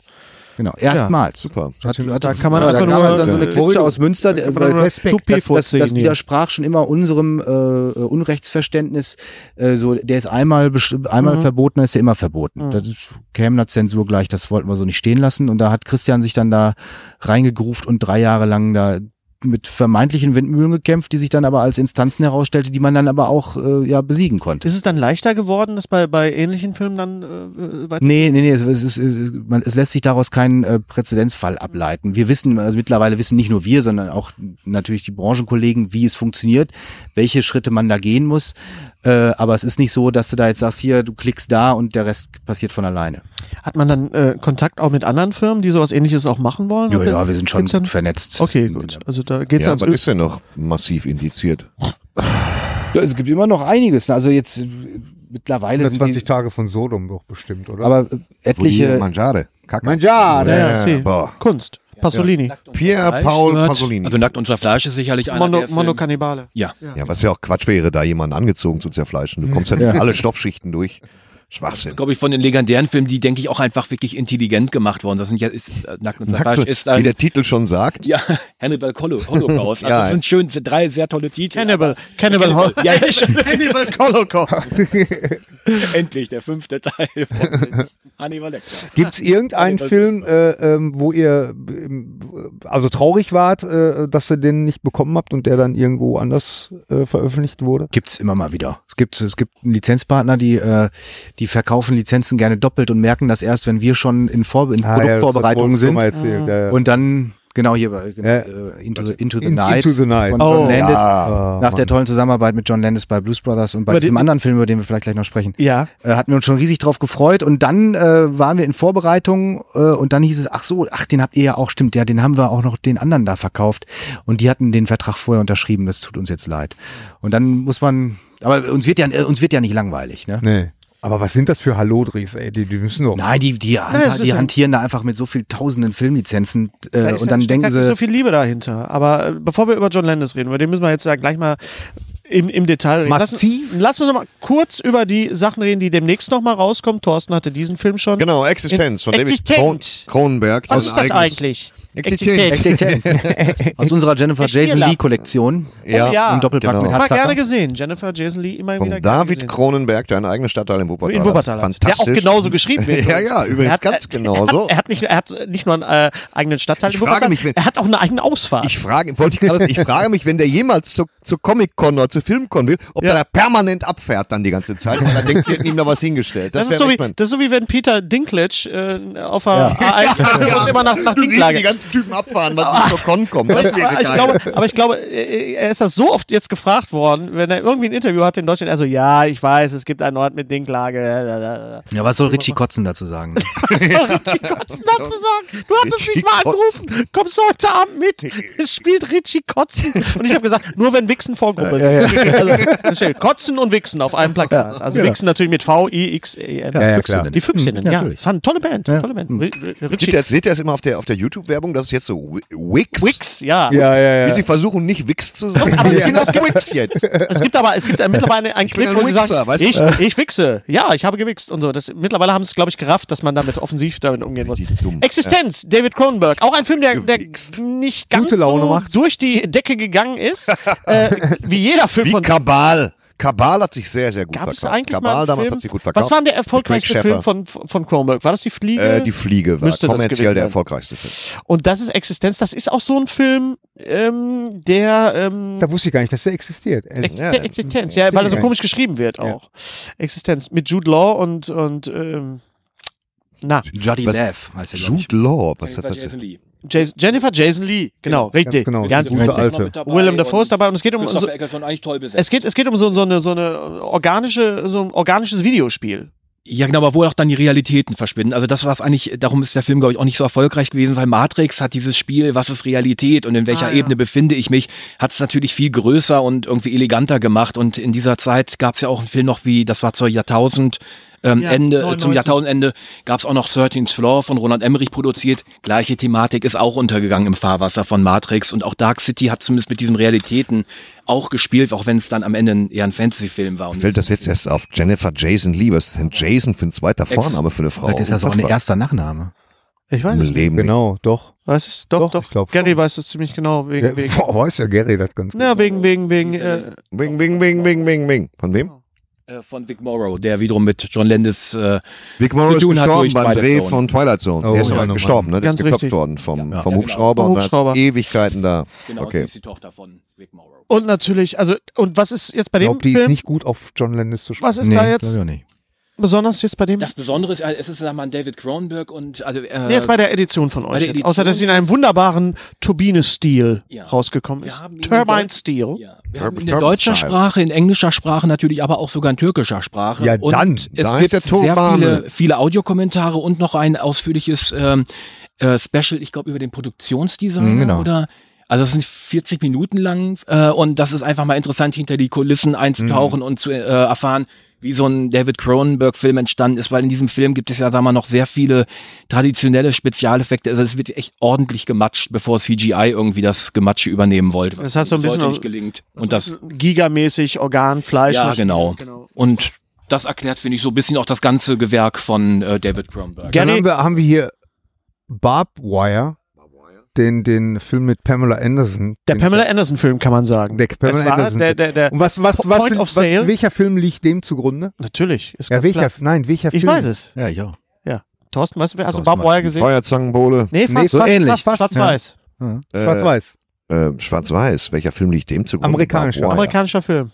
[SPEAKER 2] genau, erstmals.
[SPEAKER 4] Super.
[SPEAKER 2] Hat, hat,
[SPEAKER 3] Da kann man
[SPEAKER 2] ja, da
[SPEAKER 3] einfach
[SPEAKER 2] gab
[SPEAKER 3] nur-
[SPEAKER 2] halt dann so eine
[SPEAKER 3] äh,
[SPEAKER 2] Klitsche aus Münster,
[SPEAKER 3] kann
[SPEAKER 2] der-
[SPEAKER 3] man
[SPEAKER 2] weil
[SPEAKER 3] nur
[SPEAKER 2] das,
[SPEAKER 3] Respekt
[SPEAKER 2] das, das, das
[SPEAKER 3] hervorziehen hier.
[SPEAKER 2] widersprach schon immer unserem äh, Unrechtsverständnis. Äh, so, der ist einmal besch- einmal verboten, dann ist er immer verboten. Das ist Kämmener Zensur gleich, das wollten wir so nicht stehen lassen. Und da hat Christian sich dann da reingegruft und drei Jahre lang da mit vermeintlichen Windmühlen gekämpft, die sich dann aber als Instanzen herausstellte, die man dann aber auch äh, ja besiegen konnte.
[SPEAKER 3] Ist es dann leichter geworden, dass bei, bei ähnlichen Filmen dann äh, äh, weiter
[SPEAKER 2] Nee, nee, nee, es, es, ist, es, ist- man, es lässt sich daraus kein äh, Präzedenzfall ableiten. Wir wissen, also mittlerweile wissen nicht nur wir, sondern auch natürlich die Branchenkollegen, wie es funktioniert, welche Schritte man da gehen muss. Äh, aber es ist nicht so, dass du da jetzt sagst, hier, du klickst da und der Rest passiert von alleine.
[SPEAKER 3] Hat man dann äh, Kontakt auch mit anderen Firmen, die sowas ähnliches auch machen wollen?
[SPEAKER 2] Ja,
[SPEAKER 3] Oder
[SPEAKER 2] ja, wir sind schon
[SPEAKER 3] gibt's dann-
[SPEAKER 2] gut vernetzt.
[SPEAKER 3] Okay, gut. Also da geht's
[SPEAKER 4] Ja,
[SPEAKER 3] ans
[SPEAKER 4] was
[SPEAKER 3] Ö-
[SPEAKER 4] ist denn noch massiv indiziert?
[SPEAKER 2] Ja, es gibt immer noch einiges. ne? Also jetzt äh, mittlerweile sind
[SPEAKER 1] 120
[SPEAKER 2] die,
[SPEAKER 1] Tage von Sodom doch bestimmt, oder?
[SPEAKER 2] aber äh,
[SPEAKER 4] Wo die
[SPEAKER 2] etliche
[SPEAKER 4] Mangiare. Kacke.
[SPEAKER 1] ja,
[SPEAKER 3] Ja, ja, see.
[SPEAKER 4] Boah.
[SPEAKER 3] Kunst. Pasolini.
[SPEAKER 4] Pier Paul Pasolini.
[SPEAKER 5] Also nackt unser Fleisch ist sicherlich einer
[SPEAKER 3] Mono,
[SPEAKER 5] der Filme-
[SPEAKER 3] Monokannibale.
[SPEAKER 5] Ja.
[SPEAKER 4] ja, was ja auch Quatsch wäre, da jemanden angezogen zu zerfleischen. Du kommst ja durch alle Stoffschichten durch. Schwachsinn.
[SPEAKER 5] glaube ich, von den legendären Filmen, die, denke ich, auch einfach wirklich intelligent gemacht worden. Das sind ja, ist, äh, Nackt und
[SPEAKER 4] Nackt,
[SPEAKER 5] Fleisch ist
[SPEAKER 4] wie
[SPEAKER 5] ein,
[SPEAKER 4] der Titel schon sagt.
[SPEAKER 5] ja, Hannibal Colo- Holocaust. Also,
[SPEAKER 4] Ja.
[SPEAKER 5] das sind schön, sind drei sehr tolle Titel.
[SPEAKER 3] Cannibal. Cannibal. Hol-
[SPEAKER 5] Ja, ja, schon.
[SPEAKER 3] Cannibal Holocaust.
[SPEAKER 5] endlich, der fünfte Teil von Hannibal Lecter.
[SPEAKER 1] Gibt's irgendeinen
[SPEAKER 5] Ja,
[SPEAKER 1] Film, äh, ähm, wo ihr ähm, also traurig wart, äh, dass ihr den nicht bekommen habt und der dann irgendwo anders äh, veröffentlicht wurde?
[SPEAKER 2] Gibt's immer mal wieder. Es gibt, es gibt einen Lizenzpartner, die, äh, die verkaufen Lizenzen gerne doppelt und merken das erst, wenn wir schon in, Vor in Produktvorbereitungen sind.
[SPEAKER 3] Ah.
[SPEAKER 1] Erzählt, ja, ja.
[SPEAKER 2] Und dann, genau hier, bei- genau,
[SPEAKER 1] Ja.
[SPEAKER 2] äh, into, the, into, the
[SPEAKER 1] In-
[SPEAKER 2] Night
[SPEAKER 1] äh, Into the Night.
[SPEAKER 2] von John
[SPEAKER 3] Oh.
[SPEAKER 2] Landis.
[SPEAKER 1] Ah,
[SPEAKER 2] Nach der
[SPEAKER 1] Mann.
[SPEAKER 2] tollen Zusammenarbeit mit John Landis bei Blues Brothers und bei
[SPEAKER 3] Über
[SPEAKER 2] diesem
[SPEAKER 3] die-
[SPEAKER 2] anderen Film, über den wir vielleicht gleich noch sprechen,
[SPEAKER 3] Ja.
[SPEAKER 2] äh, hatten wir uns schon riesig drauf gefreut und dann äh, waren wir in Vorbereitung äh, und dann hieß es, ach so, ach, den habt ihr ja auch, stimmt, ja, den haben wir auch noch den anderen da verkauft und die hatten den Vertrag vorher unterschrieben, das tut uns jetzt leid. Und dann muss man, aber uns wird ja, äh, uns wird ja nicht langweilig, ne?
[SPEAKER 1] Nee. Aber was sind das für Hallodris, ey? Die, die müssen doch.
[SPEAKER 2] Nein, die, die,
[SPEAKER 3] es ist
[SPEAKER 2] die
[SPEAKER 3] ein-
[SPEAKER 2] hantieren da einfach mit so viel tausenden Filmlizenzen
[SPEAKER 3] Da
[SPEAKER 2] äh,
[SPEAKER 3] ist
[SPEAKER 2] und
[SPEAKER 3] ja-
[SPEAKER 2] dann
[SPEAKER 3] steckt
[SPEAKER 2] denken
[SPEAKER 3] halt nicht
[SPEAKER 2] sie,
[SPEAKER 3] so viel Liebe dahinter. Aber äh, bevor wir über John Landis reden, über den müssen wir jetzt ja gleich mal im, im Detail reden.
[SPEAKER 1] Massiv.
[SPEAKER 3] Lass, lass uns noch mal kurz über die Sachen reden, die demnächst noch mal rauskommen. Thorsten hatte diesen Film schon.
[SPEAKER 4] Genau, Also Existenz von David Kron
[SPEAKER 3] Existenz.
[SPEAKER 4] Cronenberg.
[SPEAKER 3] Was ist
[SPEAKER 4] Sein
[SPEAKER 3] das eigentlich?
[SPEAKER 4] Existenz.
[SPEAKER 2] aus unserer Jennifer
[SPEAKER 3] Ich spiel
[SPEAKER 2] Jason
[SPEAKER 3] ab.
[SPEAKER 2] Lee Kollektion,
[SPEAKER 4] Ja,
[SPEAKER 3] Oh ja.
[SPEAKER 2] im Doppelpack
[SPEAKER 4] genau.
[SPEAKER 2] mit
[SPEAKER 3] Immer gerne
[SPEAKER 2] Hatzacker.
[SPEAKER 3] gesehen. Jennifer Jason Lee immer wieder
[SPEAKER 4] Von
[SPEAKER 3] gerne
[SPEAKER 4] David
[SPEAKER 3] gesehen.
[SPEAKER 4] Cronenberg, dein eigener Stadtteil in Wuppertal.
[SPEAKER 3] In Wuppertal.
[SPEAKER 4] Fantastisch.
[SPEAKER 3] Der auch genauso geschrieben wird.
[SPEAKER 4] Ja, ja, übrigens
[SPEAKER 3] Er hat-
[SPEAKER 4] ganz genau
[SPEAKER 3] er hat,
[SPEAKER 4] so.
[SPEAKER 3] Er hat, nicht, er hat nicht nur einen äh, eigenen Stadtteil
[SPEAKER 4] Ich
[SPEAKER 3] in
[SPEAKER 4] frage
[SPEAKER 3] Wuppertal,
[SPEAKER 4] mich, wenn-
[SPEAKER 3] er hat auch eine eigene Ausfahrt.
[SPEAKER 4] Ich frage, wollte ich, gerade sagen, ich frage mich, wenn der jemals zu, zu Comic-Con oder zu Film-Con will, ob
[SPEAKER 3] Ja.
[SPEAKER 4] der da permanent abfährt dann die ganze Zeit, weil er denkt, sie hätten ihm da was hingestellt.
[SPEAKER 3] Das,
[SPEAKER 4] Das,
[SPEAKER 3] ist
[SPEAKER 4] wäre
[SPEAKER 3] so wie,
[SPEAKER 4] echt mein...
[SPEAKER 3] das ist so wie wenn Peter Dinklage äh, auf der A1 und immer nach, nach
[SPEAKER 4] Du siehst ihn
[SPEAKER 3] Dinklage.
[SPEAKER 4] die ganze ganzen Typen abfahren, was nicht zur Con kommt. Das wäre
[SPEAKER 3] Aber ich,
[SPEAKER 4] geil.
[SPEAKER 3] glaube, aber ich glaube, äh, er ist das so oft jetzt gefragt worden, wenn er irgendwie ein Interview hatte in Deutschland, also ja, ich weiß, es gibt einen Ort mit Dinklage. da, da, da, da."
[SPEAKER 2] Ja, was soll Richie Kotzen dazu sagen?
[SPEAKER 3] Sorry, Richie Kotzen abzusagen. Du hattest
[SPEAKER 4] Richie
[SPEAKER 3] mich mal
[SPEAKER 4] Kotzen.
[SPEAKER 3] angerufen. Kommst du heute Abend mit? Es spielt Richie Kotzen. Und ich habe gesagt, nur wenn Wichsen Vorgruppe ist. Also, dann steht Kotzen und Wichsen auf einem Plakat. Also Wichsen natürlich mit V-I-X-E-N.
[SPEAKER 1] ja, klar.
[SPEAKER 3] E, Die Füchsinnen, ja.
[SPEAKER 2] natürlich.
[SPEAKER 3] Das war eine tolle Band. Tolle Band. Ri- Ri-
[SPEAKER 4] Seht
[SPEAKER 3] Richie
[SPEAKER 4] ihr, seht ihr das immer auf der, auf der YouTube-Werbung? Das ist jetzt so Wi- Wix.
[SPEAKER 3] Wicks, ja.
[SPEAKER 1] Ja, ja,
[SPEAKER 4] Wie
[SPEAKER 1] ja.
[SPEAKER 4] sie versuchen, nicht Wix zu sagen. Aber ich bin das Wix jetzt.
[SPEAKER 3] Es gibt aber, es gibt äh, mittlerweile einen Clip,
[SPEAKER 4] bin ein
[SPEAKER 3] wo sie
[SPEAKER 4] Wichser,
[SPEAKER 3] sagen,
[SPEAKER 4] weißt
[SPEAKER 3] ich,
[SPEAKER 4] du?
[SPEAKER 3] ich wichse. Ja, ich habe gewichst und so. Das, mittlerweile haben sie es, glaube ich, gerafft, dass man damit offensiv damit umgehen muss.
[SPEAKER 4] Die Dummen.
[SPEAKER 3] Existenz, David Cronenberg. Auch ein Film, der, der
[SPEAKER 4] Gewichst.
[SPEAKER 3] nicht ganz
[SPEAKER 1] Gute Laune
[SPEAKER 3] so
[SPEAKER 1] macht.
[SPEAKER 3] durch die Decke gegangen ist. äh, wie jeder Film
[SPEAKER 4] Wie
[SPEAKER 3] von
[SPEAKER 4] Kabal. Kabal hat sich sehr, sehr gut
[SPEAKER 3] Gab es
[SPEAKER 4] verkauft.
[SPEAKER 3] eigentlich
[SPEAKER 4] Kabal
[SPEAKER 3] mal einen
[SPEAKER 4] damals
[SPEAKER 3] Film?
[SPEAKER 4] hat sich gut verkauft.
[SPEAKER 3] Was war denn der
[SPEAKER 4] Mit
[SPEAKER 3] erfolgreichste
[SPEAKER 4] Craig
[SPEAKER 3] Film
[SPEAKER 4] Sheffer.
[SPEAKER 3] von, von Cronenberg? War das die Fliege?
[SPEAKER 4] Äh, die Fliege war
[SPEAKER 3] Müsste das
[SPEAKER 4] kommerziell
[SPEAKER 3] gewesen
[SPEAKER 4] der
[SPEAKER 3] sein.
[SPEAKER 4] erfolgreichste Film.
[SPEAKER 3] und das ist Existenz. Das ist auch so ein Film, ähm, der ähm,
[SPEAKER 1] Da wusste ich gar nicht, dass der existiert. Äh,
[SPEAKER 3] Ex
[SPEAKER 1] Ehrlich.
[SPEAKER 4] Ja, ja.
[SPEAKER 3] Existenz, ja, weil er so
[SPEAKER 1] Ja.
[SPEAKER 3] komisch geschrieben wird auch. Existenz mit Jude Law und und ähm, na
[SPEAKER 2] Juddy
[SPEAKER 4] Was?
[SPEAKER 2] Lev heißt er, glaub ich.
[SPEAKER 4] Jude Law, was hat das?
[SPEAKER 3] Jason, Jennifer Jason Lee, genau, richtig,
[SPEAKER 1] genau.
[SPEAKER 3] ganz
[SPEAKER 1] Gute
[SPEAKER 3] richtig.
[SPEAKER 1] alte.
[SPEAKER 3] Willem Dafoe ist dabei und es geht um so,
[SPEAKER 9] Christoph Eccleston eigentlich toll besetzt.
[SPEAKER 3] es geht es geht um so so eine so eine organische so ein organisches Videospiel.
[SPEAKER 5] Ja, genau, aber wo auch dann die Realitäten verschwinden. Also das war es eigentlich, darum ist der Film, glaube ich, auch nicht so erfolgreich gewesen, weil Matrix hat dieses Spiel, was ist Realität und in welcher
[SPEAKER 3] Ah, ja.
[SPEAKER 5] Ebene befinde ich mich, hat es natürlich viel größer und irgendwie eleganter gemacht. Und in dieser Zeit gab es ja auch einen Film noch wie, das war zur Jahrtausend. Ähm,
[SPEAKER 3] Ja,
[SPEAKER 5] Ende,
[SPEAKER 3] 99.
[SPEAKER 5] zum Jahrtausendende gab es auch noch 13th Floor von Roland Emmerich produziert. Gleiche Thematik ist auch untergegangen im Fahrwasser von Matrix und auch Dark City hat zumindest mit diesen Realitäten auch gespielt, auch wenn es dann am Ende ein- eher ein Fantasy-Film war. Und
[SPEAKER 4] Fällt das jetzt erst auf Jennifer Jason Lee? Was ist denn Jason für ein zweiter Vorname für eine Frau?
[SPEAKER 2] Vielleicht ist
[SPEAKER 3] Oh,
[SPEAKER 2] das auch ein
[SPEAKER 4] Unfassbar.
[SPEAKER 2] erster Nachname.
[SPEAKER 3] Ich weiß
[SPEAKER 4] Im
[SPEAKER 3] es,
[SPEAKER 4] Leben. nicht.
[SPEAKER 1] Genau, doch.
[SPEAKER 3] weiß es doch
[SPEAKER 1] Doch,
[SPEAKER 3] doch.
[SPEAKER 1] ich glaub
[SPEAKER 3] Gary
[SPEAKER 1] schon.
[SPEAKER 3] weiß es ziemlich genau wegen
[SPEAKER 1] Ja,
[SPEAKER 3] wegen.
[SPEAKER 1] boah, weiß ja Gary das ganz gut.
[SPEAKER 3] Na, wegen, wegen, wegen, äh,
[SPEAKER 4] Wing, wing, wing, wing, wing, wing. Von wem?
[SPEAKER 5] Äh, von Vic Morrow, der wiederum mit John Landis äh,
[SPEAKER 4] Vic Morrow
[SPEAKER 5] Zu
[SPEAKER 4] ist
[SPEAKER 5] tun hat
[SPEAKER 4] gestorben
[SPEAKER 5] durch
[SPEAKER 4] beim
[SPEAKER 5] Twilight
[SPEAKER 4] Dreh
[SPEAKER 5] Zone.
[SPEAKER 4] von Twilight Zone.
[SPEAKER 1] Oh,
[SPEAKER 4] er ist
[SPEAKER 1] ja,
[SPEAKER 4] doch
[SPEAKER 1] Mann.
[SPEAKER 4] gestorben, ne? Der
[SPEAKER 3] Ganz
[SPEAKER 4] ist geklopft
[SPEAKER 3] richtig.
[SPEAKER 4] worden vom,
[SPEAKER 5] Ja,
[SPEAKER 4] vom
[SPEAKER 5] ja, genau.
[SPEAKER 4] Hubschrauber
[SPEAKER 3] Vom
[SPEAKER 4] und da
[SPEAKER 3] Hubschrauber.
[SPEAKER 4] hat's Ewigkeiten da.
[SPEAKER 5] Genau,
[SPEAKER 4] Okay.
[SPEAKER 5] sie ist die Tochter von Vic Morrow.
[SPEAKER 3] und natürlich, also, und was ist jetzt bei
[SPEAKER 1] Ich
[SPEAKER 3] dem
[SPEAKER 1] glaube, die ist
[SPEAKER 3] Film,
[SPEAKER 1] nicht gut auf John Landis zu sprechen.
[SPEAKER 3] was ist da
[SPEAKER 2] glaub
[SPEAKER 3] jetzt
[SPEAKER 2] ich auch nicht.
[SPEAKER 3] besonders jetzt bei dem,
[SPEAKER 5] Das Besondere ist, äh, es ist sag mal, David Cronenberg und also äh,
[SPEAKER 3] Nee, jetzt bei der Edition von euch,
[SPEAKER 5] der
[SPEAKER 3] jetzt,
[SPEAKER 5] Edition
[SPEAKER 3] außer dass sie in einem wunderbaren Turbine-Stil
[SPEAKER 5] Ja.
[SPEAKER 3] rausgekommen
[SPEAKER 5] Wir
[SPEAKER 3] ist.
[SPEAKER 5] haben ihn
[SPEAKER 3] Turbine-Stil.
[SPEAKER 5] ja, wir haben in
[SPEAKER 4] Turbo
[SPEAKER 5] deutscher
[SPEAKER 4] Style.
[SPEAKER 5] Sprache, in englischer Sprache natürlich, aber auch sogar in türkischer Sprache.
[SPEAKER 1] Ja,
[SPEAKER 5] und
[SPEAKER 1] dann,
[SPEAKER 5] es
[SPEAKER 4] da ist
[SPEAKER 5] gibt
[SPEAKER 4] der
[SPEAKER 5] sehr
[SPEAKER 4] Turban.
[SPEAKER 5] viele, viele Audiokommentare und noch ein ausführliches ähm, äh, Special, ich glaube, über den Produktionsdesigner
[SPEAKER 2] Mhm, genau.
[SPEAKER 5] oder also es sind 40 Minuten lang äh, und das ist einfach mal interessant, hinter die Kulissen einzutauchen
[SPEAKER 3] Mhm.
[SPEAKER 5] und zu äh, erfahren, wie so ein David Cronenberg-Film entstanden ist, weil in diesem Film gibt es ja, sagen wir mal, noch sehr viele traditionelle Spezialeffekte. Also es wird echt ordentlich gematscht, bevor CGI irgendwie das Gematsche übernehmen wollte.
[SPEAKER 3] Das heißt so ein
[SPEAKER 5] bis
[SPEAKER 3] bisschen
[SPEAKER 5] heute nicht
[SPEAKER 3] auch-
[SPEAKER 5] gelingt. Und das,
[SPEAKER 3] Gigamäßig, Organ, Fleisch.
[SPEAKER 5] ja,
[SPEAKER 3] Maschinen.
[SPEAKER 5] genau. Und das erklärt, finde ich, so ein bisschen auch das ganze Gewerk von äh, David Cronenberg.
[SPEAKER 1] Dann
[SPEAKER 3] Gary-
[SPEAKER 1] haben wir, haben wir hier Barb Wire, den, den Film mit Pamela Anderson.
[SPEAKER 3] Der
[SPEAKER 1] den,
[SPEAKER 3] Pamela Anderson-Film, kann man sagen.
[SPEAKER 1] Der Pamela
[SPEAKER 3] Es war
[SPEAKER 1] Anderson.
[SPEAKER 3] Der, der, der,
[SPEAKER 1] Und was, was,
[SPEAKER 3] Po-
[SPEAKER 1] was,
[SPEAKER 3] Point of
[SPEAKER 1] was,
[SPEAKER 3] Sale.
[SPEAKER 1] welcher Film liegt dem zugrunde?
[SPEAKER 3] natürlich. Ist
[SPEAKER 1] Ja,
[SPEAKER 3] ganz
[SPEAKER 1] welcher,
[SPEAKER 3] klar.
[SPEAKER 1] nein, welcher
[SPEAKER 3] Ich
[SPEAKER 1] Film?
[SPEAKER 3] weiß es.
[SPEAKER 2] Ja, ich auch.
[SPEAKER 3] Thorsten, weißt du, hast du
[SPEAKER 2] Thorsten
[SPEAKER 3] Barb
[SPEAKER 2] weiß
[SPEAKER 3] Wire
[SPEAKER 2] nicht.
[SPEAKER 3] gesehen?
[SPEAKER 4] Feuerzangenbowle.
[SPEAKER 3] Nee,
[SPEAKER 1] Nee, so ähnlich.
[SPEAKER 3] Schwarz-Weiß.
[SPEAKER 4] Äh,
[SPEAKER 1] Schwarz-Weiß.
[SPEAKER 4] Äh, Schwarz-Weiß. Welcher Film liegt dem zugrunde?
[SPEAKER 1] Amerikanischer.
[SPEAKER 4] Bob Wire.
[SPEAKER 3] Amerikanischer Film.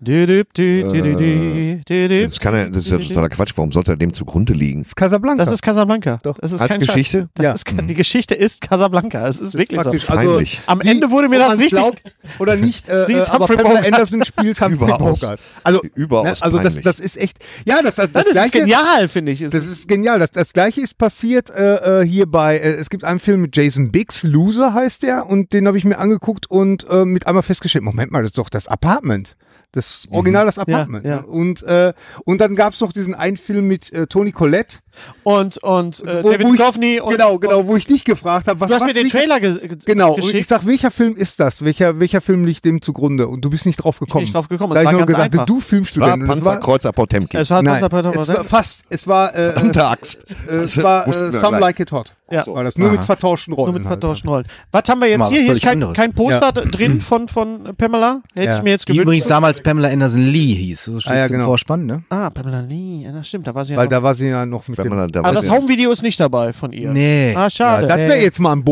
[SPEAKER 3] Du, du, du, du, du, du, du, du.
[SPEAKER 4] Das, kann er, das ist ja totaler Quatsch. Warum sollte er dem zugrunde liegen?
[SPEAKER 1] Das ist Casablanca.
[SPEAKER 3] Das ist Casablanca.
[SPEAKER 1] Doch.
[SPEAKER 3] Das ist
[SPEAKER 4] Als
[SPEAKER 3] kein Scheiß.
[SPEAKER 4] Geschichte?
[SPEAKER 3] Das
[SPEAKER 1] Ja.
[SPEAKER 3] ist, die Geschichte ist Casablanca. Es ist wirklich so.
[SPEAKER 1] praktisch. Also,
[SPEAKER 4] Peinlich.
[SPEAKER 3] Am Ende wurde mir
[SPEAKER 1] ob
[SPEAKER 3] das
[SPEAKER 1] man's
[SPEAKER 3] richtig-
[SPEAKER 1] Glaubt oder nicht, äh,
[SPEAKER 3] Sie ist
[SPEAKER 1] äh, aber
[SPEAKER 3] Humphrey
[SPEAKER 1] Pamela
[SPEAKER 3] Bogart.
[SPEAKER 1] Anderson spielt Humphrey
[SPEAKER 4] Überaus.
[SPEAKER 1] Bogart. Also,
[SPEAKER 4] Überaus
[SPEAKER 1] ne, also das,
[SPEAKER 4] peinlich.
[SPEAKER 1] das ist echt. Ja, das,
[SPEAKER 3] Das,
[SPEAKER 1] das, das,
[SPEAKER 3] ist
[SPEAKER 1] gleiche,
[SPEAKER 3] genial, finde ich. Es
[SPEAKER 1] Das ist genial. Das, das gleiche ist passiert äh, äh, hier bei, äh, es gibt einen Film mit Jason Biggs, Loser heißt der, und den habe ich mir angeguckt und äh, mit einmal festgestellt, Moment mal, das ist doch das Apartment. Das
[SPEAKER 3] Mhm.
[SPEAKER 1] Original, das Apartment.
[SPEAKER 3] ja.
[SPEAKER 1] ne? Und, äh, und dann gab es noch diesen einen Film mit äh, Tony Collette.
[SPEAKER 3] und und äh,
[SPEAKER 1] wo- wo
[SPEAKER 3] David
[SPEAKER 1] ich-
[SPEAKER 3] Duchovny und
[SPEAKER 1] Genau, genau, wo ich dich gefragt habe, was
[SPEAKER 3] Du hast
[SPEAKER 1] was
[SPEAKER 3] mir den
[SPEAKER 1] liegt-
[SPEAKER 3] Trailer ge ge-
[SPEAKER 1] Genau, und ich
[SPEAKER 3] geschickt.
[SPEAKER 1] sag, welcher Film ist das? Welcher, welcher Film liegt dem zugrunde? Und du bist nicht drauf gekommen.
[SPEAKER 3] nicht drauf gekommen.
[SPEAKER 1] Da
[SPEAKER 3] Es
[SPEAKER 1] hab ich
[SPEAKER 3] war
[SPEAKER 1] nur
[SPEAKER 3] ganz
[SPEAKER 1] gesagt,
[SPEAKER 3] einfach.
[SPEAKER 1] du
[SPEAKER 4] War
[SPEAKER 1] Filmstudent. und das war-
[SPEAKER 4] Panzerkreuzer Potemkin.
[SPEAKER 3] es war
[SPEAKER 1] Nein,
[SPEAKER 3] Panzerpanther-
[SPEAKER 1] es war fast, es war, äh, äh,
[SPEAKER 4] Unterachs.
[SPEAKER 1] es war äh,
[SPEAKER 4] Wussten wir
[SPEAKER 1] Some
[SPEAKER 4] gleich. Ah.
[SPEAKER 1] Like It Hot.
[SPEAKER 3] Ja.
[SPEAKER 1] War das nur mit vertauschten Rollen.
[SPEAKER 3] nur mit
[SPEAKER 1] halt.
[SPEAKER 3] vertauschten Rollen. Was haben wir jetzt
[SPEAKER 2] Mal was
[SPEAKER 3] hier? Hier ist
[SPEAKER 2] völlig
[SPEAKER 3] kein,
[SPEAKER 2] anderes.
[SPEAKER 3] kein Poster drin von, von Pamela. Hätte
[SPEAKER 1] Ja.
[SPEAKER 3] ich mir jetzt
[SPEAKER 2] Die
[SPEAKER 3] gewünscht.
[SPEAKER 2] übrigens damals damals Pamela Anderson Lee hieß. So steht
[SPEAKER 1] Ah, ja,
[SPEAKER 2] im
[SPEAKER 1] genau.
[SPEAKER 2] Vorspann, ne?
[SPEAKER 3] Ah, Pamela Lee. Ja, das stimmt, da war sie ja
[SPEAKER 1] Weil
[SPEAKER 3] noch.
[SPEAKER 1] da war sie ja noch mit.
[SPEAKER 4] Wenn man
[SPEAKER 1] dem-
[SPEAKER 4] dann da
[SPEAKER 3] Aber
[SPEAKER 4] was
[SPEAKER 3] das Home-Video ist nicht dabei von ihr.
[SPEAKER 2] Nee.
[SPEAKER 3] Ah,
[SPEAKER 1] Ja,
[SPEAKER 3] schade.
[SPEAKER 1] das wäre jetzt mal
[SPEAKER 3] Das wär
[SPEAKER 1] ein
[SPEAKER 3] ein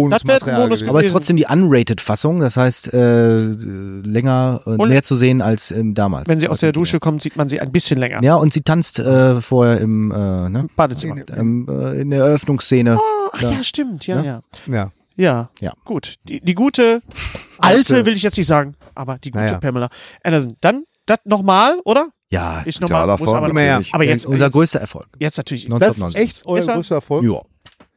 [SPEAKER 1] Bonusmaterial.
[SPEAKER 3] Bonus-
[SPEAKER 1] gewesen.
[SPEAKER 2] Aber ist trotzdem die unrated-Fassung, das heißt äh, länger und,
[SPEAKER 3] Und-
[SPEAKER 2] mehr zu sehen als ähm, damals.
[SPEAKER 3] Wenn sie aus der Dusche kommt, sieht man sie ein bisschen länger.
[SPEAKER 2] Ja, und sie tanzt äh, vorher im, äh, ne?
[SPEAKER 3] Badezimmer.
[SPEAKER 2] ähm, äh, in der Eröffnungsszene.
[SPEAKER 3] Ach ja, stimmt. Ja, ja.
[SPEAKER 1] Ne? Ja.
[SPEAKER 3] Ja.
[SPEAKER 2] Ja.
[SPEAKER 3] Gut. Die, die gute, alte will ich jetzt nicht sagen, aber die gute
[SPEAKER 1] Naja.
[SPEAKER 3] Pamela Anderson. Dann das nochmal, oder?
[SPEAKER 2] Ja,
[SPEAKER 3] Ist nochmal.
[SPEAKER 4] Idealer
[SPEAKER 3] muss
[SPEAKER 4] Form
[SPEAKER 3] aber,
[SPEAKER 1] natürlich.
[SPEAKER 3] noch- aber jetzt, Oh.
[SPEAKER 2] unser
[SPEAKER 3] jetzt,
[SPEAKER 2] größter Erfolg.
[SPEAKER 3] jetzt natürlich.
[SPEAKER 1] Das ist
[SPEAKER 2] Nonstop
[SPEAKER 1] echt euer
[SPEAKER 3] Ist er?
[SPEAKER 1] größter Erfolg.
[SPEAKER 2] Ja.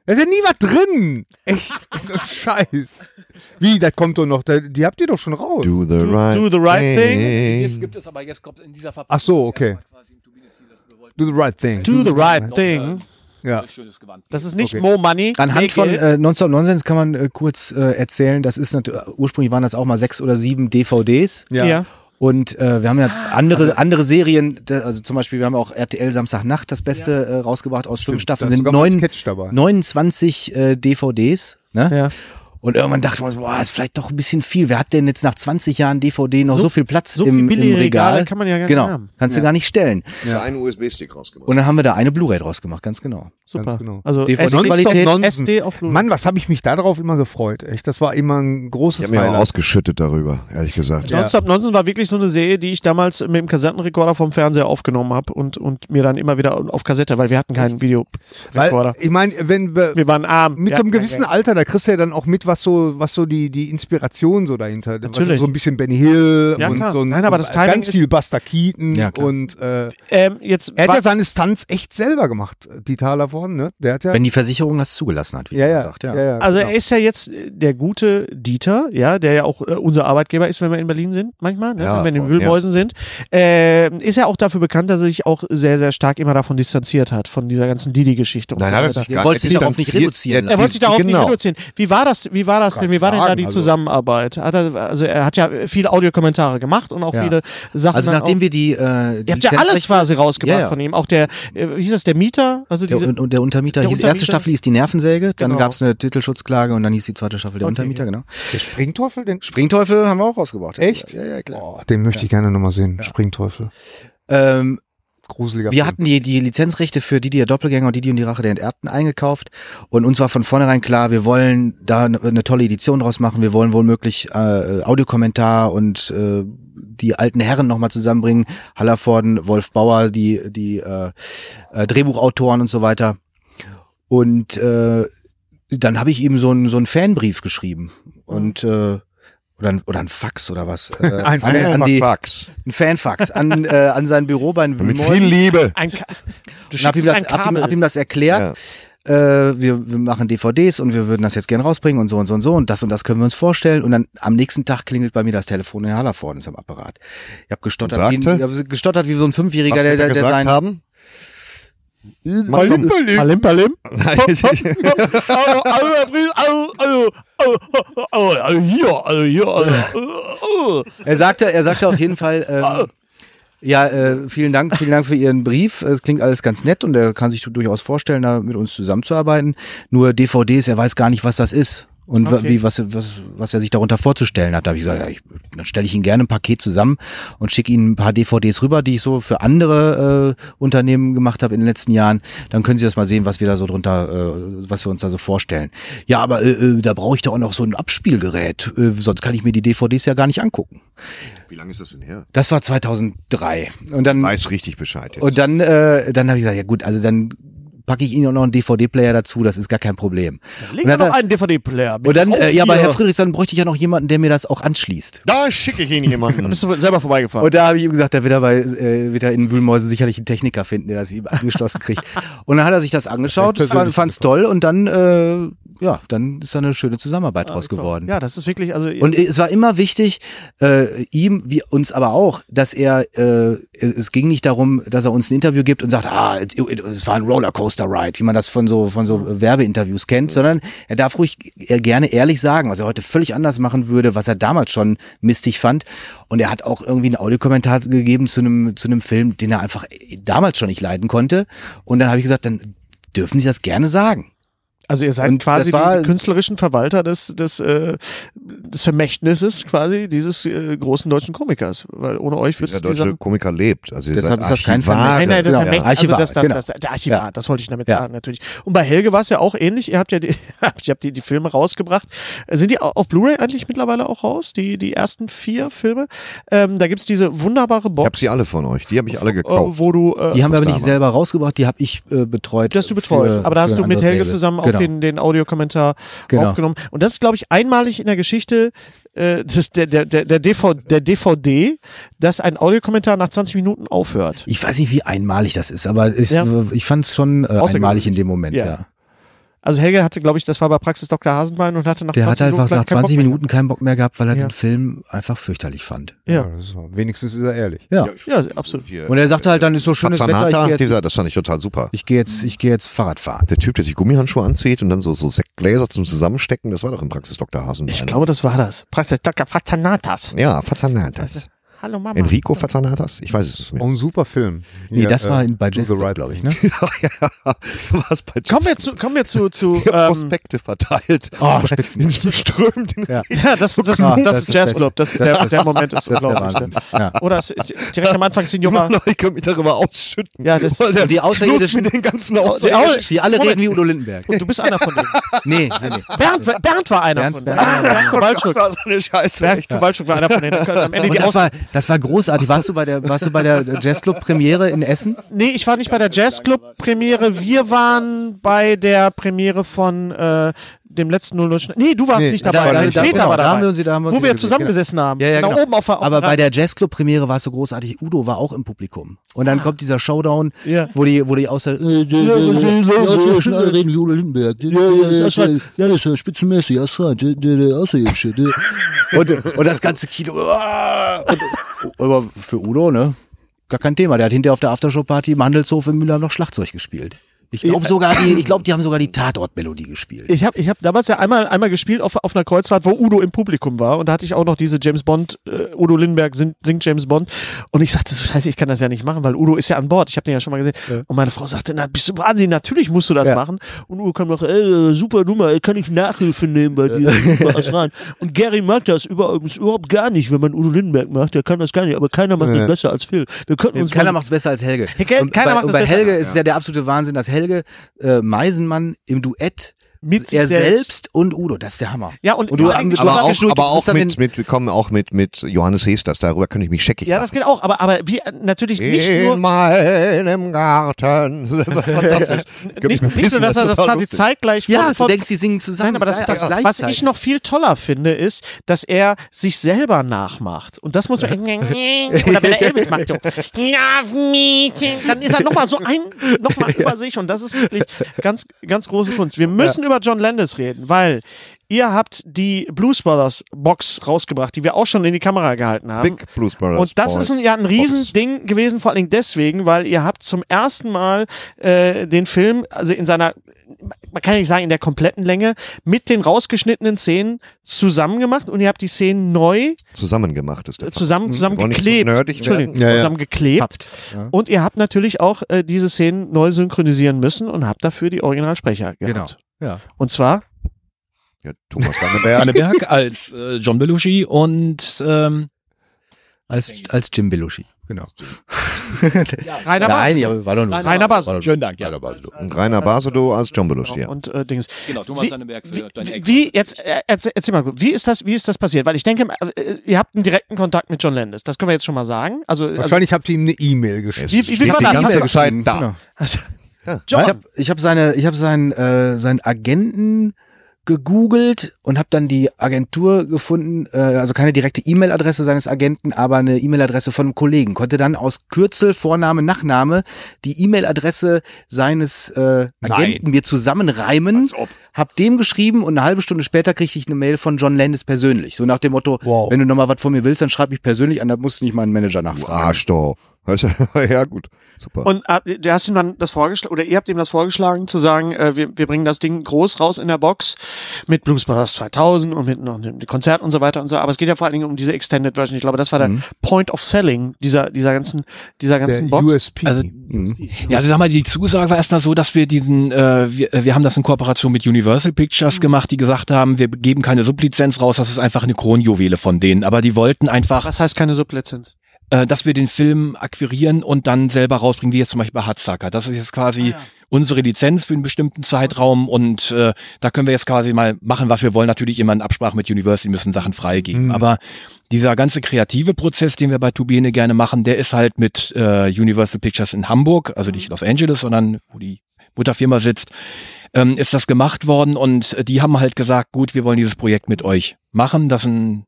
[SPEAKER 1] Da ist ja nie was drin. Echt. So ein Scheiß. Wie, das kommt doch noch. da- Die habt ihr doch schon raus.
[SPEAKER 4] Do the right,
[SPEAKER 3] do the right
[SPEAKER 4] thing.
[SPEAKER 5] gibt es aber jetzt kommt in dieser Verpackung.
[SPEAKER 1] Ach so, okay. Do the right thing.
[SPEAKER 3] Do the right thing.
[SPEAKER 1] ja.
[SPEAKER 5] Schönes Gewand.
[SPEAKER 3] Das ist nicht
[SPEAKER 1] Okay.
[SPEAKER 3] More Money.
[SPEAKER 2] Anhand
[SPEAKER 3] mehr
[SPEAKER 2] von
[SPEAKER 3] Geld.
[SPEAKER 2] äh, Nonstop Nonsense kann man äh, kurz äh, erzählen, das ist natürlich, ursprünglich waren das auch mal sechs oder sieben DVDs.
[SPEAKER 1] Ja.
[SPEAKER 3] ja.
[SPEAKER 2] Und äh, wir haben ja andere, andere Serien, da- also zum Beispiel, wir haben auch RTL Samstagnacht das Beste äh, rausgebracht aus fünf
[SPEAKER 1] da
[SPEAKER 2] Staffeln,
[SPEAKER 1] ist
[SPEAKER 2] sind
[SPEAKER 1] sogar mal ein
[SPEAKER 2] neun,
[SPEAKER 1] Sketch dabei.
[SPEAKER 2] 29 äh, DVDs. Ne?
[SPEAKER 3] Ja.
[SPEAKER 2] Und irgendwann dachten wir uns, boah, ist vielleicht doch ein bisschen viel. Wer hat denn jetzt nach 20 Jahren DVD noch so, viel Platz
[SPEAKER 3] so
[SPEAKER 2] im,
[SPEAKER 3] viel
[SPEAKER 2] im
[SPEAKER 3] Billigregale
[SPEAKER 2] Regal?
[SPEAKER 3] kann man ja gar nicht
[SPEAKER 2] genau,
[SPEAKER 3] haben.
[SPEAKER 2] kannst du gar nicht stellen.
[SPEAKER 4] Ja. Ein USB-Stick rausgemacht.
[SPEAKER 2] Und dann haben wir da eine Blu-ray draus gemacht, ganz genau.
[SPEAKER 3] Super.
[SPEAKER 1] Ganz genau.
[SPEAKER 3] Also
[SPEAKER 2] DVD
[SPEAKER 3] SD,
[SPEAKER 2] Qualität.
[SPEAKER 1] Nonsens.
[SPEAKER 3] SD auf Blu-ray.
[SPEAKER 1] Mann, was habe ich mich darauf immer gefreut. Echt, das war immer ein
[SPEAKER 4] Ich
[SPEAKER 1] großes
[SPEAKER 4] habe mir auch
[SPEAKER 1] Highlight.
[SPEAKER 4] ausgeschüttet darüber, ehrlich gesagt.
[SPEAKER 1] Ja.
[SPEAKER 3] Nonstop Nonsense war wirklich so eine Serie, die ich damals mit dem Kassettenrekorder vom Fernseher aufgenommen habe und, und mir dann immer wieder auf Kassette, weil wir hatten keinen Videorekorder.
[SPEAKER 1] Weil, ich meine, wenn wir,
[SPEAKER 3] Wir waren arm.
[SPEAKER 1] mit
[SPEAKER 3] Wir
[SPEAKER 1] so einem
[SPEAKER 3] hatten kein
[SPEAKER 1] gewissen
[SPEAKER 3] Geld.
[SPEAKER 1] Alter, da kriegst du ja dann auch mit, was so, was so die, die Inspiration so dahinter.
[SPEAKER 3] Natürlich.
[SPEAKER 1] So ein bisschen Benny Hill
[SPEAKER 3] Ja,
[SPEAKER 1] und
[SPEAKER 3] klar.
[SPEAKER 1] so ein,
[SPEAKER 3] Nein, aber das Timing
[SPEAKER 1] ganz
[SPEAKER 3] ist-
[SPEAKER 1] viel Buster Keaton
[SPEAKER 2] Ja, klar.
[SPEAKER 1] und äh,
[SPEAKER 3] ähm, jetzt
[SPEAKER 1] er hat
[SPEAKER 3] war,
[SPEAKER 1] ja seine Stunts echt selber gemacht, die Taler vorne, ne? Der hat ja.
[SPEAKER 2] Wenn die Versicherung das zugelassen hat, wie
[SPEAKER 1] ja,
[SPEAKER 2] man
[SPEAKER 1] ja,
[SPEAKER 2] sagt.
[SPEAKER 1] ja, ja.
[SPEAKER 3] also
[SPEAKER 1] genau.
[SPEAKER 3] er ist ja jetzt äh, der gute Dieter, ja, der ja auch äh, unser Arbeitgeber ist, wenn wir in Berlin sind, manchmal, ne?
[SPEAKER 4] Ja,
[SPEAKER 3] wenn wir in den
[SPEAKER 4] voll,
[SPEAKER 3] Wühlmäusen sind, ähm, ist er auch dafür bekannt, dass er sich auch sehr, sehr stark immer davon distanziert hat, von dieser ganzen Didi-Geschichte. und so
[SPEAKER 4] hat
[SPEAKER 3] weiter.
[SPEAKER 4] sich gar
[SPEAKER 2] wollte sich darauf nicht
[SPEAKER 4] distanziert.
[SPEAKER 2] reduzieren
[SPEAKER 4] Ja,
[SPEAKER 3] Er wollte sich darauf
[SPEAKER 4] genau.
[SPEAKER 3] nicht reduzieren. Wie war das, wie war das denn? Wie war denn da
[SPEAKER 1] sagen,
[SPEAKER 3] die
[SPEAKER 1] also-
[SPEAKER 3] Zusammenarbeit? Hat er, also er hat ja viele Audiokommentare gemacht und auch
[SPEAKER 2] Ja.
[SPEAKER 3] viele Sachen.
[SPEAKER 2] Also
[SPEAKER 3] dann
[SPEAKER 2] nachdem
[SPEAKER 3] auch,
[SPEAKER 2] wir die, äh, die
[SPEAKER 3] Ihr habt ja alles
[SPEAKER 2] Lizenzrechte-
[SPEAKER 3] quasi rausgebracht
[SPEAKER 2] Ja, ja.
[SPEAKER 3] von ihm. Auch der, äh, wie hieß das, der Mieter? Also
[SPEAKER 2] der,
[SPEAKER 3] diese,
[SPEAKER 2] und, und der Untermieter
[SPEAKER 3] Der
[SPEAKER 2] hieß,
[SPEAKER 3] Untermieter-
[SPEAKER 2] erste Staffel hieß die Nervensäge, dann
[SPEAKER 3] Genau.
[SPEAKER 2] gab's eine Titelschutzklage und dann hieß die zweite Staffel der Untermieter, genau.
[SPEAKER 1] der Springteufel, den.
[SPEAKER 2] Springteufel haben wir auch rausgebracht.
[SPEAKER 1] Echt?
[SPEAKER 2] Ja, ja, klar.
[SPEAKER 1] Oh, den möchte ich gerne nochmal sehen. Springteufel.
[SPEAKER 2] Ähm,
[SPEAKER 1] Gruseliger
[SPEAKER 2] Wir
[SPEAKER 1] Film.
[SPEAKER 2] hatten die, die Lizenzrechte für Didi der Doppelgänger und Didi und die Rache der Enterbten eingekauft und uns war von vornherein klar, wir wollen da eine, eine tolle Edition draus machen, wir wollen womöglich äh, Audiokommentar und äh, die alten Herren nochmal zusammenbringen, Hallervorden, Wolf Bauer, die, die äh, äh, Drehbuchautoren und so weiter. Und äh, dann habe ich ihm so einen so einen Fanbrief geschrieben und äh, oder ein, oder ein Fax oder was? Äh,
[SPEAKER 1] Ein
[SPEAKER 2] an, an
[SPEAKER 1] Fanfax.
[SPEAKER 2] die,
[SPEAKER 4] Fax.
[SPEAKER 2] ein Fanfax an, äh, an sein Büro bei den
[SPEAKER 4] Mit viel Liebe.
[SPEAKER 3] ein, Ka- du
[SPEAKER 2] und hab ihm,
[SPEAKER 3] schickst ein
[SPEAKER 2] das, hab, ihm,
[SPEAKER 3] Kabel.
[SPEAKER 2] hab ihm das erklärt. Äh, wir, wir machen DVDs und wir würden das jetzt gerne rausbringen und so und so und so und das und das können wir uns vorstellen. Und dann am nächsten Tag klingelt bei mir das Telefon in Hallervorden ist am Apparat. Ich habe gestottert, wie,
[SPEAKER 4] Und sagte?
[SPEAKER 2] ich hab gestottert wie so ein Fünfjähriger,
[SPEAKER 4] Was
[SPEAKER 2] der,
[SPEAKER 4] wir da
[SPEAKER 2] der, der
[SPEAKER 4] gesagt
[SPEAKER 2] sein.
[SPEAKER 4] haben?
[SPEAKER 1] Palim,
[SPEAKER 3] Palim,
[SPEAKER 1] Palim.
[SPEAKER 3] palim.
[SPEAKER 2] Er sagte, er sagte auf jeden Fall. Ähm, ja, äh, vielen Dank, vielen Dank für Ihren Brief. Es klingt alles ganz nett und er kann sich durchaus vorstellen, da mit uns zusammenzuarbeiten. Nur DVDs, er weiß gar nicht, was das ist und wa-
[SPEAKER 3] Okay.
[SPEAKER 2] wie was, was, was er sich darunter vorzustellen hat. Da habe ich gesagt, ja, ich, dann stelle ich Ihnen gerne ein Paket zusammen und schicke Ihnen ein paar DVDs rüber, die ich so für andere äh, Unternehmen gemacht habe in den letzten Jahren. Dann können Sie das mal sehen, was wir da so drunter, äh, was wir uns da so vorstellen. Ja, aber äh, äh, da brauche ich doch auch noch so ein Abspielgerät, äh, sonst kann ich mir die DVDs ja gar nicht angucken.
[SPEAKER 4] Wie lange ist das denn her?
[SPEAKER 2] Das war 2003. Und dann,
[SPEAKER 4] Weiß richtig Bescheid jetzt.
[SPEAKER 2] und dann, äh, dann habe ich gesagt, ja gut, also dann packe ich Ihnen auch noch einen DVD-Player dazu, das ist gar kein Problem.
[SPEAKER 3] Leg
[SPEAKER 2] Und
[SPEAKER 3] mir
[SPEAKER 2] dann,
[SPEAKER 3] noch
[SPEAKER 2] hat er-
[SPEAKER 3] einen DVD-Player.
[SPEAKER 2] und dann äh, ja, aber Herr
[SPEAKER 3] Fritz.
[SPEAKER 2] Friedrichs, dann bräuchte ich ja noch jemanden, der mir das auch anschließt.
[SPEAKER 4] da schicke ich Ihnen jemanden.
[SPEAKER 3] Bist du selber vorbeigefahren?
[SPEAKER 2] Und da habe ich ihm gesagt, da wird er, bei, äh, wird er in Wühlmäusen sicherlich einen Techniker finden, der das ihm angeschlossen kriegt. und dann hat er sich das angeschaut, fand es toll und dann, äh, ja, dann ist da eine schöne Zusammenarbeit draus geworden.
[SPEAKER 3] Ah, ja, das ist wirklich, also
[SPEAKER 2] Und es war immer wichtig, äh, ihm, wie uns aber auch, dass er, äh, es ging nicht darum, dass er uns ein Interview gibt und sagt, ah, it- it- es war ein Rollercoaster-Ride, wie man das von so, von so Werbeinterviews kennt, sondern er darf ruhig äh, gerne ehrlich sagen, was er heute völlig anders machen würde, was er damals schon mistig fand. Und er hat auch irgendwie einen Audiokommentar gegeben zu einem, zu einem Film, den er äh, einfach damals schon nicht leiden konnte. Und dann habe ich gesagt, dann dürfen Sie das gerne sagen.
[SPEAKER 3] Also ihr seid
[SPEAKER 2] Und
[SPEAKER 3] quasi
[SPEAKER 2] das war-
[SPEAKER 3] die künstlerischen Verwalter des, des, äh, des Vermächtnisses quasi dieses äh, großen deutschen Komikers. Weil ohne euch wird
[SPEAKER 4] Der
[SPEAKER 3] es
[SPEAKER 4] deutsche Komiker lebt. Also ihr
[SPEAKER 2] Deshalb ist
[SPEAKER 4] seid
[SPEAKER 2] das kein
[SPEAKER 4] Archivar.
[SPEAKER 2] Vermächtnis.
[SPEAKER 3] Nein, nein, das
[SPEAKER 2] genau,
[SPEAKER 3] Vermächt-
[SPEAKER 2] ja. Archivar,
[SPEAKER 3] also das, das,
[SPEAKER 2] genau.
[SPEAKER 3] das, der Archivar,
[SPEAKER 2] Ja.
[SPEAKER 3] das wollte ich damit
[SPEAKER 2] Ja.
[SPEAKER 3] sagen, natürlich. Und bei Helge war es ja auch ähnlich. Ihr habt ja die, ihr habt die, die Filme rausgebracht. Äh, Sind die au- auf Blu-ray eigentlich mittlerweile auch raus? Die, die ersten vier Filme? Ähm, da gibt's diese wunderbare
[SPEAKER 4] Ich
[SPEAKER 3] Box,
[SPEAKER 4] hab sie alle von euch. Die habe ich alle
[SPEAKER 3] äh,
[SPEAKER 4] gekauft.
[SPEAKER 3] wo du. Äh,
[SPEAKER 2] Die haben wir aber nicht
[SPEAKER 4] Damals.
[SPEAKER 2] selber rausgebracht, die habe ich äh, betreut.
[SPEAKER 3] die hast du betreut,
[SPEAKER 2] für-
[SPEAKER 3] aber da hast
[SPEAKER 2] für
[SPEAKER 3] du
[SPEAKER 2] ein
[SPEAKER 3] mit
[SPEAKER 2] anderes
[SPEAKER 3] Helge
[SPEAKER 2] Label.
[SPEAKER 3] zusammen
[SPEAKER 2] genau.
[SPEAKER 3] auch den, den Audiokommentar
[SPEAKER 2] Genau.
[SPEAKER 3] aufgenommen. Und das ist, glaube ich, einmalig in der Geschichte äh, des, der, der, der, der, DV, der DVD, dass ein Audiokommentar nach 20 Minuten aufhört.
[SPEAKER 2] Ich weiß nicht, wie einmalig das ist, aber es-
[SPEAKER 3] Ja.
[SPEAKER 2] ich fand es schon äh,
[SPEAKER 3] Außergewöhnlich.
[SPEAKER 2] einmalig in dem Moment,
[SPEAKER 3] Ja.
[SPEAKER 2] ja.
[SPEAKER 3] Also Helge hatte, glaube ich, das war bei Praxis Dr. Hasenbein und hatte nach
[SPEAKER 2] Der
[SPEAKER 3] 20
[SPEAKER 2] hat einfach
[SPEAKER 3] Minuten
[SPEAKER 2] nach
[SPEAKER 3] keinen Bock
[SPEAKER 2] 20
[SPEAKER 3] mehr.
[SPEAKER 2] Minuten keinen Bock mehr gehabt, weil er
[SPEAKER 3] Ja.
[SPEAKER 2] den Film einfach fürchterlich fand.
[SPEAKER 3] Ja.
[SPEAKER 1] das ist so. Wenigstens ist er ehrlich.
[SPEAKER 2] Ja.
[SPEAKER 3] Ja, absolut.
[SPEAKER 2] Und er sagte halt dann, ist so schönes Wetter, ich
[SPEAKER 4] Zanata,
[SPEAKER 2] gehe jetzt,
[SPEAKER 4] dieser, das fand ich total super.
[SPEAKER 2] ich geh jetzt, ich geh jetzt Fahrrad fahren.
[SPEAKER 4] Der Typ, der sich Gummihandschuhe anzieht und dann so, so Sektgläser zum Zusammenstecken, das war doch im Praxis Dr. Hasenbein.
[SPEAKER 3] Ich glaube, das war das. Praxis Dr. Fatanatas.
[SPEAKER 4] Ja, Fatanatas.
[SPEAKER 3] Hallo Mama.
[SPEAKER 4] Enrico Fatanatas? Ich weiß es nicht
[SPEAKER 1] Auch
[SPEAKER 4] mehr.
[SPEAKER 1] ein super Film.
[SPEAKER 2] Nee,
[SPEAKER 1] Hier,
[SPEAKER 2] das war
[SPEAKER 1] äh,
[SPEAKER 2] in, bei
[SPEAKER 1] To the
[SPEAKER 2] Jazz,
[SPEAKER 1] Right.
[SPEAKER 2] glaube ich, ne?
[SPEAKER 4] Was bei
[SPEAKER 3] Kommen wir zu, kommen wir zu, zu ähm,
[SPEAKER 4] Wir haben
[SPEAKER 3] Ah,
[SPEAKER 4] Prospekte verteilt.
[SPEAKER 2] Oh,
[SPEAKER 4] In diesem strömenden
[SPEAKER 3] ja, das, das, das,
[SPEAKER 2] Ja, das-
[SPEAKER 3] ist Jazz Club. Das,
[SPEAKER 2] das-
[SPEAKER 3] der,
[SPEAKER 2] das-
[SPEAKER 3] der Moment ist
[SPEAKER 2] Das ist der
[SPEAKER 3] unglaublich.
[SPEAKER 2] Wahnsinn. Ja.
[SPEAKER 3] Oder es, direkt am Anfang sind Joma.
[SPEAKER 4] Ich kann mich darüber ausschütten.
[SPEAKER 3] Ja, das-
[SPEAKER 4] Weil der
[SPEAKER 2] Die Außerirdischen-
[SPEAKER 4] Schluss mit den ganzen
[SPEAKER 3] Die
[SPEAKER 4] Außerirdischen.
[SPEAKER 3] Aul-
[SPEAKER 2] Die alle
[SPEAKER 3] Moment.
[SPEAKER 2] reden wie Udo Lindenberg.
[SPEAKER 3] Und du bist einer von denen.
[SPEAKER 2] Nee, nee, nee.
[SPEAKER 3] Bernd, war- Bernd war einer
[SPEAKER 2] Bernd-
[SPEAKER 3] von denen.
[SPEAKER 2] Bernd-
[SPEAKER 3] Bernd, Bernd Kowalczuk.
[SPEAKER 4] Das war so eine Scheiße.
[SPEAKER 3] Bernd Kowalczuk war einer von denen. Am Ende
[SPEAKER 2] Und
[SPEAKER 3] die
[SPEAKER 2] das
[SPEAKER 3] Aus
[SPEAKER 2] war, das war großartig. Warst du bei der, warst du bei der Jazzclub-Premiere in Essen?
[SPEAKER 3] nee, ich war nicht bei der Jazzclub-Premiere. Wir waren bei der Premiere von äh, dem letzten Null Null Schna- Nee, du warst
[SPEAKER 1] Nee,
[SPEAKER 3] nicht
[SPEAKER 1] da
[SPEAKER 3] dabei.
[SPEAKER 1] war
[SPEAKER 3] Da,
[SPEAKER 1] ich-
[SPEAKER 3] Peter
[SPEAKER 2] genau,
[SPEAKER 3] war
[SPEAKER 2] da
[SPEAKER 3] dabei.
[SPEAKER 2] haben wir uns- da haben wir
[SPEAKER 3] wo
[SPEAKER 2] uns
[SPEAKER 3] wir
[SPEAKER 2] gesehen,
[SPEAKER 3] zusammengesessen haben.
[SPEAKER 2] Ja, ja,
[SPEAKER 3] genau.
[SPEAKER 2] genau.
[SPEAKER 3] oben auf der auf
[SPEAKER 2] Aber
[SPEAKER 3] der-
[SPEAKER 2] bei der Jazzclub-Premiere warst du großartig. Udo war auch im Publikum. Und dann kommt dieser Showdown,
[SPEAKER 3] Ah. Ja.
[SPEAKER 2] wo die, wo die außer,
[SPEAKER 3] Außerirdischen alle
[SPEAKER 2] reden wie Udo Lindenberg.
[SPEAKER 3] Ja,
[SPEAKER 2] das ist spitzenmäßig, Außerirdische. Und, und das ganze Kino. ah, Und, aber für Udo, ne? Gar kein Thema. Der hat hinterher auf der Aftershow-Party im Handelshof in Mülheim noch Schlagzeug gespielt. Ich glaube sogar, die, ich glaub, die haben sogar die Tatort-Melodie gespielt.
[SPEAKER 3] Ich habe ich hab damals ja einmal, einmal gespielt auf, auf einer Kreuzfahrt, wo Udo im Publikum war. Und da hatte ich auch noch diese James Bond, äh, Udo Lindberg singt, singt James Bond. Und ich sagte, so, scheiße, ich kann das ja nicht machen, weil Udo ist ja an Bord. Ich habe den ja schon mal gesehen. Und meine Frau sagte, na, bist du Wahnsinn, natürlich musst du das machen. Und Udo kam noch, äh, super Nummer, kann ich Nachhilfe nehmen bei dir? Super, was rein. Und Gary mag das übrigens überhaupt gar nicht, wenn man Udo Lindberg macht. Der kann das gar nicht, aber keiner macht das besser als Phil. Wir könnten uns
[SPEAKER 2] Keiner
[SPEAKER 3] mal-
[SPEAKER 2] macht es besser als Helge.
[SPEAKER 3] Ja, ke-
[SPEAKER 2] Und
[SPEAKER 3] keiner
[SPEAKER 2] bei,
[SPEAKER 3] macht
[SPEAKER 2] und
[SPEAKER 3] es
[SPEAKER 2] bei
[SPEAKER 3] besser.
[SPEAKER 2] Helge ist es ja der absolute Wahnsinn, dass Helge äh, Meisenmann im Duett
[SPEAKER 3] Mit sich
[SPEAKER 2] er
[SPEAKER 3] selbst.
[SPEAKER 2] selbst. und Udo, das ist der Hammer.
[SPEAKER 3] Ja, und-
[SPEAKER 2] und du,
[SPEAKER 3] aber
[SPEAKER 2] am-
[SPEAKER 3] eigentlich-
[SPEAKER 2] du
[SPEAKER 4] Aber
[SPEAKER 2] hast
[SPEAKER 4] auch,
[SPEAKER 2] geschult,
[SPEAKER 4] aber
[SPEAKER 2] du bist
[SPEAKER 4] auch
[SPEAKER 2] dann
[SPEAKER 4] mit, mit, wir kommen auch mit, mit Johannes Hesters, darüber könnte ich mich scheckig
[SPEAKER 3] ja, das
[SPEAKER 4] machen.
[SPEAKER 3] geht auch, aber, aber wie natürlich nicht nur.
[SPEAKER 4] In meinem Garten. Das ist fantastisch. Könnte
[SPEAKER 3] Nicht,
[SPEAKER 4] ich mir
[SPEAKER 3] nicht nur,
[SPEAKER 4] pissen,
[SPEAKER 3] dass er
[SPEAKER 4] ist
[SPEAKER 3] das
[SPEAKER 4] total
[SPEAKER 3] quasi
[SPEAKER 4] lustig.
[SPEAKER 3] zeitgleich
[SPEAKER 2] den- ja,
[SPEAKER 3] von, von,
[SPEAKER 2] du denkst, die singen zusammen.
[SPEAKER 3] Nein, aber das,
[SPEAKER 2] ja,
[SPEAKER 3] das,
[SPEAKER 2] ja,
[SPEAKER 3] was ich noch viel toller finde, ist, dass er sich selber nachmacht. Und das muss man. Oder wenn er Elvis macht, so, "Love me", dann ist er nochmal so ein, nochmal über sich. Und das ist wirklich ganz, ganz große Kunst. Wir müssen über John Landis reden, weil ihr habt die Blues Brothers Box rausgebracht, die wir auch schon in die Kamera gehalten haben.
[SPEAKER 4] Big Blues Brothers.
[SPEAKER 3] Und das
[SPEAKER 4] Boys.
[SPEAKER 3] ist ein, ja ein Riesending gewesen, vor allen Dingen deswegen, weil ihr habt zum ersten Mal äh, den Film, also in seiner, man kann ja nicht sagen in der kompletten Länge, mit den rausgeschnittenen Szenen zusammen gemacht und ihr habt die Szenen neu
[SPEAKER 4] Zusammen gemacht ist der
[SPEAKER 3] zusammen,
[SPEAKER 4] Wir wollen nicht
[SPEAKER 3] zusammengeklebt.
[SPEAKER 4] zu nerdig
[SPEAKER 3] Entschuldigung,
[SPEAKER 1] werden. Ja, ja.
[SPEAKER 3] zusammengeklebt. Und ihr habt natürlich auch äh, diese Szenen neu synchronisieren müssen und habt dafür die Originalsprecher gehabt.
[SPEAKER 2] Genau. Ja.
[SPEAKER 3] Und zwar
[SPEAKER 4] Ja, Thomas Danneberg.
[SPEAKER 5] Anneberg als äh, John Belushi und ähm,
[SPEAKER 2] als, als Jim Belushi. Genau.
[SPEAKER 3] Rainer Bar-
[SPEAKER 2] Nein, aber war doch nur.
[SPEAKER 3] Rainer Basel.
[SPEAKER 5] schönen Dank, ja.
[SPEAKER 4] Und Rainer Basedow als John Belushi.
[SPEAKER 3] Genau,
[SPEAKER 4] Ja.
[SPEAKER 3] und äh, Dings.
[SPEAKER 5] Genau,
[SPEAKER 3] Wie-
[SPEAKER 5] Thomas Anneberg
[SPEAKER 3] Wie,
[SPEAKER 5] für dein Ex.
[SPEAKER 3] wie jetzt äh, erzähl, erzähl mal, gut, wie ist das, wie ist das passiert? Weil ich denke, äh, ihr habt einen direkten Kontakt mit John Landis. Das können wir jetzt schon mal sagen. Also, also
[SPEAKER 1] Wahrscheinlich habt ihr ihm eine E-Mail geschickt.
[SPEAKER 3] wie, wie, wie war
[SPEAKER 4] Die
[SPEAKER 3] das? Also,
[SPEAKER 4] ganze
[SPEAKER 3] Hast
[SPEAKER 4] Zeit da.
[SPEAKER 3] Genau. du,
[SPEAKER 2] Ich habe ich hab seine, ich habe seinen, äh, seinen Agenten gegoogelt und habe dann die Agentur gefunden, äh, also keine direkte E-Mail-Adresse seines Agenten, aber eine E-Mail-Adresse von einem Kollegen. Konnte dann aus Kürzel, Vorname, Nachname die E-Mail-Adresse seines äh, Agenten mir zusammenreimen, hab dem geschrieben und eine halbe Stunde später kriegte ich eine Mail von John Landis persönlich. So nach dem Motto, wenn du nochmal was von mir willst, dann schreib mich persönlich an, da musst du nicht meinen Manager
[SPEAKER 4] Du
[SPEAKER 2] nachfragen.
[SPEAKER 4] Arsch doch. Weißt du? Ja, gut. Super.
[SPEAKER 3] und äh, du hast ihm dann das vorgeschlagen, oder ihr habt ihm das vorgeschlagen, zu sagen, äh, wir, wir bringen das Ding groß raus in der Box mit Blues Brothers 2000 und mit noch einem Konzert und so weiter und so. Aber es geht ja vor allen Dingen um diese Extended Version. Ich glaube, das war der Point of Selling dieser, dieser ganzen, dieser ganzen
[SPEAKER 1] Mhm. Der
[SPEAKER 3] Box.
[SPEAKER 1] USP.
[SPEAKER 5] Also, ja, also sag mal, die Zusage war erstmal so, dass wir diesen, äh, wir, äh, wir haben das in Kooperation mit Universal Universal Pictures gemacht, die gesagt haben, wir geben keine Sublizenz raus, das ist einfach eine Kronjuwele von denen. Aber die wollten einfach,
[SPEAKER 3] Was heißt keine Sublizenz?
[SPEAKER 5] äh, dass wir den Film akquirieren und dann selber rausbringen, wie jetzt zum Beispiel bei Hatzacker. Das ist jetzt quasi unsere Lizenz für einen bestimmten Zeitraum und äh, da können wir jetzt quasi mal machen, was wir wollen. Natürlich immer in Absprache mit Universal, die müssen Sachen freigeben. Aber dieser ganze kreative Prozess, den wir bei Turbine gerne machen, der ist halt mit äh, Universal Pictures in Hamburg, also nicht Los Angeles, sondern wo die Mutterfirma sitzt, ähm, ist das gemacht worden und äh, die haben halt gesagt, gut, wir wollen dieses Projekt mit euch machen, dass ein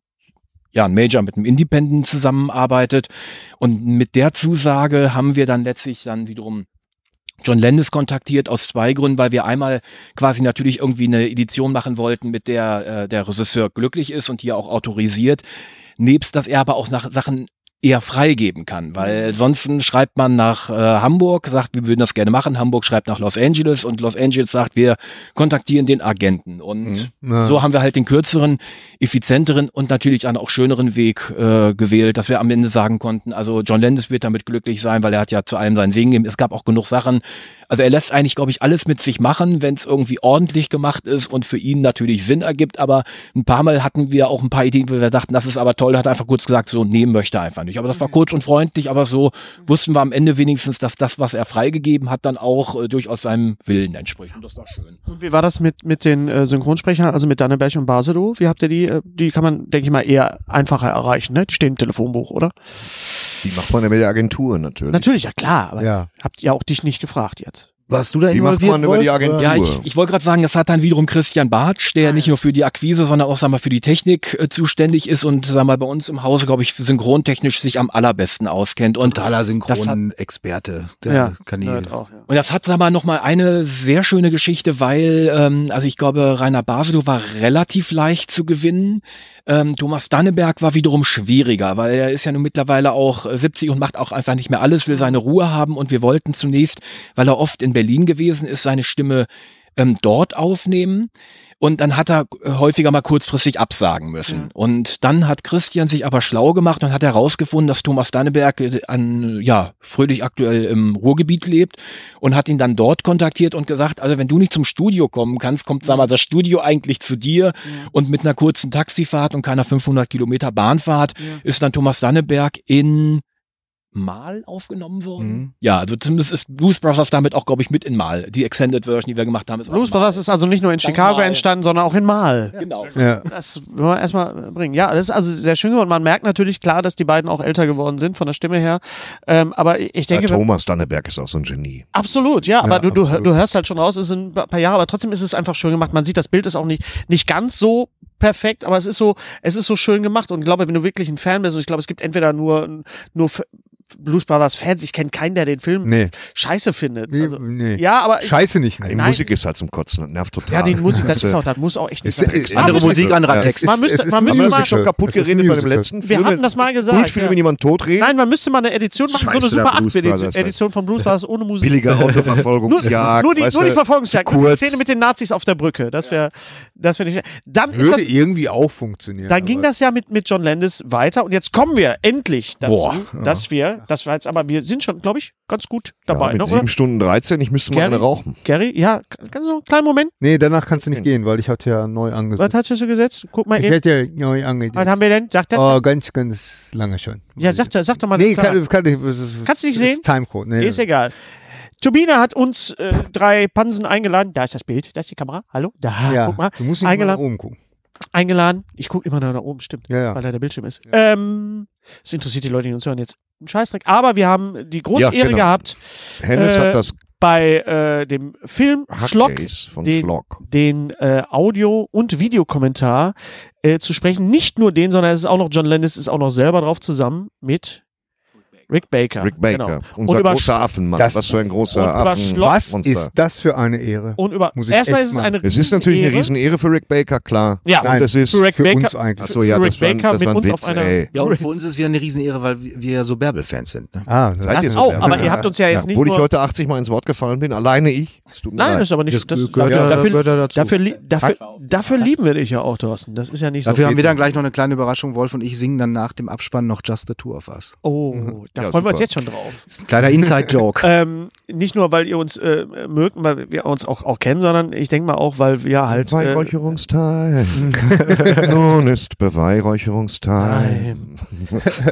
[SPEAKER 5] ja, ein Major mit einem Independent zusammenarbeitet. Und mit der Zusage haben wir dann letztlich dann wiederum John Landis kontaktiert aus zwei Gründen, weil wir einmal quasi natürlich irgendwie eine Edition machen wollten, mit der äh, der Regisseur glücklich ist und hier auch autorisiert, nebst dass er aber auch nach Sachen eher freigeben kann, weil sonst schreibt man nach äh, Hamburg, sagt, wir würden das gerne machen, Hamburg schreibt nach Los Angeles und Los Angeles sagt, wir kontaktieren den Agenten und so haben wir halt den kürzeren, effizienteren und natürlich dann auch schöneren Weg äh, gewählt, dass wir am Ende sagen konnten, also John Landis wird damit glücklich sein, weil er hat ja zu allem seinen Segen gegeben. Es gab auch genug Sachen. Also er lässt eigentlich, glaube ich, alles mit sich machen, wenn es irgendwie ordentlich gemacht ist und für ihn natürlich Sinn ergibt. Aber ein paar Mal hatten wir auch ein paar Ideen, wo wir dachten, das ist aber toll. Da hat er einfach kurz gesagt, so nehmen möchte er einfach nicht. Aber das war kurz und freundlich, aber so wussten wir am Ende wenigstens, dass das, was er freigegeben hat, dann auch äh, durchaus seinem Willen entspricht. Und das war schön.
[SPEAKER 3] Und wie war das mit, mit den äh, Synchronsprechern, also mit Danneberg und Basedow? Wie habt ihr die? Äh, die kann man, denke ich mal, eher einfacher erreichen, ne? Die stehen im Telefonbuch, oder?
[SPEAKER 4] Die macht man ja mit der Agentur natürlich.
[SPEAKER 3] Natürlich, ja klar, aber
[SPEAKER 1] Ja.
[SPEAKER 3] habt ihr auch dich nicht gefragt jetzt.
[SPEAKER 2] Warst du da
[SPEAKER 4] Die macht
[SPEAKER 2] involviert?
[SPEAKER 4] man über die
[SPEAKER 2] Wolf?
[SPEAKER 4] Agentur.
[SPEAKER 2] Oder?
[SPEAKER 5] Ja, ich, ich wollte gerade sagen, das hat dann wiederum Christian Bartsch, der nicht nur für die Akquise, sondern auch sag mal, für die Technik äh, zuständig ist und sag mal, bei uns im Hause, glaube ich, synchrontechnisch sich am allerbesten auskennt. Und,
[SPEAKER 12] Totaler
[SPEAKER 5] Das hat-
[SPEAKER 12] Synchronexperte. Der kann die,
[SPEAKER 3] Nerd auch, ja.
[SPEAKER 5] und das hat, sag mal, nochmal eine sehr schöne Geschichte, weil, ähm, also ich glaube, Rainer Basedow war relativ leicht zu gewinnen. Ähm, Thomas Danneberg war wiederum schwieriger, weil er ist ja nun mittlerweile auch äh, 70 und macht auch einfach nicht mehr alles, will seine Ruhe haben. Und wir wollten zunächst, weil er oft in Berlin gewesen ist, seine Stimme ähm, dort aufnehmen. Und dann hat er äh, häufiger mal kurzfristig absagen müssen. Und dann hat Christian sich aber schlau gemacht und hat herausgefunden, dass Thomas Danneberg äh, an, ja, fröhlich aktuell im Ruhrgebiet lebt und hat ihn dann dort kontaktiert und gesagt, also wenn du nicht zum Studio kommen kannst, kommt, sag mal, das Studio eigentlich zu dir und mit einer kurzen Taxifahrt und keiner 500 Kilometer Bahnfahrt ist dann Thomas Danneberg in Mal aufgenommen worden.
[SPEAKER 3] Mhm.
[SPEAKER 5] Ja, also zumindest ist Blues Brothers damit auch, glaube ich, mit in Mal. Die Extended Version, die wir gemacht haben, ist
[SPEAKER 3] Blues
[SPEAKER 5] auch in Mal.
[SPEAKER 3] Brothers ist also nicht nur in
[SPEAKER 5] Dank
[SPEAKER 3] Chicago
[SPEAKER 5] Mal.
[SPEAKER 3] entstanden, sondern auch in Mal.
[SPEAKER 5] Genau.
[SPEAKER 1] Ja.
[SPEAKER 3] Das wollen wir erstmal bringen. Ja, das ist also sehr schön geworden. Man merkt natürlich klar, dass die beiden auch älter geworden sind von der Stimme her. Ähm, aber ich
[SPEAKER 4] Ja,
[SPEAKER 3] denke, wenn-
[SPEAKER 4] Thomas Danneberg ist auch so ein Genie.
[SPEAKER 3] Absolut, ja, aber du, du, du hörst halt schon raus, es sind ein paar Jahre, aber trotzdem ist es einfach schön gemacht. Man sieht, das Bild ist auch nicht, nicht ganz so perfekt, aber es ist so, es ist so schön gemacht und ich glaube, wenn du wirklich ein Fan bist und ich glaube, es gibt entweder nur, nur F- Blues Brothers Fans, ich kenne keinen, der den Film
[SPEAKER 1] Nee.
[SPEAKER 3] scheiße findet.
[SPEAKER 1] Nee,
[SPEAKER 3] Also,
[SPEAKER 1] nee.
[SPEAKER 3] Ja, aber ich,
[SPEAKER 1] Scheiße nicht. ne?
[SPEAKER 4] Die
[SPEAKER 1] Nein.
[SPEAKER 3] Nein.
[SPEAKER 4] Musik ist halt zum Kotzen und nervt total.
[SPEAKER 3] ja, die Musik, das ist
[SPEAKER 4] äh,
[SPEAKER 3] auch, das muss auch echt nicht
[SPEAKER 1] Es-
[SPEAKER 3] sein.
[SPEAKER 1] es-
[SPEAKER 3] Aber
[SPEAKER 1] es
[SPEAKER 3] es ist-
[SPEAKER 1] ist-
[SPEAKER 2] Musik, anderer
[SPEAKER 1] ja, es
[SPEAKER 2] Text.
[SPEAKER 1] ist-
[SPEAKER 3] Man müsste-
[SPEAKER 1] es
[SPEAKER 3] man
[SPEAKER 1] ist ein
[SPEAKER 4] Haben wir
[SPEAKER 3] müsste
[SPEAKER 4] das
[SPEAKER 3] mal-
[SPEAKER 4] nicht schon
[SPEAKER 1] Musical.
[SPEAKER 4] kaputt
[SPEAKER 1] Es ist ein
[SPEAKER 4] geredet bei dem
[SPEAKER 1] Musical.
[SPEAKER 4] letzten
[SPEAKER 3] Wir
[SPEAKER 4] Film?
[SPEAKER 3] hatten das mal gesagt.
[SPEAKER 4] Blutfilm, wenn
[SPEAKER 3] ja.
[SPEAKER 4] jemand totreden?
[SPEAKER 3] Nein, man müsste mal eine Edition machen,
[SPEAKER 4] Scheiße,
[SPEAKER 3] so eine
[SPEAKER 4] der
[SPEAKER 3] Super
[SPEAKER 4] Blues
[SPEAKER 3] 8 Edition,
[SPEAKER 4] Brothers,
[SPEAKER 3] Edition von Blues Brothers ohne Musik.
[SPEAKER 4] Billige
[SPEAKER 3] Nur,
[SPEAKER 4] Autoverfolgungsjagd.
[SPEAKER 3] nur, die,
[SPEAKER 4] weißt
[SPEAKER 3] nur die
[SPEAKER 4] du?
[SPEAKER 3] Verfolgungsjagd.
[SPEAKER 4] zu
[SPEAKER 3] Nur die
[SPEAKER 4] kurz.
[SPEAKER 3] Szene mit den Nazis auf der Brücke. Das wäre das wär nicht schlecht. Dann, ist
[SPEAKER 1] Würde
[SPEAKER 3] das,
[SPEAKER 1] irgendwie auch funktionieren.
[SPEAKER 3] dann ging
[SPEAKER 1] aber-
[SPEAKER 3] das ja mit, mit John Landis weiter. Und jetzt kommen wir endlich dazu,
[SPEAKER 1] Boah,
[SPEAKER 3] dass wir, das war jetzt aber, wir sind schon, glaube ich, ganz gut dabei.
[SPEAKER 4] ja, mit
[SPEAKER 3] ne, oder?
[SPEAKER 4] 7 Stunden 13, ich müsste mal
[SPEAKER 3] Gary?
[SPEAKER 4] eine rauchen.
[SPEAKER 3] Gary, ja, ganz so einen kleinen Moment.
[SPEAKER 1] Nee, danach kannst du nicht gehen, weil ich hatte ja neu
[SPEAKER 3] Was
[SPEAKER 1] angesetzt.
[SPEAKER 3] hast du gesetzt? Guck mal
[SPEAKER 1] Also
[SPEAKER 3] eben.
[SPEAKER 1] Ich hätte ja neu
[SPEAKER 3] Was
[SPEAKER 1] angesetzt.
[SPEAKER 3] haben wir denn? Sag, der,
[SPEAKER 1] Oh, ganz, ganz lange schon.
[SPEAKER 3] ja, sag, sag doch mal eine
[SPEAKER 1] Nee,
[SPEAKER 3] Zahl.
[SPEAKER 1] kann, kann, ich-
[SPEAKER 3] Kannst du nicht
[SPEAKER 1] ist
[SPEAKER 3] sehen?
[SPEAKER 1] Timecode. Nee.
[SPEAKER 3] Ist egal. Turbine hat uns äh, drei Pansen eingeladen. Da ist das Bild, da ist die Kamera. Hallo, da,
[SPEAKER 1] Ja,
[SPEAKER 3] guck mal.
[SPEAKER 1] du musst nicht mal nach
[SPEAKER 3] eingeladen,
[SPEAKER 1] oben gucken.
[SPEAKER 3] eingeladen. Ich gucke immer nur nach oben, stimmt,
[SPEAKER 1] Ja, ja.
[SPEAKER 3] weil da der Bildschirm ist. Ähm, das interessiert die Leute, die uns hören jetzt. Ein Scheißdreck. Aber wir haben die große
[SPEAKER 4] Ja,
[SPEAKER 3] Ehre
[SPEAKER 4] genau.
[SPEAKER 3] gehabt,
[SPEAKER 4] Hennes
[SPEAKER 3] Äh,
[SPEAKER 4] hat das
[SPEAKER 3] bei äh, dem Film Schlock
[SPEAKER 4] Hackcase von
[SPEAKER 3] den-
[SPEAKER 4] Schlock.
[SPEAKER 3] den äh, Audio- und Videokommentar äh, zu sprechen. Nicht nur den, sondern es ist auch noch John Landis, ist auch noch selber drauf zusammen mit Rick Baker.
[SPEAKER 4] Rick Baker,
[SPEAKER 3] Genau.
[SPEAKER 4] unser
[SPEAKER 3] Und über
[SPEAKER 4] großer Affenmann.
[SPEAKER 1] Das-
[SPEAKER 4] Was für ein großer
[SPEAKER 3] und über
[SPEAKER 4] Affen.
[SPEAKER 3] Schlock-
[SPEAKER 1] Was ist das für eine Ehre?
[SPEAKER 3] Und über.
[SPEAKER 1] Muss ich
[SPEAKER 3] Erstmal
[SPEAKER 1] echt
[SPEAKER 3] ist es
[SPEAKER 1] mal-
[SPEAKER 3] eine
[SPEAKER 4] Es ist natürlich eine
[SPEAKER 3] Ehre.
[SPEAKER 4] Riesenehre für Rick Baker, klar.
[SPEAKER 3] Ja,
[SPEAKER 4] Und
[SPEAKER 1] Nein,
[SPEAKER 4] es ist.
[SPEAKER 3] für Rick
[SPEAKER 1] Für
[SPEAKER 3] Baker-
[SPEAKER 1] uns eigentlich.
[SPEAKER 4] Achso, ja,
[SPEAKER 3] für
[SPEAKER 4] das
[SPEAKER 3] Rick
[SPEAKER 4] war, ein-
[SPEAKER 3] Baker
[SPEAKER 4] das
[SPEAKER 3] mit
[SPEAKER 4] war ein
[SPEAKER 3] uns
[SPEAKER 4] Witz,
[SPEAKER 3] auf einer-
[SPEAKER 4] ey.
[SPEAKER 2] Ja, und für uns ist wieder eine Riesenehre, weil wir so Bärbel-Fans sind. Ne?
[SPEAKER 1] Ah,
[SPEAKER 4] Seid
[SPEAKER 3] Das
[SPEAKER 4] ihr so
[SPEAKER 3] auch,
[SPEAKER 4] derbe?
[SPEAKER 3] aber ihr habt uns ja jetzt nicht
[SPEAKER 4] Obwohl ich
[SPEAKER 3] nur.
[SPEAKER 4] heute 80 Mal ins Wort gefallen bin, alleine ich. Es tut mir
[SPEAKER 3] Nein,
[SPEAKER 4] leid.
[SPEAKER 3] das ist aber nicht. Das,
[SPEAKER 12] gehört
[SPEAKER 3] dafür,
[SPEAKER 12] ja-
[SPEAKER 3] dafür,
[SPEAKER 12] gehört ja dazu.
[SPEAKER 3] dafür, li- dafür, dafür lieben wir dich ja auch, Thorsten. Das ist ja nicht
[SPEAKER 2] Dafür
[SPEAKER 3] so.
[SPEAKER 4] Mhm.
[SPEAKER 2] haben wir dann gleich noch eine kleine Überraschung. Wolf und ich singen dann nach dem Abspann noch Just the Two of Us.
[SPEAKER 3] Oh, Da freuen wir uns jetzt schon drauf.
[SPEAKER 2] Ist ein kleiner Inside-Joke.
[SPEAKER 3] Ähm, nicht nur, weil ihr uns äh, mögt, und weil wir uns auch, auch kennen, sondern ich denke mal auch, weil wir halt. Äh,
[SPEAKER 4] Beweihräucherungstime. Nun ist Beweihräucherungstime.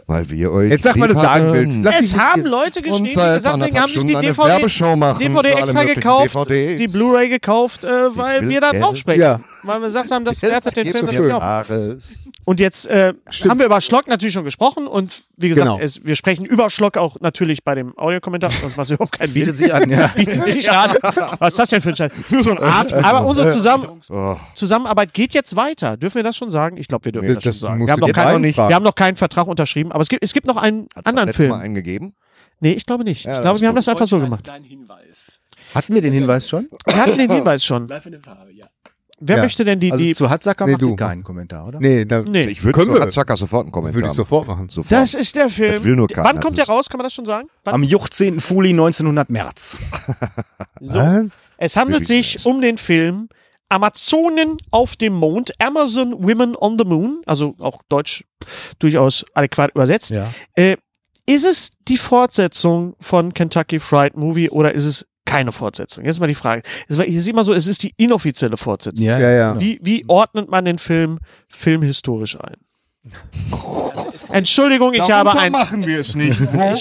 [SPEAKER 4] Weil wir euch.
[SPEAKER 1] Jetzt sag mal,
[SPEAKER 4] lieb
[SPEAKER 1] was du sagen
[SPEAKER 4] haben.
[SPEAKER 1] willst. Lass
[SPEAKER 3] es
[SPEAKER 1] dich
[SPEAKER 3] haben Leute geschrieben,
[SPEAKER 4] Und
[SPEAKER 3] die
[SPEAKER 4] seit
[SPEAKER 3] gesagt haben, die
[SPEAKER 4] anderthalb
[SPEAKER 3] haben sich die
[SPEAKER 4] Stunden eine
[SPEAKER 3] DVD,
[SPEAKER 4] Werbeshow machen.
[SPEAKER 3] DVD
[SPEAKER 4] für alle
[SPEAKER 3] extra
[SPEAKER 4] möglichen
[SPEAKER 3] gekauft,
[SPEAKER 4] DVDs.
[SPEAKER 3] die Blu-ray gekauft, äh, weil
[SPEAKER 4] will
[SPEAKER 3] wir da
[SPEAKER 4] Geld.
[SPEAKER 3] drauf sprechen.
[SPEAKER 1] Ja.
[SPEAKER 3] Weil wir gesagt haben, das wertet den
[SPEAKER 4] Jetzt
[SPEAKER 3] Film
[SPEAKER 4] geben
[SPEAKER 3] natürlich
[SPEAKER 4] wir
[SPEAKER 3] auch.
[SPEAKER 4] Wahres.
[SPEAKER 3] Und jetzt äh, haben wir über Schlock natürlich schon gesprochen und wie gesagt,
[SPEAKER 1] Genau.
[SPEAKER 3] es, wir sprechen über Schlock auch natürlich bei dem Audiokommentar, sonst macht es überhaupt keinen Sinn.
[SPEAKER 2] Bietet sich an, ja.
[SPEAKER 3] Bietet sich an. Was ist das denn für ein Scheiß? Nur so ein Art. Aber unsere Zusammen Zusammenarbeit geht jetzt weiter. Dürfen wir das schon sagen? Ich glaube, wir dürfen das, schon sagen.
[SPEAKER 1] musst
[SPEAKER 3] Wir haben, noch
[SPEAKER 1] du jetzt
[SPEAKER 3] keinen,
[SPEAKER 1] einfragen.
[SPEAKER 3] wir haben noch keinen Vertrag unterschrieben, aber es gibt, es gibt noch einen anderen
[SPEAKER 4] Letztes
[SPEAKER 3] Film.
[SPEAKER 4] Mal eingegeben.
[SPEAKER 3] nee, ich glaube nicht.
[SPEAKER 4] Ja,
[SPEAKER 3] ich
[SPEAKER 4] das
[SPEAKER 3] glaube,
[SPEAKER 4] ist
[SPEAKER 3] wir haben
[SPEAKER 4] gut.
[SPEAKER 3] das einfach so gemacht.
[SPEAKER 5] Dein Hinweis.
[SPEAKER 2] Hatten wir den Hinweis schon?
[SPEAKER 3] Wir hatten den Hinweis schon.
[SPEAKER 5] Bleib in der Farbe, ja.
[SPEAKER 3] Wer
[SPEAKER 1] Ja.
[SPEAKER 3] möchte denn die.
[SPEAKER 2] Also
[SPEAKER 3] die
[SPEAKER 2] zu Hatzacker
[SPEAKER 1] Nee,
[SPEAKER 2] macht
[SPEAKER 1] du.
[SPEAKER 2] ihr keinen Kommentar, oder?
[SPEAKER 1] Nee, da
[SPEAKER 3] nee.
[SPEAKER 4] Ich würde
[SPEAKER 1] Können
[SPEAKER 4] so
[SPEAKER 1] wir.
[SPEAKER 4] Zacker sofort einen Kommentar
[SPEAKER 1] würde ich
[SPEAKER 4] haben.
[SPEAKER 1] sofort machen.
[SPEAKER 4] Sofort.
[SPEAKER 3] das ist der Film.
[SPEAKER 4] Das will nur keiner.
[SPEAKER 3] Wann kommt der
[SPEAKER 4] Das ist-
[SPEAKER 3] raus? Kann man das schon sagen? Wann?
[SPEAKER 2] Am 18. Juli 1900 März.
[SPEAKER 3] So. Es handelt
[SPEAKER 4] Wie wichtig
[SPEAKER 3] sich
[SPEAKER 4] ist.
[SPEAKER 3] um den Film Amazonen auf dem Mond, Amazon Women on the Moon, also auch deutsch durchaus adäquat übersetzt.
[SPEAKER 2] Ja.
[SPEAKER 3] Äh, ist es die Fortsetzung von Kentucky Fried Movie oder ist es keine Fortsetzung? Jetzt mal die Frage. Es war- Hier sieht man so, es ist die inoffizielle Fortsetzung.
[SPEAKER 2] Ja,
[SPEAKER 1] Ja, ja.
[SPEAKER 3] Wie, wie ordnet man den Film filmhistorisch ein? Entschuldigung, ich habe ein.
[SPEAKER 4] machen wir es nicht.
[SPEAKER 5] Ja,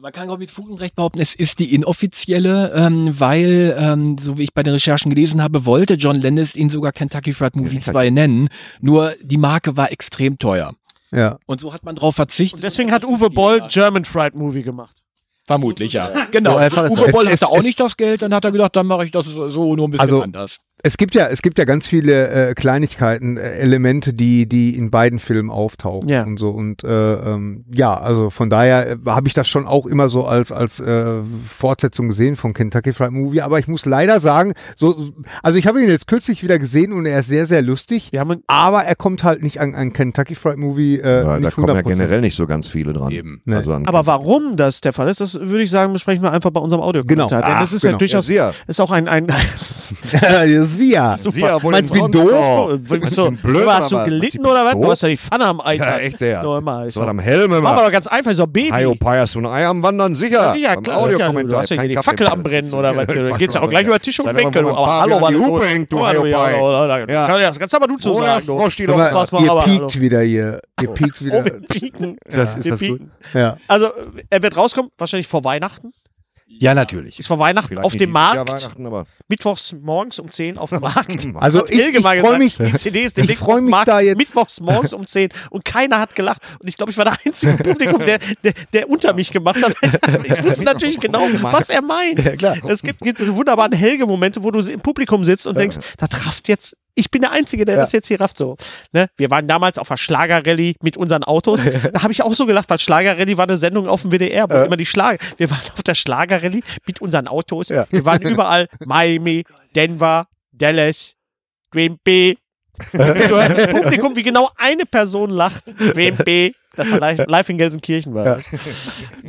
[SPEAKER 5] man kann auch mit Fug und Recht behaupten, es ist die inoffizielle, ähm, weil, ähm, so wie ich bei den Recherchen gelesen habe, wollte John Landis ihn sogar Kentucky Fried Movie 2 nennen. Nur die Marke war extrem teuer.
[SPEAKER 1] Ja.
[SPEAKER 5] Und so hat man drauf verzichtet.
[SPEAKER 3] Und deswegen hat Uwe Boll German Fried Movie gemacht.
[SPEAKER 5] Vermutlich, ja. Genau.
[SPEAKER 2] So einfach ist
[SPEAKER 5] Uwe
[SPEAKER 2] das.
[SPEAKER 5] Boll
[SPEAKER 1] Es-
[SPEAKER 5] hatte
[SPEAKER 1] es-
[SPEAKER 5] auch nicht das Geld, dann hat er gedacht, dann mache ich das so nur ein bisschen
[SPEAKER 1] Also-
[SPEAKER 5] anders.
[SPEAKER 1] Es gibt ja, es gibt ja ganz viele äh, Kleinigkeiten, äh, Elemente, die, die in beiden Filmen auftauchen
[SPEAKER 3] Ja.
[SPEAKER 1] und so. Und äh, ähm, ja, also von daher äh, habe ich das schon auch immer so als, als äh, Fortsetzung gesehen von Kentucky Fried Movie. Aber ich muss leider sagen, so, also ich habe ihn jetzt kürzlich wieder gesehen und er ist sehr, sehr lustig.
[SPEAKER 3] Wir haben einen
[SPEAKER 1] Aber er kommt halt nicht an, an Kentucky Fried Movie. Äh,
[SPEAKER 4] Ja, da
[SPEAKER 1] nicht
[SPEAKER 4] kommen ja
[SPEAKER 1] 100%.
[SPEAKER 4] generell nicht so ganz viele dran. Eben.
[SPEAKER 1] Nee.
[SPEAKER 4] Also an
[SPEAKER 3] Aber warum das der Fall ist, das würde ich sagen, besprechen wir einfach bei unserem Audio.
[SPEAKER 1] Genau.
[SPEAKER 3] Denn
[SPEAKER 1] Ah,
[SPEAKER 3] das ist ja
[SPEAKER 1] genau.
[SPEAKER 4] ja,
[SPEAKER 3] durchaus
[SPEAKER 4] sehr.
[SPEAKER 3] ist auch ein ein
[SPEAKER 1] Sie ja.
[SPEAKER 3] super.
[SPEAKER 4] Sehr, wohl
[SPEAKER 3] Meinst du,
[SPEAKER 4] sonst
[SPEAKER 3] wie doof?
[SPEAKER 4] noch? Bist
[SPEAKER 3] so,
[SPEAKER 4] du blöd,
[SPEAKER 3] hast du
[SPEAKER 4] oder was?
[SPEAKER 3] gelitten
[SPEAKER 4] Bist du
[SPEAKER 3] oder was?
[SPEAKER 4] doof?
[SPEAKER 3] Du hast ja die Pfanne am Ei.
[SPEAKER 4] Ja, echt, ja.
[SPEAKER 3] So, immer. Ich
[SPEAKER 4] Das
[SPEAKER 3] so,
[SPEAKER 4] war am
[SPEAKER 3] machen
[SPEAKER 4] Helm
[SPEAKER 3] wir
[SPEAKER 4] immer.
[SPEAKER 3] doch ganz einfach, ist doch Baby.
[SPEAKER 4] Hi, Pias und Ei am Wandern, sicher.
[SPEAKER 3] Ja,
[SPEAKER 4] Beim
[SPEAKER 3] klar. Ja, du- du hast ja
[SPEAKER 4] kein
[SPEAKER 3] hier die
[SPEAKER 4] Kaffee
[SPEAKER 3] Fackel
[SPEAKER 4] mehr.
[SPEAKER 3] am Brennen oder was?
[SPEAKER 4] Ja,
[SPEAKER 3] Da
[SPEAKER 4] Fackel
[SPEAKER 3] geht's ja auch
[SPEAKER 4] am
[SPEAKER 3] gleich
[SPEAKER 4] Brennen.
[SPEAKER 3] über Tisch und
[SPEAKER 4] Sei
[SPEAKER 3] Bänke,
[SPEAKER 4] doch mal
[SPEAKER 3] du.
[SPEAKER 4] ein paar
[SPEAKER 3] Aber hallo,
[SPEAKER 4] Jahre an
[SPEAKER 3] Mann,
[SPEAKER 4] die Hupe hängt, du
[SPEAKER 3] Ja,
[SPEAKER 4] Hiopai.
[SPEAKER 3] ja, ja, ja,
[SPEAKER 4] Ja.
[SPEAKER 3] ja. Das kannst aber du zu
[SPEAKER 4] Oh,
[SPEAKER 3] sagen.
[SPEAKER 4] ja,
[SPEAKER 3] du.
[SPEAKER 4] Frosch, die
[SPEAKER 1] Sag
[SPEAKER 4] doch
[SPEAKER 3] was
[SPEAKER 1] mal,
[SPEAKER 3] mal,
[SPEAKER 1] ihr
[SPEAKER 3] aber
[SPEAKER 1] piekt wieder hier. Ihr piekt
[SPEAKER 3] Oh,
[SPEAKER 1] wieder.
[SPEAKER 3] wir pieken.
[SPEAKER 2] Das ist
[SPEAKER 3] Wir
[SPEAKER 2] das gut.
[SPEAKER 3] pieken.
[SPEAKER 1] Ja.
[SPEAKER 3] Also, äh, er wird rauskommen, wahrscheinlich vor Weihnachten.
[SPEAKER 2] Ja, natürlich.
[SPEAKER 3] Ist vor Weihnachten
[SPEAKER 4] Vielleicht
[SPEAKER 3] auf
[SPEAKER 4] nicht
[SPEAKER 3] dem
[SPEAKER 4] dieses Jahr
[SPEAKER 3] Markt.
[SPEAKER 4] Weihnachten, aber
[SPEAKER 3] Mittwochs morgens um 10 auf dem Markt.
[SPEAKER 1] Also
[SPEAKER 3] Hat
[SPEAKER 1] ich-
[SPEAKER 3] Hilge
[SPEAKER 1] ich
[SPEAKER 3] mal gesagt,
[SPEAKER 1] freu mich-
[SPEAKER 3] Die CD ist
[SPEAKER 1] Äh, ich
[SPEAKER 3] demnächst
[SPEAKER 1] freu
[SPEAKER 3] auf dem
[SPEAKER 1] mich
[SPEAKER 3] Markt,
[SPEAKER 1] da jetzt-
[SPEAKER 3] Mittwochs morgens um 10 und keiner hat gelacht. Und ich glaube, ich war der einzige im Publikum, der, der, der unter mich gemacht hat. Ich wusste natürlich genau, was er meint. Es gibt, gibt diese wunderbaren Helge-Momente, wo du im Publikum sitzt und denkst, da trafft jetzt. Ich bin der Einzige, der das jetzt hier rafft. So, ne? Wir waren damals auf der Schlagerrallye mit unseren Autos. Da habe ich auch so gelacht, weil Schlagerrallye war eine Sendung auf dem WDR, wo immer die Schlager. Wir waren auf der Schlagerrallye mit unseren Autos. Wir waren überall Miami, Denver, Dallas, Green Bee. Du hörst das Publikum, wie genau eine Person lacht. Green Bee. Das war live, live in Gelsenkirchen war das.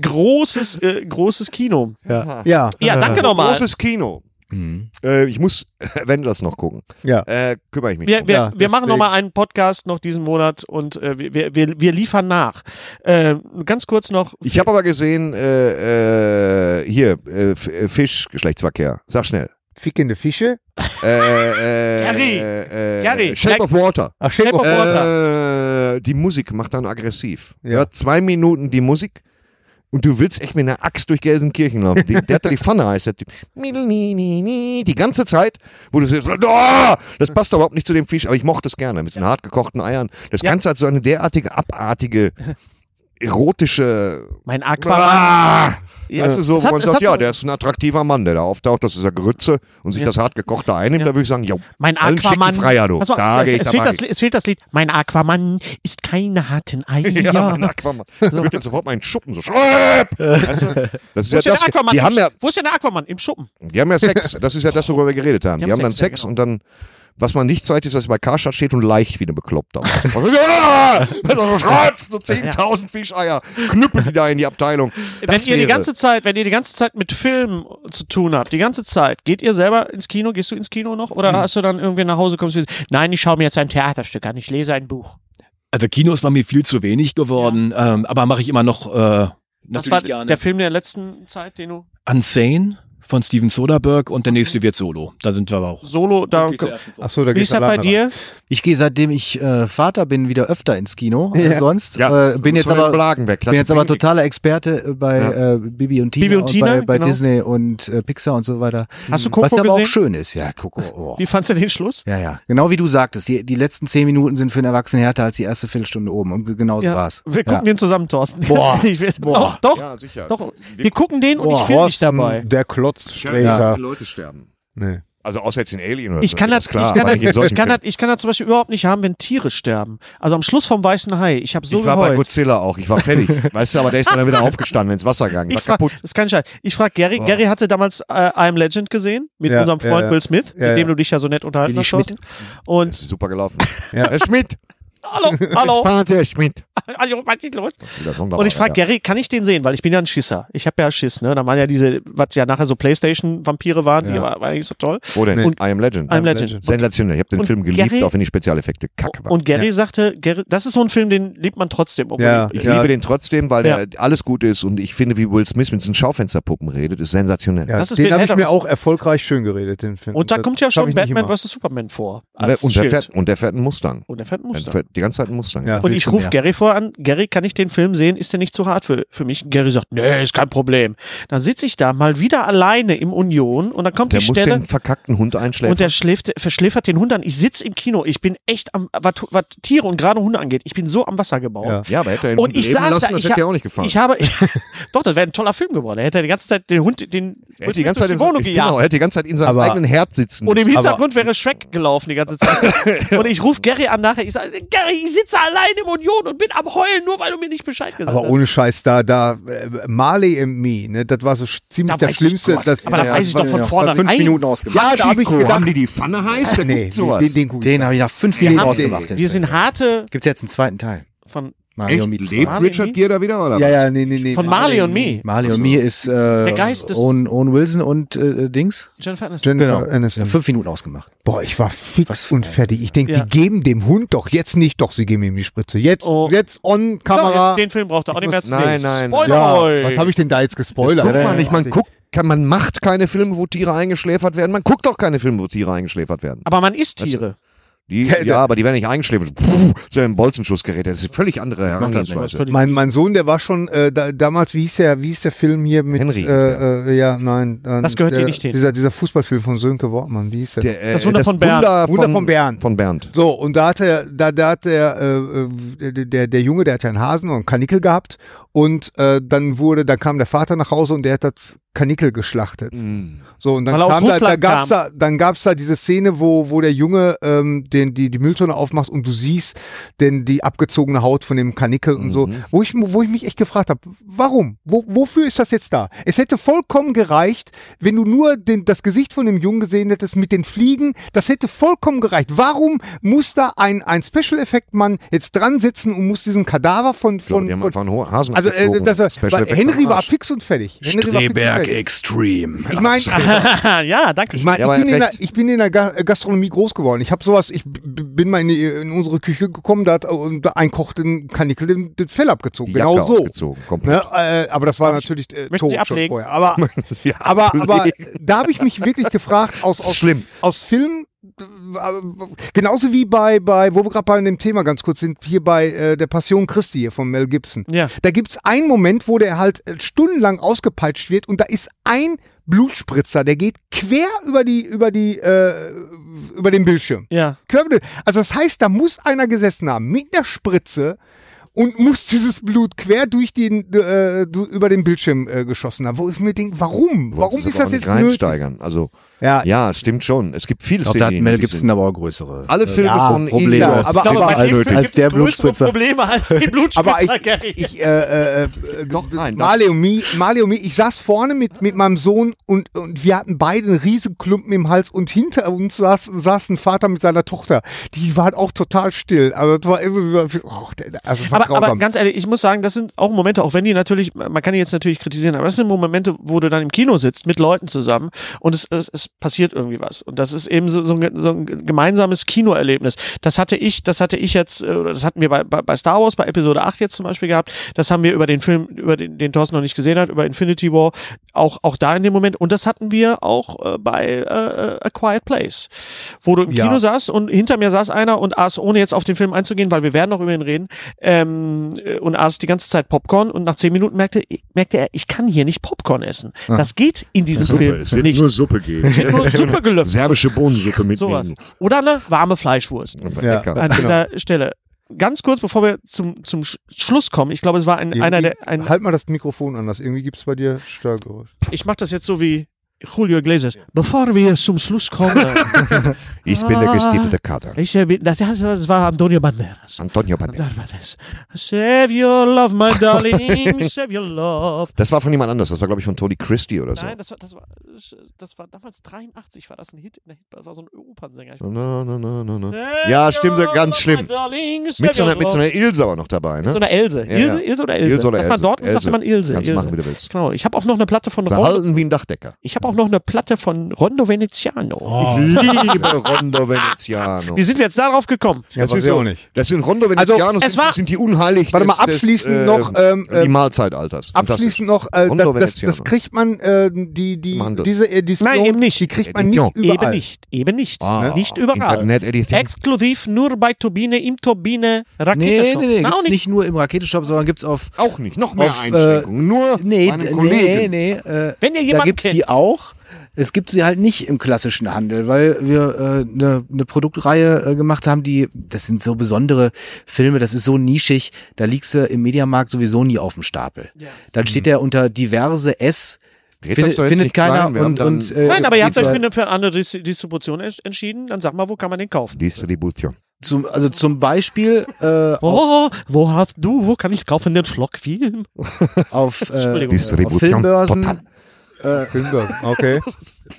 [SPEAKER 3] Großes, äh, großes Kino.
[SPEAKER 1] Ja.
[SPEAKER 3] Ja, danke nochmal.
[SPEAKER 4] Ah. großes Kino. Äh, ich muss, wenn du das noch gucken,
[SPEAKER 1] Ja.
[SPEAKER 4] äh, kümmere ich mich.
[SPEAKER 3] Wir, wir,
[SPEAKER 1] Ja,
[SPEAKER 3] wir machen
[SPEAKER 1] deswegen.
[SPEAKER 3] nochmal einen Podcast noch diesen Monat und äh, wir- wir, wir, wir liefern nach. Äh, ganz kurz noch.
[SPEAKER 4] Ich habe aber gesehen, äh, äh, hier, äh, F- äh, Fisch, Geschlechtsverkehr. Sag schnell.
[SPEAKER 1] Fickende Fische.
[SPEAKER 4] Äh, äh,
[SPEAKER 3] Gary.
[SPEAKER 4] äh, äh,
[SPEAKER 3] Gary.
[SPEAKER 4] Shape
[SPEAKER 3] Nein.
[SPEAKER 4] of Water.
[SPEAKER 1] Ach,
[SPEAKER 3] Shape of Water.
[SPEAKER 4] Äh, die Musik macht dann aggressiv.
[SPEAKER 1] Ja.
[SPEAKER 4] Ja. zwei Minuten die Musik und du willst echt mit einer Axt durch Gelsenkirchen laufen. Die, der hat da die Pfanne, heißt der Typ. Die ganze Zeit, wo du so, oh, das passt doch überhaupt nicht zu dem Fisch, aber ich mochte es gerne mit diesen hart gekochten Eiern. Das
[SPEAKER 3] Ja.
[SPEAKER 4] Ganze hat so eine derartige, abartige, erotische.
[SPEAKER 3] Mein Aquaman.
[SPEAKER 4] Ah,
[SPEAKER 3] Ja.
[SPEAKER 4] Weißt du, so,
[SPEAKER 3] Es
[SPEAKER 4] wo
[SPEAKER 3] hat-
[SPEAKER 4] man
[SPEAKER 3] es
[SPEAKER 4] sagt,
[SPEAKER 3] hat
[SPEAKER 4] ja,
[SPEAKER 3] so-
[SPEAKER 4] der ist ein attraktiver Mann, der da auftaucht, das ist ja Grütze und sich
[SPEAKER 3] Ja.
[SPEAKER 4] das hart gekochte einnimmt,
[SPEAKER 3] Ja.
[SPEAKER 4] da würde ich sagen, jo,
[SPEAKER 3] Mein
[SPEAKER 4] allen schicken
[SPEAKER 3] Aquaman.
[SPEAKER 4] Freier, du.
[SPEAKER 3] Pass mal,
[SPEAKER 4] Da
[SPEAKER 3] es,
[SPEAKER 4] geh ich
[SPEAKER 3] es,
[SPEAKER 4] dabei.
[SPEAKER 3] fehlt das, Lied- es fehlt das Lied. Mein Aquaman ist keine harten Eier.
[SPEAKER 4] Ja, mein Aquaman. So. Wird dann sofort meinen Schuppen so schräpp. Weißt du? Das ist
[SPEAKER 3] Wo
[SPEAKER 4] ja
[SPEAKER 3] ist, denn
[SPEAKER 4] das.
[SPEAKER 3] der Aquaman?
[SPEAKER 4] Die haben ja,
[SPEAKER 3] Wo ist denn der Aquaman? Im Schuppen.
[SPEAKER 4] die haben ja Sex. Das ist ja das, worüber wir geredet haben.
[SPEAKER 3] Die
[SPEAKER 4] Die,
[SPEAKER 3] haben
[SPEAKER 4] haben dann
[SPEAKER 3] Sex,
[SPEAKER 4] Sex
[SPEAKER 3] ja, genau.
[SPEAKER 4] und dann, was man nicht zeigt, ist, dass sie bei Karstadt steht und leicht wie eine Bekloppte. aussieht. Ah! so schreibst so 10.000 Fischeier, knüppeln die da in die Abteilung.
[SPEAKER 3] wenn
[SPEAKER 4] Das
[SPEAKER 3] ihr die
[SPEAKER 4] wäre-
[SPEAKER 3] ganze Zeit, wenn ihr die ganze Zeit mit Filmen zu tun habt, die ganze Zeit, geht ihr selber ins Kino? Gehst du ins Kino noch?
[SPEAKER 4] Hm.
[SPEAKER 3] Oder hast du dann irgendwie nach Hause kommst du Nein, ich schaue mir jetzt ein Theaterstück an, ich lese ein Buch.
[SPEAKER 5] Also Kino ist bei mir viel zu wenig geworden, ähm, aber mache ich immer noch äh,
[SPEAKER 3] Das war der Film der letzten Zeit, den du
[SPEAKER 5] Unsane von Steven Soderbergh und der nächste wird Solo. Da sind wir aber auch.
[SPEAKER 3] solo da.
[SPEAKER 1] Achso, da
[SPEAKER 3] Wie
[SPEAKER 1] geht's
[SPEAKER 3] ist das bei
[SPEAKER 1] alleine
[SPEAKER 3] dir?
[SPEAKER 2] Ich gehe seitdem ich äh, Vater bin wieder öfter ins Kino
[SPEAKER 1] Ja.
[SPEAKER 2] als sonst.
[SPEAKER 4] Ja,
[SPEAKER 2] äh, bin
[SPEAKER 4] muss
[SPEAKER 2] jetzt
[SPEAKER 4] von den
[SPEAKER 2] aber
[SPEAKER 4] Blagen weg.
[SPEAKER 2] bin jetzt aber
[SPEAKER 4] Bringt
[SPEAKER 2] totaler Experte äh, bei äh, Bibi und Tina,
[SPEAKER 3] Bibi und Tina,
[SPEAKER 2] bei, bei
[SPEAKER 3] genau.
[SPEAKER 2] Disney und äh, Pixar und so weiter. Hm.
[SPEAKER 3] Hast du Coco
[SPEAKER 2] Was aber auch
[SPEAKER 3] gesehen?
[SPEAKER 2] schön ist, ja. Coco, oh.
[SPEAKER 3] Wie fandst du den Schluss?
[SPEAKER 2] Ja, ja. Genau wie du sagtest, die, die letzten zehn Minuten sind für einen Erwachsenen härter als die erste Viertelstunde oben. Und ge- genauso
[SPEAKER 3] Ja.
[SPEAKER 2] war's.
[SPEAKER 3] Wir gucken
[SPEAKER 2] ja.
[SPEAKER 3] den zusammen, Thorsten. Boah. Ich weiß, Boah. Doch, doch,
[SPEAKER 4] Ja, sicher.
[SPEAKER 3] doch. Wir gucken den und ich
[SPEAKER 1] Boah, hm.
[SPEAKER 3] film nicht
[SPEAKER 1] Horsten,
[SPEAKER 3] dabei.
[SPEAKER 1] Der klotzt
[SPEAKER 4] Tja, ja.
[SPEAKER 1] später.
[SPEAKER 4] viele Leute sterben.
[SPEAKER 1] Nee.
[SPEAKER 4] Also außer jetzt in Alien oder
[SPEAKER 3] Ich
[SPEAKER 4] so.
[SPEAKER 3] kann das,
[SPEAKER 4] ist klar.
[SPEAKER 3] ich kann
[SPEAKER 4] aber
[SPEAKER 3] das,
[SPEAKER 4] nicht in solchen
[SPEAKER 3] ich kann das,
[SPEAKER 4] Filmen.
[SPEAKER 3] ich kann das zum Beispiel überhaupt nicht haben, wenn Tiere sterben. Also am Schluss vom Weißen Hai, ich habe so
[SPEAKER 4] ich war bei
[SPEAKER 3] geheult.
[SPEAKER 4] Godzilla auch. Ich war fertig. weißt du, aber der ist dann wieder aufgestanden, wenn ins Wasser gegangen. War
[SPEAKER 3] Ich frag,
[SPEAKER 4] kaputt.
[SPEAKER 3] das ist kein Scheiß. Ich frage Gary, Gary hatte damals äh, I'm Legend gesehen mit
[SPEAKER 1] Ja,
[SPEAKER 3] unserem
[SPEAKER 1] ja,
[SPEAKER 3] Freund
[SPEAKER 1] ja.
[SPEAKER 3] Will Smith,
[SPEAKER 1] Ja,
[SPEAKER 3] mit dem
[SPEAKER 1] ja.
[SPEAKER 3] du dich ja so nett unterhalten
[SPEAKER 2] Billy
[SPEAKER 3] hast.
[SPEAKER 2] Schmidt.
[SPEAKER 3] Thorsten. Und
[SPEAKER 4] Das ist super gelaufen.
[SPEAKER 1] Ja.
[SPEAKER 4] Herr Schmidt.
[SPEAKER 3] hallo,
[SPEAKER 4] Hallo.
[SPEAKER 3] hallo,
[SPEAKER 4] Spahn, Herr Schmidt.
[SPEAKER 3] hallo, was ist los?
[SPEAKER 4] Wieder sonderbar,
[SPEAKER 3] Und ich frage
[SPEAKER 4] ja.
[SPEAKER 3] Gary, kann ich den sehen? Weil ich bin ja ein Schisser. Ich habe ja Schiss, ne? Da waren ja diese, was ja nachher so Playstation-Vampire waren, die waren eigentlich so toll.
[SPEAKER 4] Wo denn?
[SPEAKER 3] Und-
[SPEAKER 4] I am Legend.
[SPEAKER 3] I'm Legend.
[SPEAKER 4] Sensationell. Ich habe den
[SPEAKER 3] Und
[SPEAKER 4] Film geliebt,
[SPEAKER 3] Gary-
[SPEAKER 4] auch wenn die Spezialeffekte kacke waren.
[SPEAKER 3] Und Gary sagte, Gary, das ist so ein Film, den liebt man trotzdem. obwohl-
[SPEAKER 1] Ja.
[SPEAKER 4] ich liebe den trotzdem, weil der alles gut ist und ich finde, wie Will Smith mit seinen Schaufensterpuppen redet, ist sensationell.
[SPEAKER 1] Ja,
[SPEAKER 3] Das ist
[SPEAKER 1] den
[SPEAKER 3] Bill
[SPEAKER 1] habe ich
[SPEAKER 3] Hader.
[SPEAKER 1] mir auch erfolgreich schön geredet, den Film.
[SPEAKER 3] Und da kommt ja
[SPEAKER 1] schaff
[SPEAKER 3] schon
[SPEAKER 1] ich nicht
[SPEAKER 3] Batman
[SPEAKER 1] immer.
[SPEAKER 3] vs. Superman vor.
[SPEAKER 4] Und der,
[SPEAKER 3] Als
[SPEAKER 4] und, der
[SPEAKER 3] Schild.
[SPEAKER 4] fährt, und der fährt einen Mustang.
[SPEAKER 3] und der fährt ein
[SPEAKER 4] Der
[SPEAKER 3] Muster.
[SPEAKER 4] fährt die ganze Zeit einen Mustang.
[SPEAKER 1] Ja.
[SPEAKER 3] Und
[SPEAKER 1] Willst
[SPEAKER 3] ich
[SPEAKER 1] du
[SPEAKER 3] rufe
[SPEAKER 1] mehr?
[SPEAKER 3] Gary vor an, Gary, kann ich den Film sehen? Ist der nicht zu hart für, für mich? Gary sagt, nee, ist kein Problem. Dann sitze ich da mal wieder alleine im Union und dann kommt
[SPEAKER 4] Der
[SPEAKER 3] die
[SPEAKER 4] muss
[SPEAKER 3] Stelle
[SPEAKER 4] den verkackten Hund einschläfern.
[SPEAKER 3] und der schläft, verschläfert den Hund an. Ich sitze im Kino, ich bin echt am, was, was Tiere und gerade Hunde angeht, ich bin so am Wasser gebaut.
[SPEAKER 1] Ja.
[SPEAKER 4] ja, aber hätte er den
[SPEAKER 3] Und
[SPEAKER 4] Hund
[SPEAKER 3] ich
[SPEAKER 4] leben
[SPEAKER 3] saß
[SPEAKER 4] lassen,
[SPEAKER 3] da,
[SPEAKER 4] das
[SPEAKER 3] ich
[SPEAKER 4] hätte dir
[SPEAKER 3] hab-
[SPEAKER 4] auch nicht gefallen.
[SPEAKER 3] Ich habe, doch, das wäre ein toller Film geworden. Er hätte die ganze Zeit den Hund, den
[SPEAKER 4] er hätte die ganze Zeit
[SPEAKER 3] durch
[SPEAKER 4] in,
[SPEAKER 3] die
[SPEAKER 4] seinem-
[SPEAKER 3] Wohnung
[SPEAKER 4] ich-
[SPEAKER 3] gejagt.
[SPEAKER 4] genau, er hätte die ganze Zeit in seinem
[SPEAKER 1] Aber-
[SPEAKER 4] eigenen Herd sitzen.
[SPEAKER 3] Und im
[SPEAKER 4] müssen.
[SPEAKER 3] Hintergrund wäre Shrek gelaufen die ganze Zeit. Und ich rufe Gary an nachher. Ich sage, Gary, ich sitze allein im Union und bin am Heulen, nur weil du mir nicht Bescheid gesagt
[SPEAKER 1] Aber
[SPEAKER 3] hast.
[SPEAKER 1] ohne Scheiß, da, da, äh, Marley and Me, ne, das war so sch- ziemlich
[SPEAKER 3] Da
[SPEAKER 1] das
[SPEAKER 3] weiß ich-
[SPEAKER 1] Schlimmste.
[SPEAKER 3] Gott,
[SPEAKER 1] das,
[SPEAKER 3] aber da weiß ich doch von
[SPEAKER 1] ja.
[SPEAKER 3] vornherein.
[SPEAKER 1] Fünf
[SPEAKER 3] Ein-
[SPEAKER 1] Minuten ausgemacht. Ja, da habe ich
[SPEAKER 4] Chico,
[SPEAKER 1] gedacht,
[SPEAKER 4] haben die die Pfanne heiß? Wer
[SPEAKER 1] nee,
[SPEAKER 4] guckt sowas?
[SPEAKER 1] den, den guck ich.
[SPEAKER 2] Den habe ich nach fünf
[SPEAKER 3] Wir,
[SPEAKER 2] Minuten
[SPEAKER 3] haben,
[SPEAKER 2] ausgemacht. den Film.
[SPEAKER 3] wir sind harte
[SPEAKER 2] Gibt's jetzt einen zweiten Teil?
[SPEAKER 3] von,
[SPEAKER 2] Mario und
[SPEAKER 4] Echt?
[SPEAKER 2] Me
[SPEAKER 4] Lebt
[SPEAKER 3] Marley und
[SPEAKER 4] Richard
[SPEAKER 3] Me?
[SPEAKER 4] Gere da wieder? Oder?
[SPEAKER 1] Ja, ja, nee, nee, nee.
[SPEAKER 3] von Marley und Me.
[SPEAKER 2] Marley und Me ist äh, der
[SPEAKER 3] Geist des-
[SPEAKER 2] Owen, Owen Wilson und äh, Dings.
[SPEAKER 3] Jennifer Aniston.
[SPEAKER 1] Jennifer
[SPEAKER 2] Genau. Ja,
[SPEAKER 1] Aniston.
[SPEAKER 2] fünf Minuten ausgemacht.
[SPEAKER 1] Boah, ich war fix
[SPEAKER 2] Was?
[SPEAKER 1] und fertig. Ich denke,
[SPEAKER 3] Ja.
[SPEAKER 1] die geben dem Hund doch jetzt nicht. Doch, sie geben ihm die Spritze. Jetzt,
[SPEAKER 3] Oh.
[SPEAKER 1] jetzt on
[SPEAKER 3] So,
[SPEAKER 1] Kamera.
[SPEAKER 3] jetzt, den Film braucht er auch nicht mehr zu
[SPEAKER 4] Nein,
[SPEAKER 3] sehen.
[SPEAKER 4] nein.
[SPEAKER 1] ja,
[SPEAKER 3] Spoiler
[SPEAKER 1] was habe ich denn da jetzt gespoilert?
[SPEAKER 4] Guck mal nicht,
[SPEAKER 1] ich
[SPEAKER 4] man guckt. Kann, man macht keine Filme, wo Tiere eingeschläfert werden. Man guckt doch keine Filme, wo Tiere eingeschläfert werden.
[SPEAKER 3] Aber man isst Tiere.
[SPEAKER 4] Die,
[SPEAKER 1] Der- der-
[SPEAKER 4] ja, aber die werden nicht eingeschläfert. Puh, so ein Bolzenschussgerät. Das ist eine völlig andere Herangehensweise.
[SPEAKER 1] mein, mein Sohn, der war schon äh, da, damals, wie hieß der, wie hieß der Film hier mit
[SPEAKER 4] Henry hieß
[SPEAKER 1] äh, äh, ja, nein, äh,
[SPEAKER 3] Das gehört
[SPEAKER 1] der,
[SPEAKER 3] dir nicht hin.
[SPEAKER 1] Dieser, dieser Fußballfilm von Sönke Wortmann, wie hieß der?
[SPEAKER 4] Der, äh,
[SPEAKER 3] Das Wunder von Bern.
[SPEAKER 4] Wunder
[SPEAKER 1] Wunder von Bern.
[SPEAKER 4] Von Bernd.
[SPEAKER 1] So, und da hat er, da, da hat der, äh, äh, der, der Junge, der hat ja einen Hasen und einen Kanickel gehabt und äh, dann wurde, dann kam der Vater nach Hause und der hat das Kanickel geschlachtet.
[SPEAKER 4] Mm.
[SPEAKER 1] So, und dann
[SPEAKER 3] Weil er aus
[SPEAKER 1] kam da, da
[SPEAKER 3] Russland kam.
[SPEAKER 1] gab's da, dann gab's da diese Szene, wo, wo der Junge ähm, den, die, die Mülltonne aufmacht und du siehst denn die abgezogene Haut von dem Kanickel und so,
[SPEAKER 4] Mhm.
[SPEAKER 1] wo ich, wo ich mich echt gefragt habe, warum? Wo, wofür ist das jetzt da? Es hätte vollkommen gereicht, wenn du nur den, das Gesicht von dem Jungen gesehen hättest mit den Fliegen, das hätte vollkommen gereicht. Warum muss da ein, ein Special-Effekt-Mann jetzt dran sitzen und muss diesen Kadaver von,
[SPEAKER 4] Ich glaube,
[SPEAKER 1] von,
[SPEAKER 4] die haben
[SPEAKER 1] von
[SPEAKER 4] einfach einen hohen Hasen
[SPEAKER 1] also äh,
[SPEAKER 4] abgezogen.
[SPEAKER 1] das war,
[SPEAKER 4] Special
[SPEAKER 1] weil
[SPEAKER 4] Effects am
[SPEAKER 1] Henry war
[SPEAKER 4] Arsch.
[SPEAKER 1] fix und fertig. Henry war fix und
[SPEAKER 5] Streberg
[SPEAKER 1] fertig.
[SPEAKER 5] Extreme.
[SPEAKER 1] Ich meine,
[SPEAKER 3] Ah, ja, danke.
[SPEAKER 1] ich, mein,
[SPEAKER 4] Ja, aber
[SPEAKER 1] ich, bin
[SPEAKER 4] er
[SPEAKER 1] in
[SPEAKER 4] hat
[SPEAKER 1] der,
[SPEAKER 4] recht.
[SPEAKER 1] ich bin in der Ga- Gastronomie groß geworden. Ich habe sowas, ich b- bin mal in, die, in unsere Küche gekommen, da hat und da ein Koch den Kanickel den, den Fell abgezogen.
[SPEAKER 4] Die
[SPEAKER 1] genau
[SPEAKER 4] Jacke
[SPEAKER 1] so.
[SPEAKER 4] ausgezogen,
[SPEAKER 1] Ne,
[SPEAKER 4] komplett.
[SPEAKER 1] äh, aber das war natürlich äh,
[SPEAKER 3] möchten
[SPEAKER 1] tot
[SPEAKER 3] Sie
[SPEAKER 1] schon
[SPEAKER 3] ablegen?
[SPEAKER 1] vorher. Aber,
[SPEAKER 4] Ja,
[SPEAKER 1] aber, aber
[SPEAKER 4] Kollege.
[SPEAKER 1] da habe ich mich wirklich gefragt, aus,
[SPEAKER 4] Das ist
[SPEAKER 1] aus,
[SPEAKER 4] schlimm.
[SPEAKER 1] aus Filmen, äh, genauso wie bei, bei, wo wir gerade bei dem Thema ganz kurz sind, hier bei äh, der Passion Christi hier von Mel Gibson.
[SPEAKER 3] Ja.
[SPEAKER 1] Da gibt's einen Moment, wo der halt äh, stundenlang ausgepeitscht wird und da ist ein Blutspritzer, der geht quer über die, über die, äh, über den Bildschirm.
[SPEAKER 3] Ja.
[SPEAKER 1] Quer über den- Also das heißt, da muss einer gesessen haben mit einer Spritze und muss dieses Blut quer durch den, äh, du- über den Bildschirm äh, geschossen haben. Wo ich mir denke, warum?
[SPEAKER 4] Du
[SPEAKER 1] Warum
[SPEAKER 4] wolltest es
[SPEAKER 1] ist
[SPEAKER 4] aber
[SPEAKER 1] das
[SPEAKER 4] auch nicht
[SPEAKER 1] jetzt nötig?
[SPEAKER 4] reinsteigern? Also,
[SPEAKER 1] Ja,
[SPEAKER 4] ja, es stimmt schon. Es gibt viele
[SPEAKER 2] Ich glaube, da hat
[SPEAKER 4] die
[SPEAKER 2] Mel
[SPEAKER 4] nötig
[SPEAKER 2] Gibson
[SPEAKER 4] sind.
[SPEAKER 2] aber auch größere.
[SPEAKER 4] Alle Filme
[SPEAKER 1] Ja,
[SPEAKER 4] von
[SPEAKER 2] Probleme.
[SPEAKER 4] Elio
[SPEAKER 1] Ja,
[SPEAKER 4] aus
[SPEAKER 1] aber-
[SPEAKER 4] Tekken
[SPEAKER 2] aber-
[SPEAKER 3] bei
[SPEAKER 2] als-
[SPEAKER 1] also
[SPEAKER 3] dem Film
[SPEAKER 2] als
[SPEAKER 3] gibt's
[SPEAKER 2] der
[SPEAKER 3] größere
[SPEAKER 2] Blutspritzer.
[SPEAKER 3] Probleme als die
[SPEAKER 1] aber
[SPEAKER 3] Blutspritzer,
[SPEAKER 1] ich,
[SPEAKER 3] Gary.
[SPEAKER 1] ich äh, äh, äh,
[SPEAKER 4] Doch, nein, das-
[SPEAKER 1] Marley und Mi, Marley und Mi, ich saß vorne mit, mit meinem Sohn und, und wir hatten beide einen riesen Klumpen im Hals und hinter uns saß, saß ein Vater mit seiner Tochter. Die waren auch total still. Also das war irgendwie, oh, der- also war
[SPEAKER 3] aber, aber ganz ehrlich, ich muss sagen, das sind auch Momente, auch wenn die natürlich, man kann die jetzt natürlich kritisieren, aber das sind Momente, wo du dann im Kino sitzt mit Leuten zusammen und es, es, es passiert irgendwie was. Und das ist eben so, so, ein, so ein gemeinsames Kinoerlebnis. Das hatte ich, das hatte ich jetzt, äh, das hatten wir bei, bei, bei Star Wars, bei Episode 8 jetzt zum Beispiel gehabt. Das haben wir über den Film, über den, den Thorsten noch nicht gesehen hat, über Infinity War, auch, auch da in dem Moment. Und das hatten wir auch äh, bei äh, A Quiet Place, wo du im Kino saß und hinter mir saß einer und aß, ohne jetzt auf den Film einzugehen, weil wir werden noch über ihn reden, ähm, und aß die ganze Zeit Popcorn und nach zehn Minuten merkte, äh, merkte er, ich kann hier nicht Popcorn essen. Das geht in diesem
[SPEAKER 10] Ah. Suppe,
[SPEAKER 3] Film
[SPEAKER 10] es wird
[SPEAKER 3] nicht.
[SPEAKER 10] nur Suppe geben.
[SPEAKER 3] Es wird nur Suppe gelöffelt.
[SPEAKER 4] Serbische Bohnensuppe
[SPEAKER 3] Sowas.
[SPEAKER 4] mitnehmen.
[SPEAKER 3] Oder eine warme Fleischwurst
[SPEAKER 4] Ja.
[SPEAKER 3] an
[SPEAKER 10] genau.
[SPEAKER 3] dieser Stelle. Ganz kurz, bevor wir zum, zum Sch Schluss kommen, ich glaube, es war ein, einer der. Ein,
[SPEAKER 1] halt mal das Mikrofon anders. Irgendwie gibt's bei dir Störgeräusch.
[SPEAKER 3] ich mache das jetzt so wie Julio Iglesias. Bevor wir zum Schluss kommen,
[SPEAKER 4] Ich bin der gestiefelte Kater.
[SPEAKER 3] ich bin, das, das war Antonio Banderas.
[SPEAKER 4] Antonio Banderas.
[SPEAKER 3] Das war das. Save your love, my darling, save your love.
[SPEAKER 4] Das war von jemand anders. Das war, glaube ich, von Tony Christie oder so.
[SPEAKER 3] Nein, das war, das, war, das war damals 83, war das ein Hit? in der Hit- Das war so ein Opernsänger. Ich
[SPEAKER 4] Na, na, na, na, na.
[SPEAKER 3] Save
[SPEAKER 4] Ja, stimmt,
[SPEAKER 3] your
[SPEAKER 4] ganz
[SPEAKER 3] love,
[SPEAKER 4] schlimm.
[SPEAKER 3] my darling, save
[SPEAKER 4] Mit so, einer,
[SPEAKER 3] your
[SPEAKER 4] mit so
[SPEAKER 3] love.
[SPEAKER 4] einer Ilse aber noch dabei, ne?
[SPEAKER 3] So einer Else.
[SPEAKER 4] Ja,
[SPEAKER 3] Ilse,
[SPEAKER 4] ja.
[SPEAKER 3] Ilse oder Else?
[SPEAKER 4] Ilse oder
[SPEAKER 3] sagt man
[SPEAKER 4] Else.
[SPEAKER 3] Dortmund, sagt
[SPEAKER 4] Else.
[SPEAKER 3] man Ilse.
[SPEAKER 4] Kannst
[SPEAKER 3] Ilse.
[SPEAKER 4] machen, wie du willst.
[SPEAKER 3] Genau. Ich habe auch noch eine Platte von Rondo.
[SPEAKER 4] Verhalten wie ein Dachdecker.
[SPEAKER 3] Ich habe auch noch eine Platte von Rondo Veneziano.
[SPEAKER 4] Ich liebe Rondo Veneziano.
[SPEAKER 3] Wie sind wir jetzt darauf gekommen?
[SPEAKER 4] Das
[SPEAKER 1] weiß
[SPEAKER 4] ist
[SPEAKER 1] ich
[SPEAKER 4] so,
[SPEAKER 1] auch nicht.
[SPEAKER 4] Das sind Rondo
[SPEAKER 1] Also,
[SPEAKER 4] Venezianos,
[SPEAKER 3] es war-
[SPEAKER 4] sind, sind die unheilig.
[SPEAKER 1] Warte mal,
[SPEAKER 4] des- des,
[SPEAKER 1] abschließend
[SPEAKER 4] äh,
[SPEAKER 1] noch, ähm,
[SPEAKER 4] die
[SPEAKER 1] ähm,
[SPEAKER 4] Mahlzeitalters.
[SPEAKER 1] Abschließend noch, äh,
[SPEAKER 4] Rondo
[SPEAKER 1] das, das, das
[SPEAKER 4] Veneziano.
[SPEAKER 1] kriegt man, äh, die, die,
[SPEAKER 4] Im Handel.
[SPEAKER 1] diese Edition,
[SPEAKER 3] Nein, eben nicht.
[SPEAKER 1] die kriegt man
[SPEAKER 4] Edition.
[SPEAKER 1] nicht überall.
[SPEAKER 3] Eben nicht. Eben nicht.
[SPEAKER 4] Ah,
[SPEAKER 3] nicht überall.
[SPEAKER 4] Internet-Edition.
[SPEAKER 3] Exklusiv nur bei Turbine, im Turbine, Rakete.
[SPEAKER 2] Nee, nee, nee, gibt's nicht nur im Raketenshop, sondern gibt's auf
[SPEAKER 4] Auch nicht. Noch mehr
[SPEAKER 2] Auf, äh,
[SPEAKER 4] Einschränkungen. Nur
[SPEAKER 2] Nee,
[SPEAKER 4] meine
[SPEAKER 2] d- nee,
[SPEAKER 4] Kollegen.
[SPEAKER 2] nee, äh,
[SPEAKER 3] Wenn ihr
[SPEAKER 2] da
[SPEAKER 3] jemanden
[SPEAKER 2] gibt's
[SPEAKER 3] kennt.
[SPEAKER 2] die auch. Es gibt sie halt nicht im klassischen Handel, weil wir eine äh, ne- ne Produktreihe äh, gemacht haben, die, das sind so besondere Filme, das ist so nischig, da liegst du im Mediamarkt sowieso nie auf dem Stapel. Dann steht der unter diverse S,
[SPEAKER 4] Red
[SPEAKER 2] findet,
[SPEAKER 4] Mhm. das doch jetzt
[SPEAKER 2] findet
[SPEAKER 4] nicht klein,
[SPEAKER 2] keiner
[SPEAKER 4] wir haben
[SPEAKER 2] und,
[SPEAKER 4] dann-
[SPEAKER 2] und äh,
[SPEAKER 3] Nein, aber ihr habt euch
[SPEAKER 2] geht
[SPEAKER 3] für eine, für eine andere Dis- Distribution ents- entschieden. Dann sag mal, wo kann man den kaufen?
[SPEAKER 4] Distribution.
[SPEAKER 2] zum, also zum Beispiel äh,
[SPEAKER 3] Oh, wo hast du, wo kann ich kaufen den Schlockfilm?
[SPEAKER 2] auf, äh,
[SPEAKER 3] Entschuldigung.
[SPEAKER 2] auf
[SPEAKER 4] Distribution.
[SPEAKER 2] Filmbörsen,
[SPEAKER 1] Filmbörsen, okay.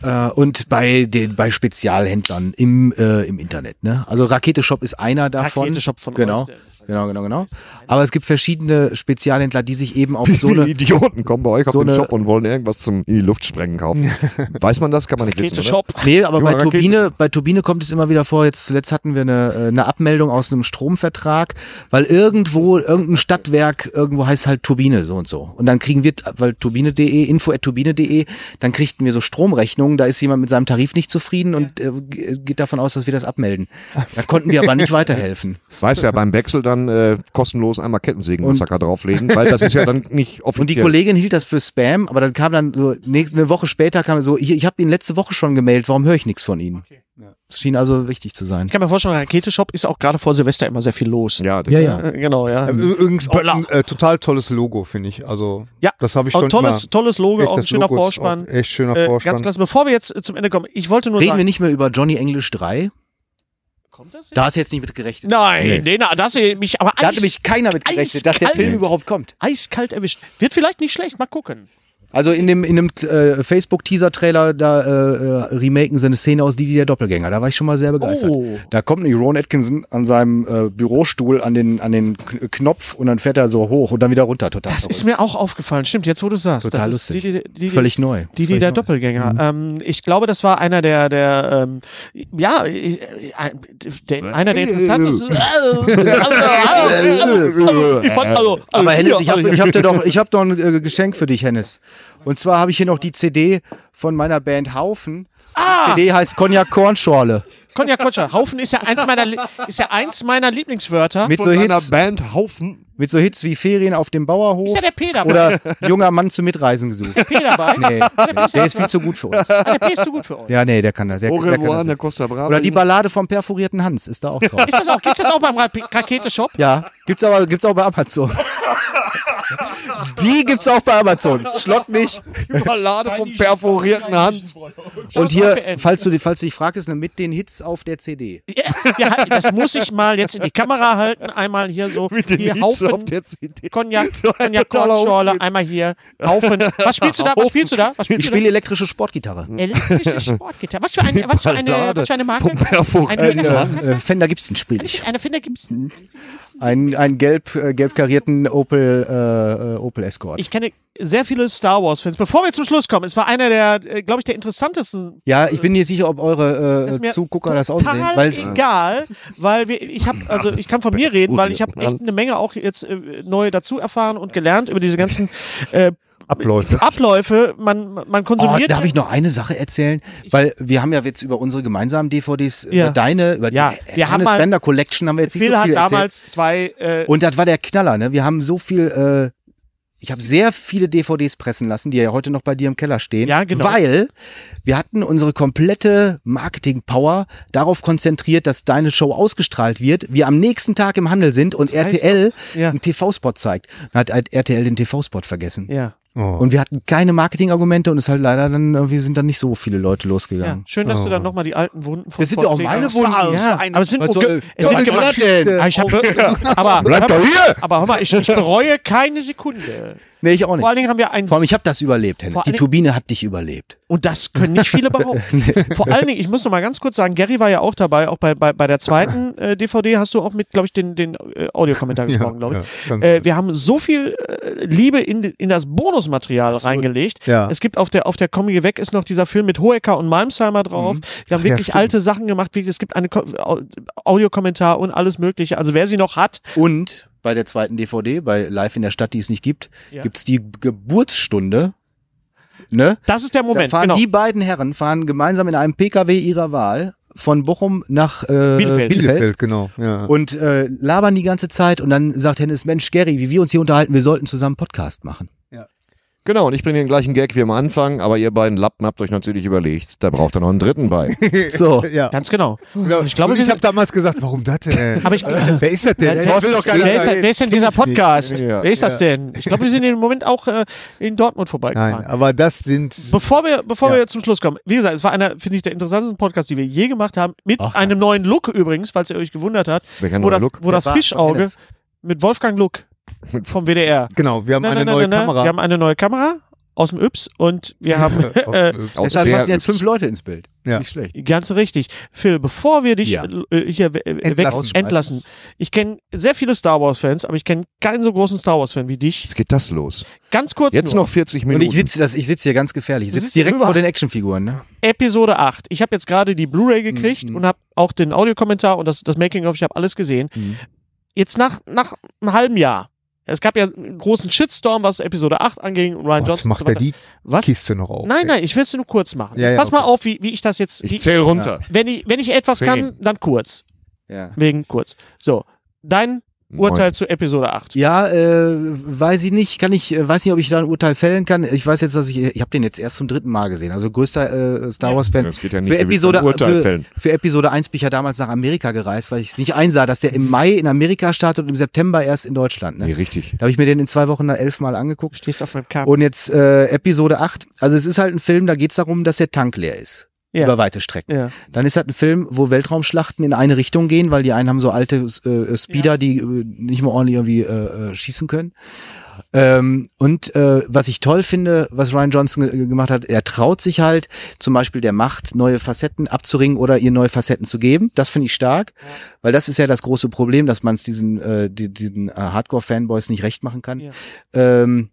[SPEAKER 2] Äh, und bei den bei Spezialhändlern im äh, im Internet, ne? Also Rakete Shop ist einer davon.
[SPEAKER 3] Raketeshop von
[SPEAKER 2] genau.
[SPEAKER 3] euch, der-
[SPEAKER 2] Genau, genau, genau. Aber es gibt verschiedene Spezialhändler, die sich eben auf so
[SPEAKER 4] So
[SPEAKER 2] eine
[SPEAKER 4] Idioten kommen bei euch
[SPEAKER 2] so
[SPEAKER 4] auf den
[SPEAKER 2] eine-
[SPEAKER 4] Shop und wollen irgendwas zum in die Luft sprengen kaufen. Weiß man das? Kann man nicht wissen, oder?
[SPEAKER 3] Shop.
[SPEAKER 2] Nee, aber
[SPEAKER 4] Junge,
[SPEAKER 2] bei
[SPEAKER 4] Rakete.
[SPEAKER 2] Turbine, bei Turbine kommt es immer wieder vor. Jetzt zuletzt hatten wir eine, äh, eine Abmeldung aus einem Stromvertrag, weil irgendwo irgendein Stadtwerk irgendwo heißt halt Turbine so und so. Und dann kriegen wir, weil turbine.de, info@turbine.de, dann kriegten wir so Stromrechnungen. Da ist jemand mit seinem Tarif nicht zufrieden und äh, ge- geht davon aus, dass wir das abmelden. Da konnten wir aber nicht weiterhelfen.
[SPEAKER 4] Weiß ja, beim Wechsel dann äh, kostenlos einmal Kettensägenmassaker drauflegen, weil das ist ja dann nicht offiziell.
[SPEAKER 2] Und die Kollegin hielt das für Spam, aber dann kam dann so nächste, eine Woche später kam so, ich, ich habe Ihnen letzte Woche schon gemeldet, warum höre ich nichts von Ihnen? Es schien also wichtig zu sein.
[SPEAKER 3] Ich kann mir vorstellen, Raketeshop ist auch gerade vor Silvester immer sehr viel los.
[SPEAKER 4] Ja,
[SPEAKER 3] ja. Äh, Genau, ja.
[SPEAKER 1] Ähm, Übrigens auch
[SPEAKER 3] Böller.
[SPEAKER 1] ein äh, total tolles Logo, finde ich. Also,
[SPEAKER 3] Ja,
[SPEAKER 1] das habe ich
[SPEAKER 3] Auch
[SPEAKER 1] schon
[SPEAKER 3] tolles,
[SPEAKER 1] immer.
[SPEAKER 3] tolles Logo,
[SPEAKER 1] Echt,
[SPEAKER 3] auch ein
[SPEAKER 1] das
[SPEAKER 3] schöner
[SPEAKER 1] Logo ist
[SPEAKER 3] Vorspann.
[SPEAKER 1] auch Echt schöner
[SPEAKER 3] Äh,
[SPEAKER 1] Vorspann.
[SPEAKER 3] ganz klasse. Bevor wir jetzt äh, zum Ende kommen, ich wollte nur
[SPEAKER 2] Reden
[SPEAKER 3] sagen.
[SPEAKER 2] wir nicht mehr über Johnny English 3?
[SPEAKER 3] kommt das jetzt?
[SPEAKER 2] Da hast du jetzt nicht mit gerechnet.
[SPEAKER 3] Nein, nee. na, das äh, mich aber
[SPEAKER 2] Da
[SPEAKER 3] eis,
[SPEAKER 2] hat nämlich keiner mit gerechnet, dass der
[SPEAKER 3] eiskalt.
[SPEAKER 2] Film überhaupt kommt.
[SPEAKER 3] eiskalt erwischt. Wird vielleicht nicht schlecht, mal gucken.
[SPEAKER 2] Also in dem, in dem äh, Facebook-Teaser-Trailer, da äh, äh, remaken sie eine Szene aus Die, die der Doppelgänger. Da war ich schon mal sehr begeistert.
[SPEAKER 3] Oh.
[SPEAKER 2] Da kommt nämlich Ron Atkinson an seinem äh, Bürostuhl an den, an den Kn- Knopf und dann fährt er so hoch und dann wieder runter. Total
[SPEAKER 3] Das
[SPEAKER 2] verrückt.
[SPEAKER 3] ist mir auch aufgefallen, stimmt, jetzt wo du sagst.
[SPEAKER 2] Total
[SPEAKER 3] das
[SPEAKER 2] lustig.
[SPEAKER 3] Ist die, die, die,
[SPEAKER 2] völlig neu. Mhm.
[SPEAKER 3] Die, die der Doppelgänger. Ähm, ich glaube, das war einer der, der ähm, ja, ich- äh, ein- der, einer
[SPEAKER 2] äh,
[SPEAKER 3] der interessantesten. Äh, ich fand, also, also,
[SPEAKER 2] Aber Hennes,
[SPEAKER 3] hier,
[SPEAKER 2] ich habe
[SPEAKER 3] also,
[SPEAKER 2] ich hab dir doch, ich hab doch ein äh, Geschenk für dich, Hennes. Und zwar habe ich hier noch die CD von meiner Band Haufen. Die CD heißt Cognac Kornschorle.
[SPEAKER 3] Konja Kutscher, Haufen ist ja eins meiner, Lie- ist ja eins meiner Lieblingswörter.
[SPEAKER 2] Mit so,
[SPEAKER 4] von einer
[SPEAKER 2] Hits,
[SPEAKER 4] Band Haufen
[SPEAKER 2] mit so Hits wie Ferien auf dem Bauerhof
[SPEAKER 3] ist ja der P dabei.
[SPEAKER 2] oder Junger Mann zum Mitreisen gesucht.
[SPEAKER 3] P dabei.
[SPEAKER 2] Nee, nee, der ist viel zu gut für uns.
[SPEAKER 3] Ah, der P ist zu gut für euch.
[SPEAKER 2] Ja, nee, der kann das. Der,
[SPEAKER 4] Au
[SPEAKER 2] der
[SPEAKER 4] revoir,
[SPEAKER 2] kann
[SPEAKER 4] der
[SPEAKER 2] das.
[SPEAKER 4] Costa Brava.
[SPEAKER 2] Oder die Ballade vom perforierten Hans ist da auch drauf.
[SPEAKER 3] Ist das auch, gibt's das auch beim Ra Rakete-Shop?
[SPEAKER 2] Ja, gibt's aber gibt's auch bei Amazon. Die gibt's auch bei Amazon. Schlock nicht.
[SPEAKER 4] Ballade vom perforierten Hans.
[SPEAKER 2] Und hier, falls du, falls du dich fragst, ne, mit den Hits auf der CD.
[SPEAKER 3] Ja, ja, das muss ich mal jetzt in die Kamera halten. Einmal hier so.
[SPEAKER 4] Mit den
[SPEAKER 3] hier
[SPEAKER 4] Hits
[SPEAKER 3] Haufen
[SPEAKER 4] auf der CD.
[SPEAKER 3] Cognac,
[SPEAKER 4] So ein
[SPEAKER 3] Cognac
[SPEAKER 4] totaler
[SPEAKER 3] Kornschorle.
[SPEAKER 4] Unsinn.
[SPEAKER 3] Einmal hier. Haufen. Was spielst du da? Was spielst du da?
[SPEAKER 2] Ich
[SPEAKER 3] Was spielst du
[SPEAKER 2] spiele elektrische Sportgitarre.
[SPEAKER 3] da? Elektrische Sportgitarre. Was für eine, was für eine,
[SPEAKER 4] Ballade.
[SPEAKER 3] was für eine Marke?
[SPEAKER 4] Vom Perforan.
[SPEAKER 3] Eine
[SPEAKER 2] Ein,
[SPEAKER 3] Fender-
[SPEAKER 2] äh, äh, Fender Gibson spiele ich.
[SPEAKER 3] Eine Fender Gibson.
[SPEAKER 2] Ein, ein gelb, äh, gelb karierten Opel, äh, äh, Opel Escort.
[SPEAKER 3] Ich kenne sehr viele Star Wars-Fans. Bevor wir zum Schluss kommen, es war einer der, glaube ich, der interessantesten
[SPEAKER 2] ja, ich bin nicht sicher, ob eure
[SPEAKER 3] ist
[SPEAKER 2] äh,
[SPEAKER 3] mir
[SPEAKER 2] Zugucker das auch sehen.
[SPEAKER 3] total
[SPEAKER 2] weil's-
[SPEAKER 3] egal, weil wir, ich habe, also ich kann von mir reden, weil ich habe echt eine Menge auch jetzt äh, neu dazu erfahren und gelernt über diese ganzen äh,
[SPEAKER 1] Abläufe.
[SPEAKER 3] Abläufe. Man, man
[SPEAKER 2] Oh,
[SPEAKER 3] konsumiert.
[SPEAKER 2] darf ich noch eine Sache erzählen? Weil wir haben ja jetzt über unsere gemeinsamen DVDs,
[SPEAKER 3] Ja.
[SPEAKER 2] über deine, über
[SPEAKER 3] Ja,
[SPEAKER 2] die
[SPEAKER 3] wir haben mal-
[SPEAKER 2] Bender Collection haben wir jetzt nicht so
[SPEAKER 3] Phil
[SPEAKER 2] viel
[SPEAKER 3] hat
[SPEAKER 2] erzählt.
[SPEAKER 3] damals zwei. Äh,
[SPEAKER 2] Und das war der Knaller, ne? Wir haben so viel, äh, ich habe sehr viele DVDs pressen lassen, die ja heute noch bei dir im Keller stehen.
[SPEAKER 3] Ja, genau.
[SPEAKER 2] Weil wir hatten unsere komplette Marketing-Power darauf konzentriert, dass deine Show ausgestrahlt wird, wir am nächsten Tag im Handel sind und
[SPEAKER 3] heißt
[SPEAKER 2] RTL
[SPEAKER 3] Ja.
[SPEAKER 2] einen TV-Spot zeigt. Dann hat halt RTL den TV-Spot vergessen.
[SPEAKER 3] ja,
[SPEAKER 2] Und wir hatten keine Marketingargumente und es halt leider dann, irgendwie sind dann nicht so viele Leute
[SPEAKER 3] ja.
[SPEAKER 2] losgegangen.
[SPEAKER 3] Schön, dass du dann nochmal die alten Wunden von
[SPEAKER 2] Oh. Das sind
[SPEAKER 3] vor
[SPEAKER 2] ja Also, äh, auch meine
[SPEAKER 3] zehn Jahren-
[SPEAKER 2] Wunden.
[SPEAKER 3] Ja, aber es sind
[SPEAKER 2] Was soll-
[SPEAKER 3] es
[SPEAKER 2] Doch,
[SPEAKER 3] sind
[SPEAKER 2] was denn?
[SPEAKER 3] Aber ich habe, aber,
[SPEAKER 4] Bleib
[SPEAKER 3] hör
[SPEAKER 4] doch
[SPEAKER 3] mal-
[SPEAKER 4] hier!
[SPEAKER 3] aber hör mal, ich, ich bereue keine Sekunde.
[SPEAKER 2] Nee, ich auch nicht.
[SPEAKER 3] Vor allen Dingen haben wir einen
[SPEAKER 2] Vor allem, ich habe das überlebt, Hennes.
[SPEAKER 3] Vor
[SPEAKER 2] Die
[SPEAKER 3] allen-
[SPEAKER 2] Turbine hat dich überlebt.
[SPEAKER 3] Und das können nicht viele behaupten. Vor allen Dingen, ich muss noch mal ganz kurz sagen, Gary war ja auch dabei, auch bei, bei, bei der zweiten äh, DVD hast du auch mit, glaube ich, den, den äh, Audiokommentar gesprochen, glaube ich.
[SPEAKER 1] ganz
[SPEAKER 3] äh, wir haben so viel äh, Liebe in, in das Bonusmaterial reingelegt.
[SPEAKER 2] Ja.
[SPEAKER 3] Es gibt auf der, auf der Comedy Weg ist noch dieser Film mit Hoeker und Malmsheimer drauf. Wir haben wirklich alte Sachen gemacht, wie, es gibt eine Ko- Au- Audiokommentar und alles mögliche. Also wer sie noch hat,
[SPEAKER 2] Und bei der zweiten DVD, bei Live in der Stadt, die es nicht gibt,
[SPEAKER 3] Ja.
[SPEAKER 2] gibt's die Geburtsstunde. Ne?
[SPEAKER 3] das ist der Moment.
[SPEAKER 2] da fahren
[SPEAKER 3] genau.
[SPEAKER 2] die beiden Herren fahren gemeinsam in einem PKW ihrer Wahl von Bochum nach äh,
[SPEAKER 3] Bielefeld.
[SPEAKER 2] Bielefeld.
[SPEAKER 1] Bielefeld, genau. Ja.
[SPEAKER 2] Und äh, labern die ganze Zeit und dann sagt Hennes, Mensch, Gary, wie wir uns hier unterhalten, wir sollten zusammen Podcast machen.
[SPEAKER 4] Genau, und ich bringe den gleichen Gag wie am Anfang, aber ihr beiden Lappen habt euch natürlich überlegt, da braucht ihr noch einen dritten bei.
[SPEAKER 2] So.
[SPEAKER 1] ja.
[SPEAKER 3] Ganz genau.
[SPEAKER 1] Und
[SPEAKER 3] ich glaube, wir
[SPEAKER 1] ich habe
[SPEAKER 3] sind-
[SPEAKER 1] damals gesagt, warum das denn?
[SPEAKER 3] Aber ich-
[SPEAKER 1] Wer ist das denn?
[SPEAKER 3] wer, ist, wer, ist, wer ist denn dieser Podcast?
[SPEAKER 4] Ja.
[SPEAKER 3] Wer ist das denn? Ich glaube, wir sind im Moment auch äh, in Dortmund vorbeigefahren.
[SPEAKER 1] Nein, aber das sind
[SPEAKER 3] Bevor wir, bevor wir zum Schluss kommen, wie gesagt, es war einer, finde ich, der interessantesten Podcast, die wir je gemacht haben. Mit einem neuen Look übrigens, falls ihr euch gewundert habt,
[SPEAKER 4] Welcher
[SPEAKER 3] wo
[SPEAKER 4] neue
[SPEAKER 3] das,
[SPEAKER 4] Look?
[SPEAKER 3] wo das
[SPEAKER 2] war von
[SPEAKER 3] Fischauge
[SPEAKER 2] Hennes.
[SPEAKER 3] mit Wolfgang Luck vom WDR.
[SPEAKER 1] genau. Wir haben
[SPEAKER 3] Na, na,
[SPEAKER 1] eine
[SPEAKER 3] na,
[SPEAKER 1] neue
[SPEAKER 3] na, na.
[SPEAKER 1] Kamera.
[SPEAKER 3] Wir haben eine neue Kamera aus dem Yps und wir haben äh,
[SPEAKER 4] Aus
[SPEAKER 2] Deshalb
[SPEAKER 4] der-
[SPEAKER 2] passen jetzt fünf Leute ins Bild.
[SPEAKER 1] Ja.
[SPEAKER 2] Nicht schlecht.
[SPEAKER 3] Ganz richtig. Phil, bevor wir dich
[SPEAKER 2] Ja.
[SPEAKER 3] äh, hier we- äh,
[SPEAKER 1] Entlassen.
[SPEAKER 3] entlassen. entlassen. Ich kenne sehr viele Star Wars-Fans, aber ich kenne keinen so großen Star Wars-Fan wie dich.
[SPEAKER 4] Jetzt geht das los.
[SPEAKER 3] Ganz kurz
[SPEAKER 4] Jetzt
[SPEAKER 3] nur.
[SPEAKER 4] noch 40
[SPEAKER 2] Und
[SPEAKER 4] Minuten.
[SPEAKER 2] ich sitze ich sitz hier ganz gefährlich. Ich
[SPEAKER 3] Du
[SPEAKER 2] sitze
[SPEAKER 3] sitzt hier
[SPEAKER 2] direkt
[SPEAKER 3] drüber.
[SPEAKER 2] vor den Actionfiguren. Ne?
[SPEAKER 3] Episode 8. Ich habe jetzt gerade die Blu-ray
[SPEAKER 1] Mhm.
[SPEAKER 3] gekriegt und habe auch den Audiokommentar und das, das Making-of, ich habe alles gesehen.
[SPEAKER 1] Mhm.
[SPEAKER 3] Jetzt nach, nach einem halben Jahr. Es gab ja einen großen Shitstorm, was Episode 8 anging und Ryan
[SPEAKER 1] Oh, jetzt
[SPEAKER 3] Johnson.
[SPEAKER 1] macht
[SPEAKER 3] und so
[SPEAKER 1] er
[SPEAKER 3] weiter.
[SPEAKER 1] die
[SPEAKER 3] was?
[SPEAKER 1] Kiste noch auf.
[SPEAKER 3] Nein, nein, ich will es nur kurz machen.
[SPEAKER 1] Ja,
[SPEAKER 3] Jetzt
[SPEAKER 1] ja,
[SPEAKER 3] pass mal auf, wie, wie ich das jetzt.
[SPEAKER 4] Ich
[SPEAKER 3] wie-
[SPEAKER 4] zähl runter.
[SPEAKER 3] wenn, ich, wenn ich etwas
[SPEAKER 4] Zehn.
[SPEAKER 3] kann, dann kurz.
[SPEAKER 2] Ja.
[SPEAKER 3] Wegen kurz. So, dein
[SPEAKER 4] Neun.
[SPEAKER 3] Urteil zu Episode 8.
[SPEAKER 2] Ja, äh, weiß ich nicht, kann ich, äh, weiß nicht, ob ich da ein Urteil fällen kann. Ich weiß jetzt, dass ich, ich habe den jetzt erst zum dritten Mal gesehen. Also größter äh, Star Wars Fan.
[SPEAKER 4] Das geht ja nicht,
[SPEAKER 2] für
[SPEAKER 4] wir
[SPEAKER 2] Episode,
[SPEAKER 4] müssen ein Urteil
[SPEAKER 2] für,
[SPEAKER 4] fällen.
[SPEAKER 2] für Episode 1 bin ich ja damals nach Amerika gereist, weil ich es nicht einsah, dass der im Mai in Amerika startet und im September erst in Deutschland. Ne?
[SPEAKER 4] Nee, richtig.
[SPEAKER 2] Da habe ich mir den in zwei Wochen da elfmal angeguckt.
[SPEAKER 3] Stehst auf meinem Kabel.
[SPEAKER 2] Und jetzt äh, Episode 8. Also es ist halt ein Film, da geht es darum, dass der Tank leer ist.
[SPEAKER 3] Ja.
[SPEAKER 2] Über weite Strecken.
[SPEAKER 3] Ja.
[SPEAKER 2] Dann ist halt ein Film, wo Weltraumschlachten in eine Richtung gehen, weil die einen haben so alte äh, Speeder, die äh, nicht mehr ordentlich irgendwie äh, äh, schießen können. Ähm, und äh, was ich toll finde, was Ryan Johnson ge- äh, gemacht hat, er traut sich halt zum Beispiel der Macht, neue Facetten abzuringen oder ihr neue Facetten zu geben. Das finde ich stark, weil das ist ja das große Problem, dass man es diesen, äh, die, diesen äh, Hardcore-Fanboys nicht recht machen kann.
[SPEAKER 3] Ja.
[SPEAKER 2] Ähm,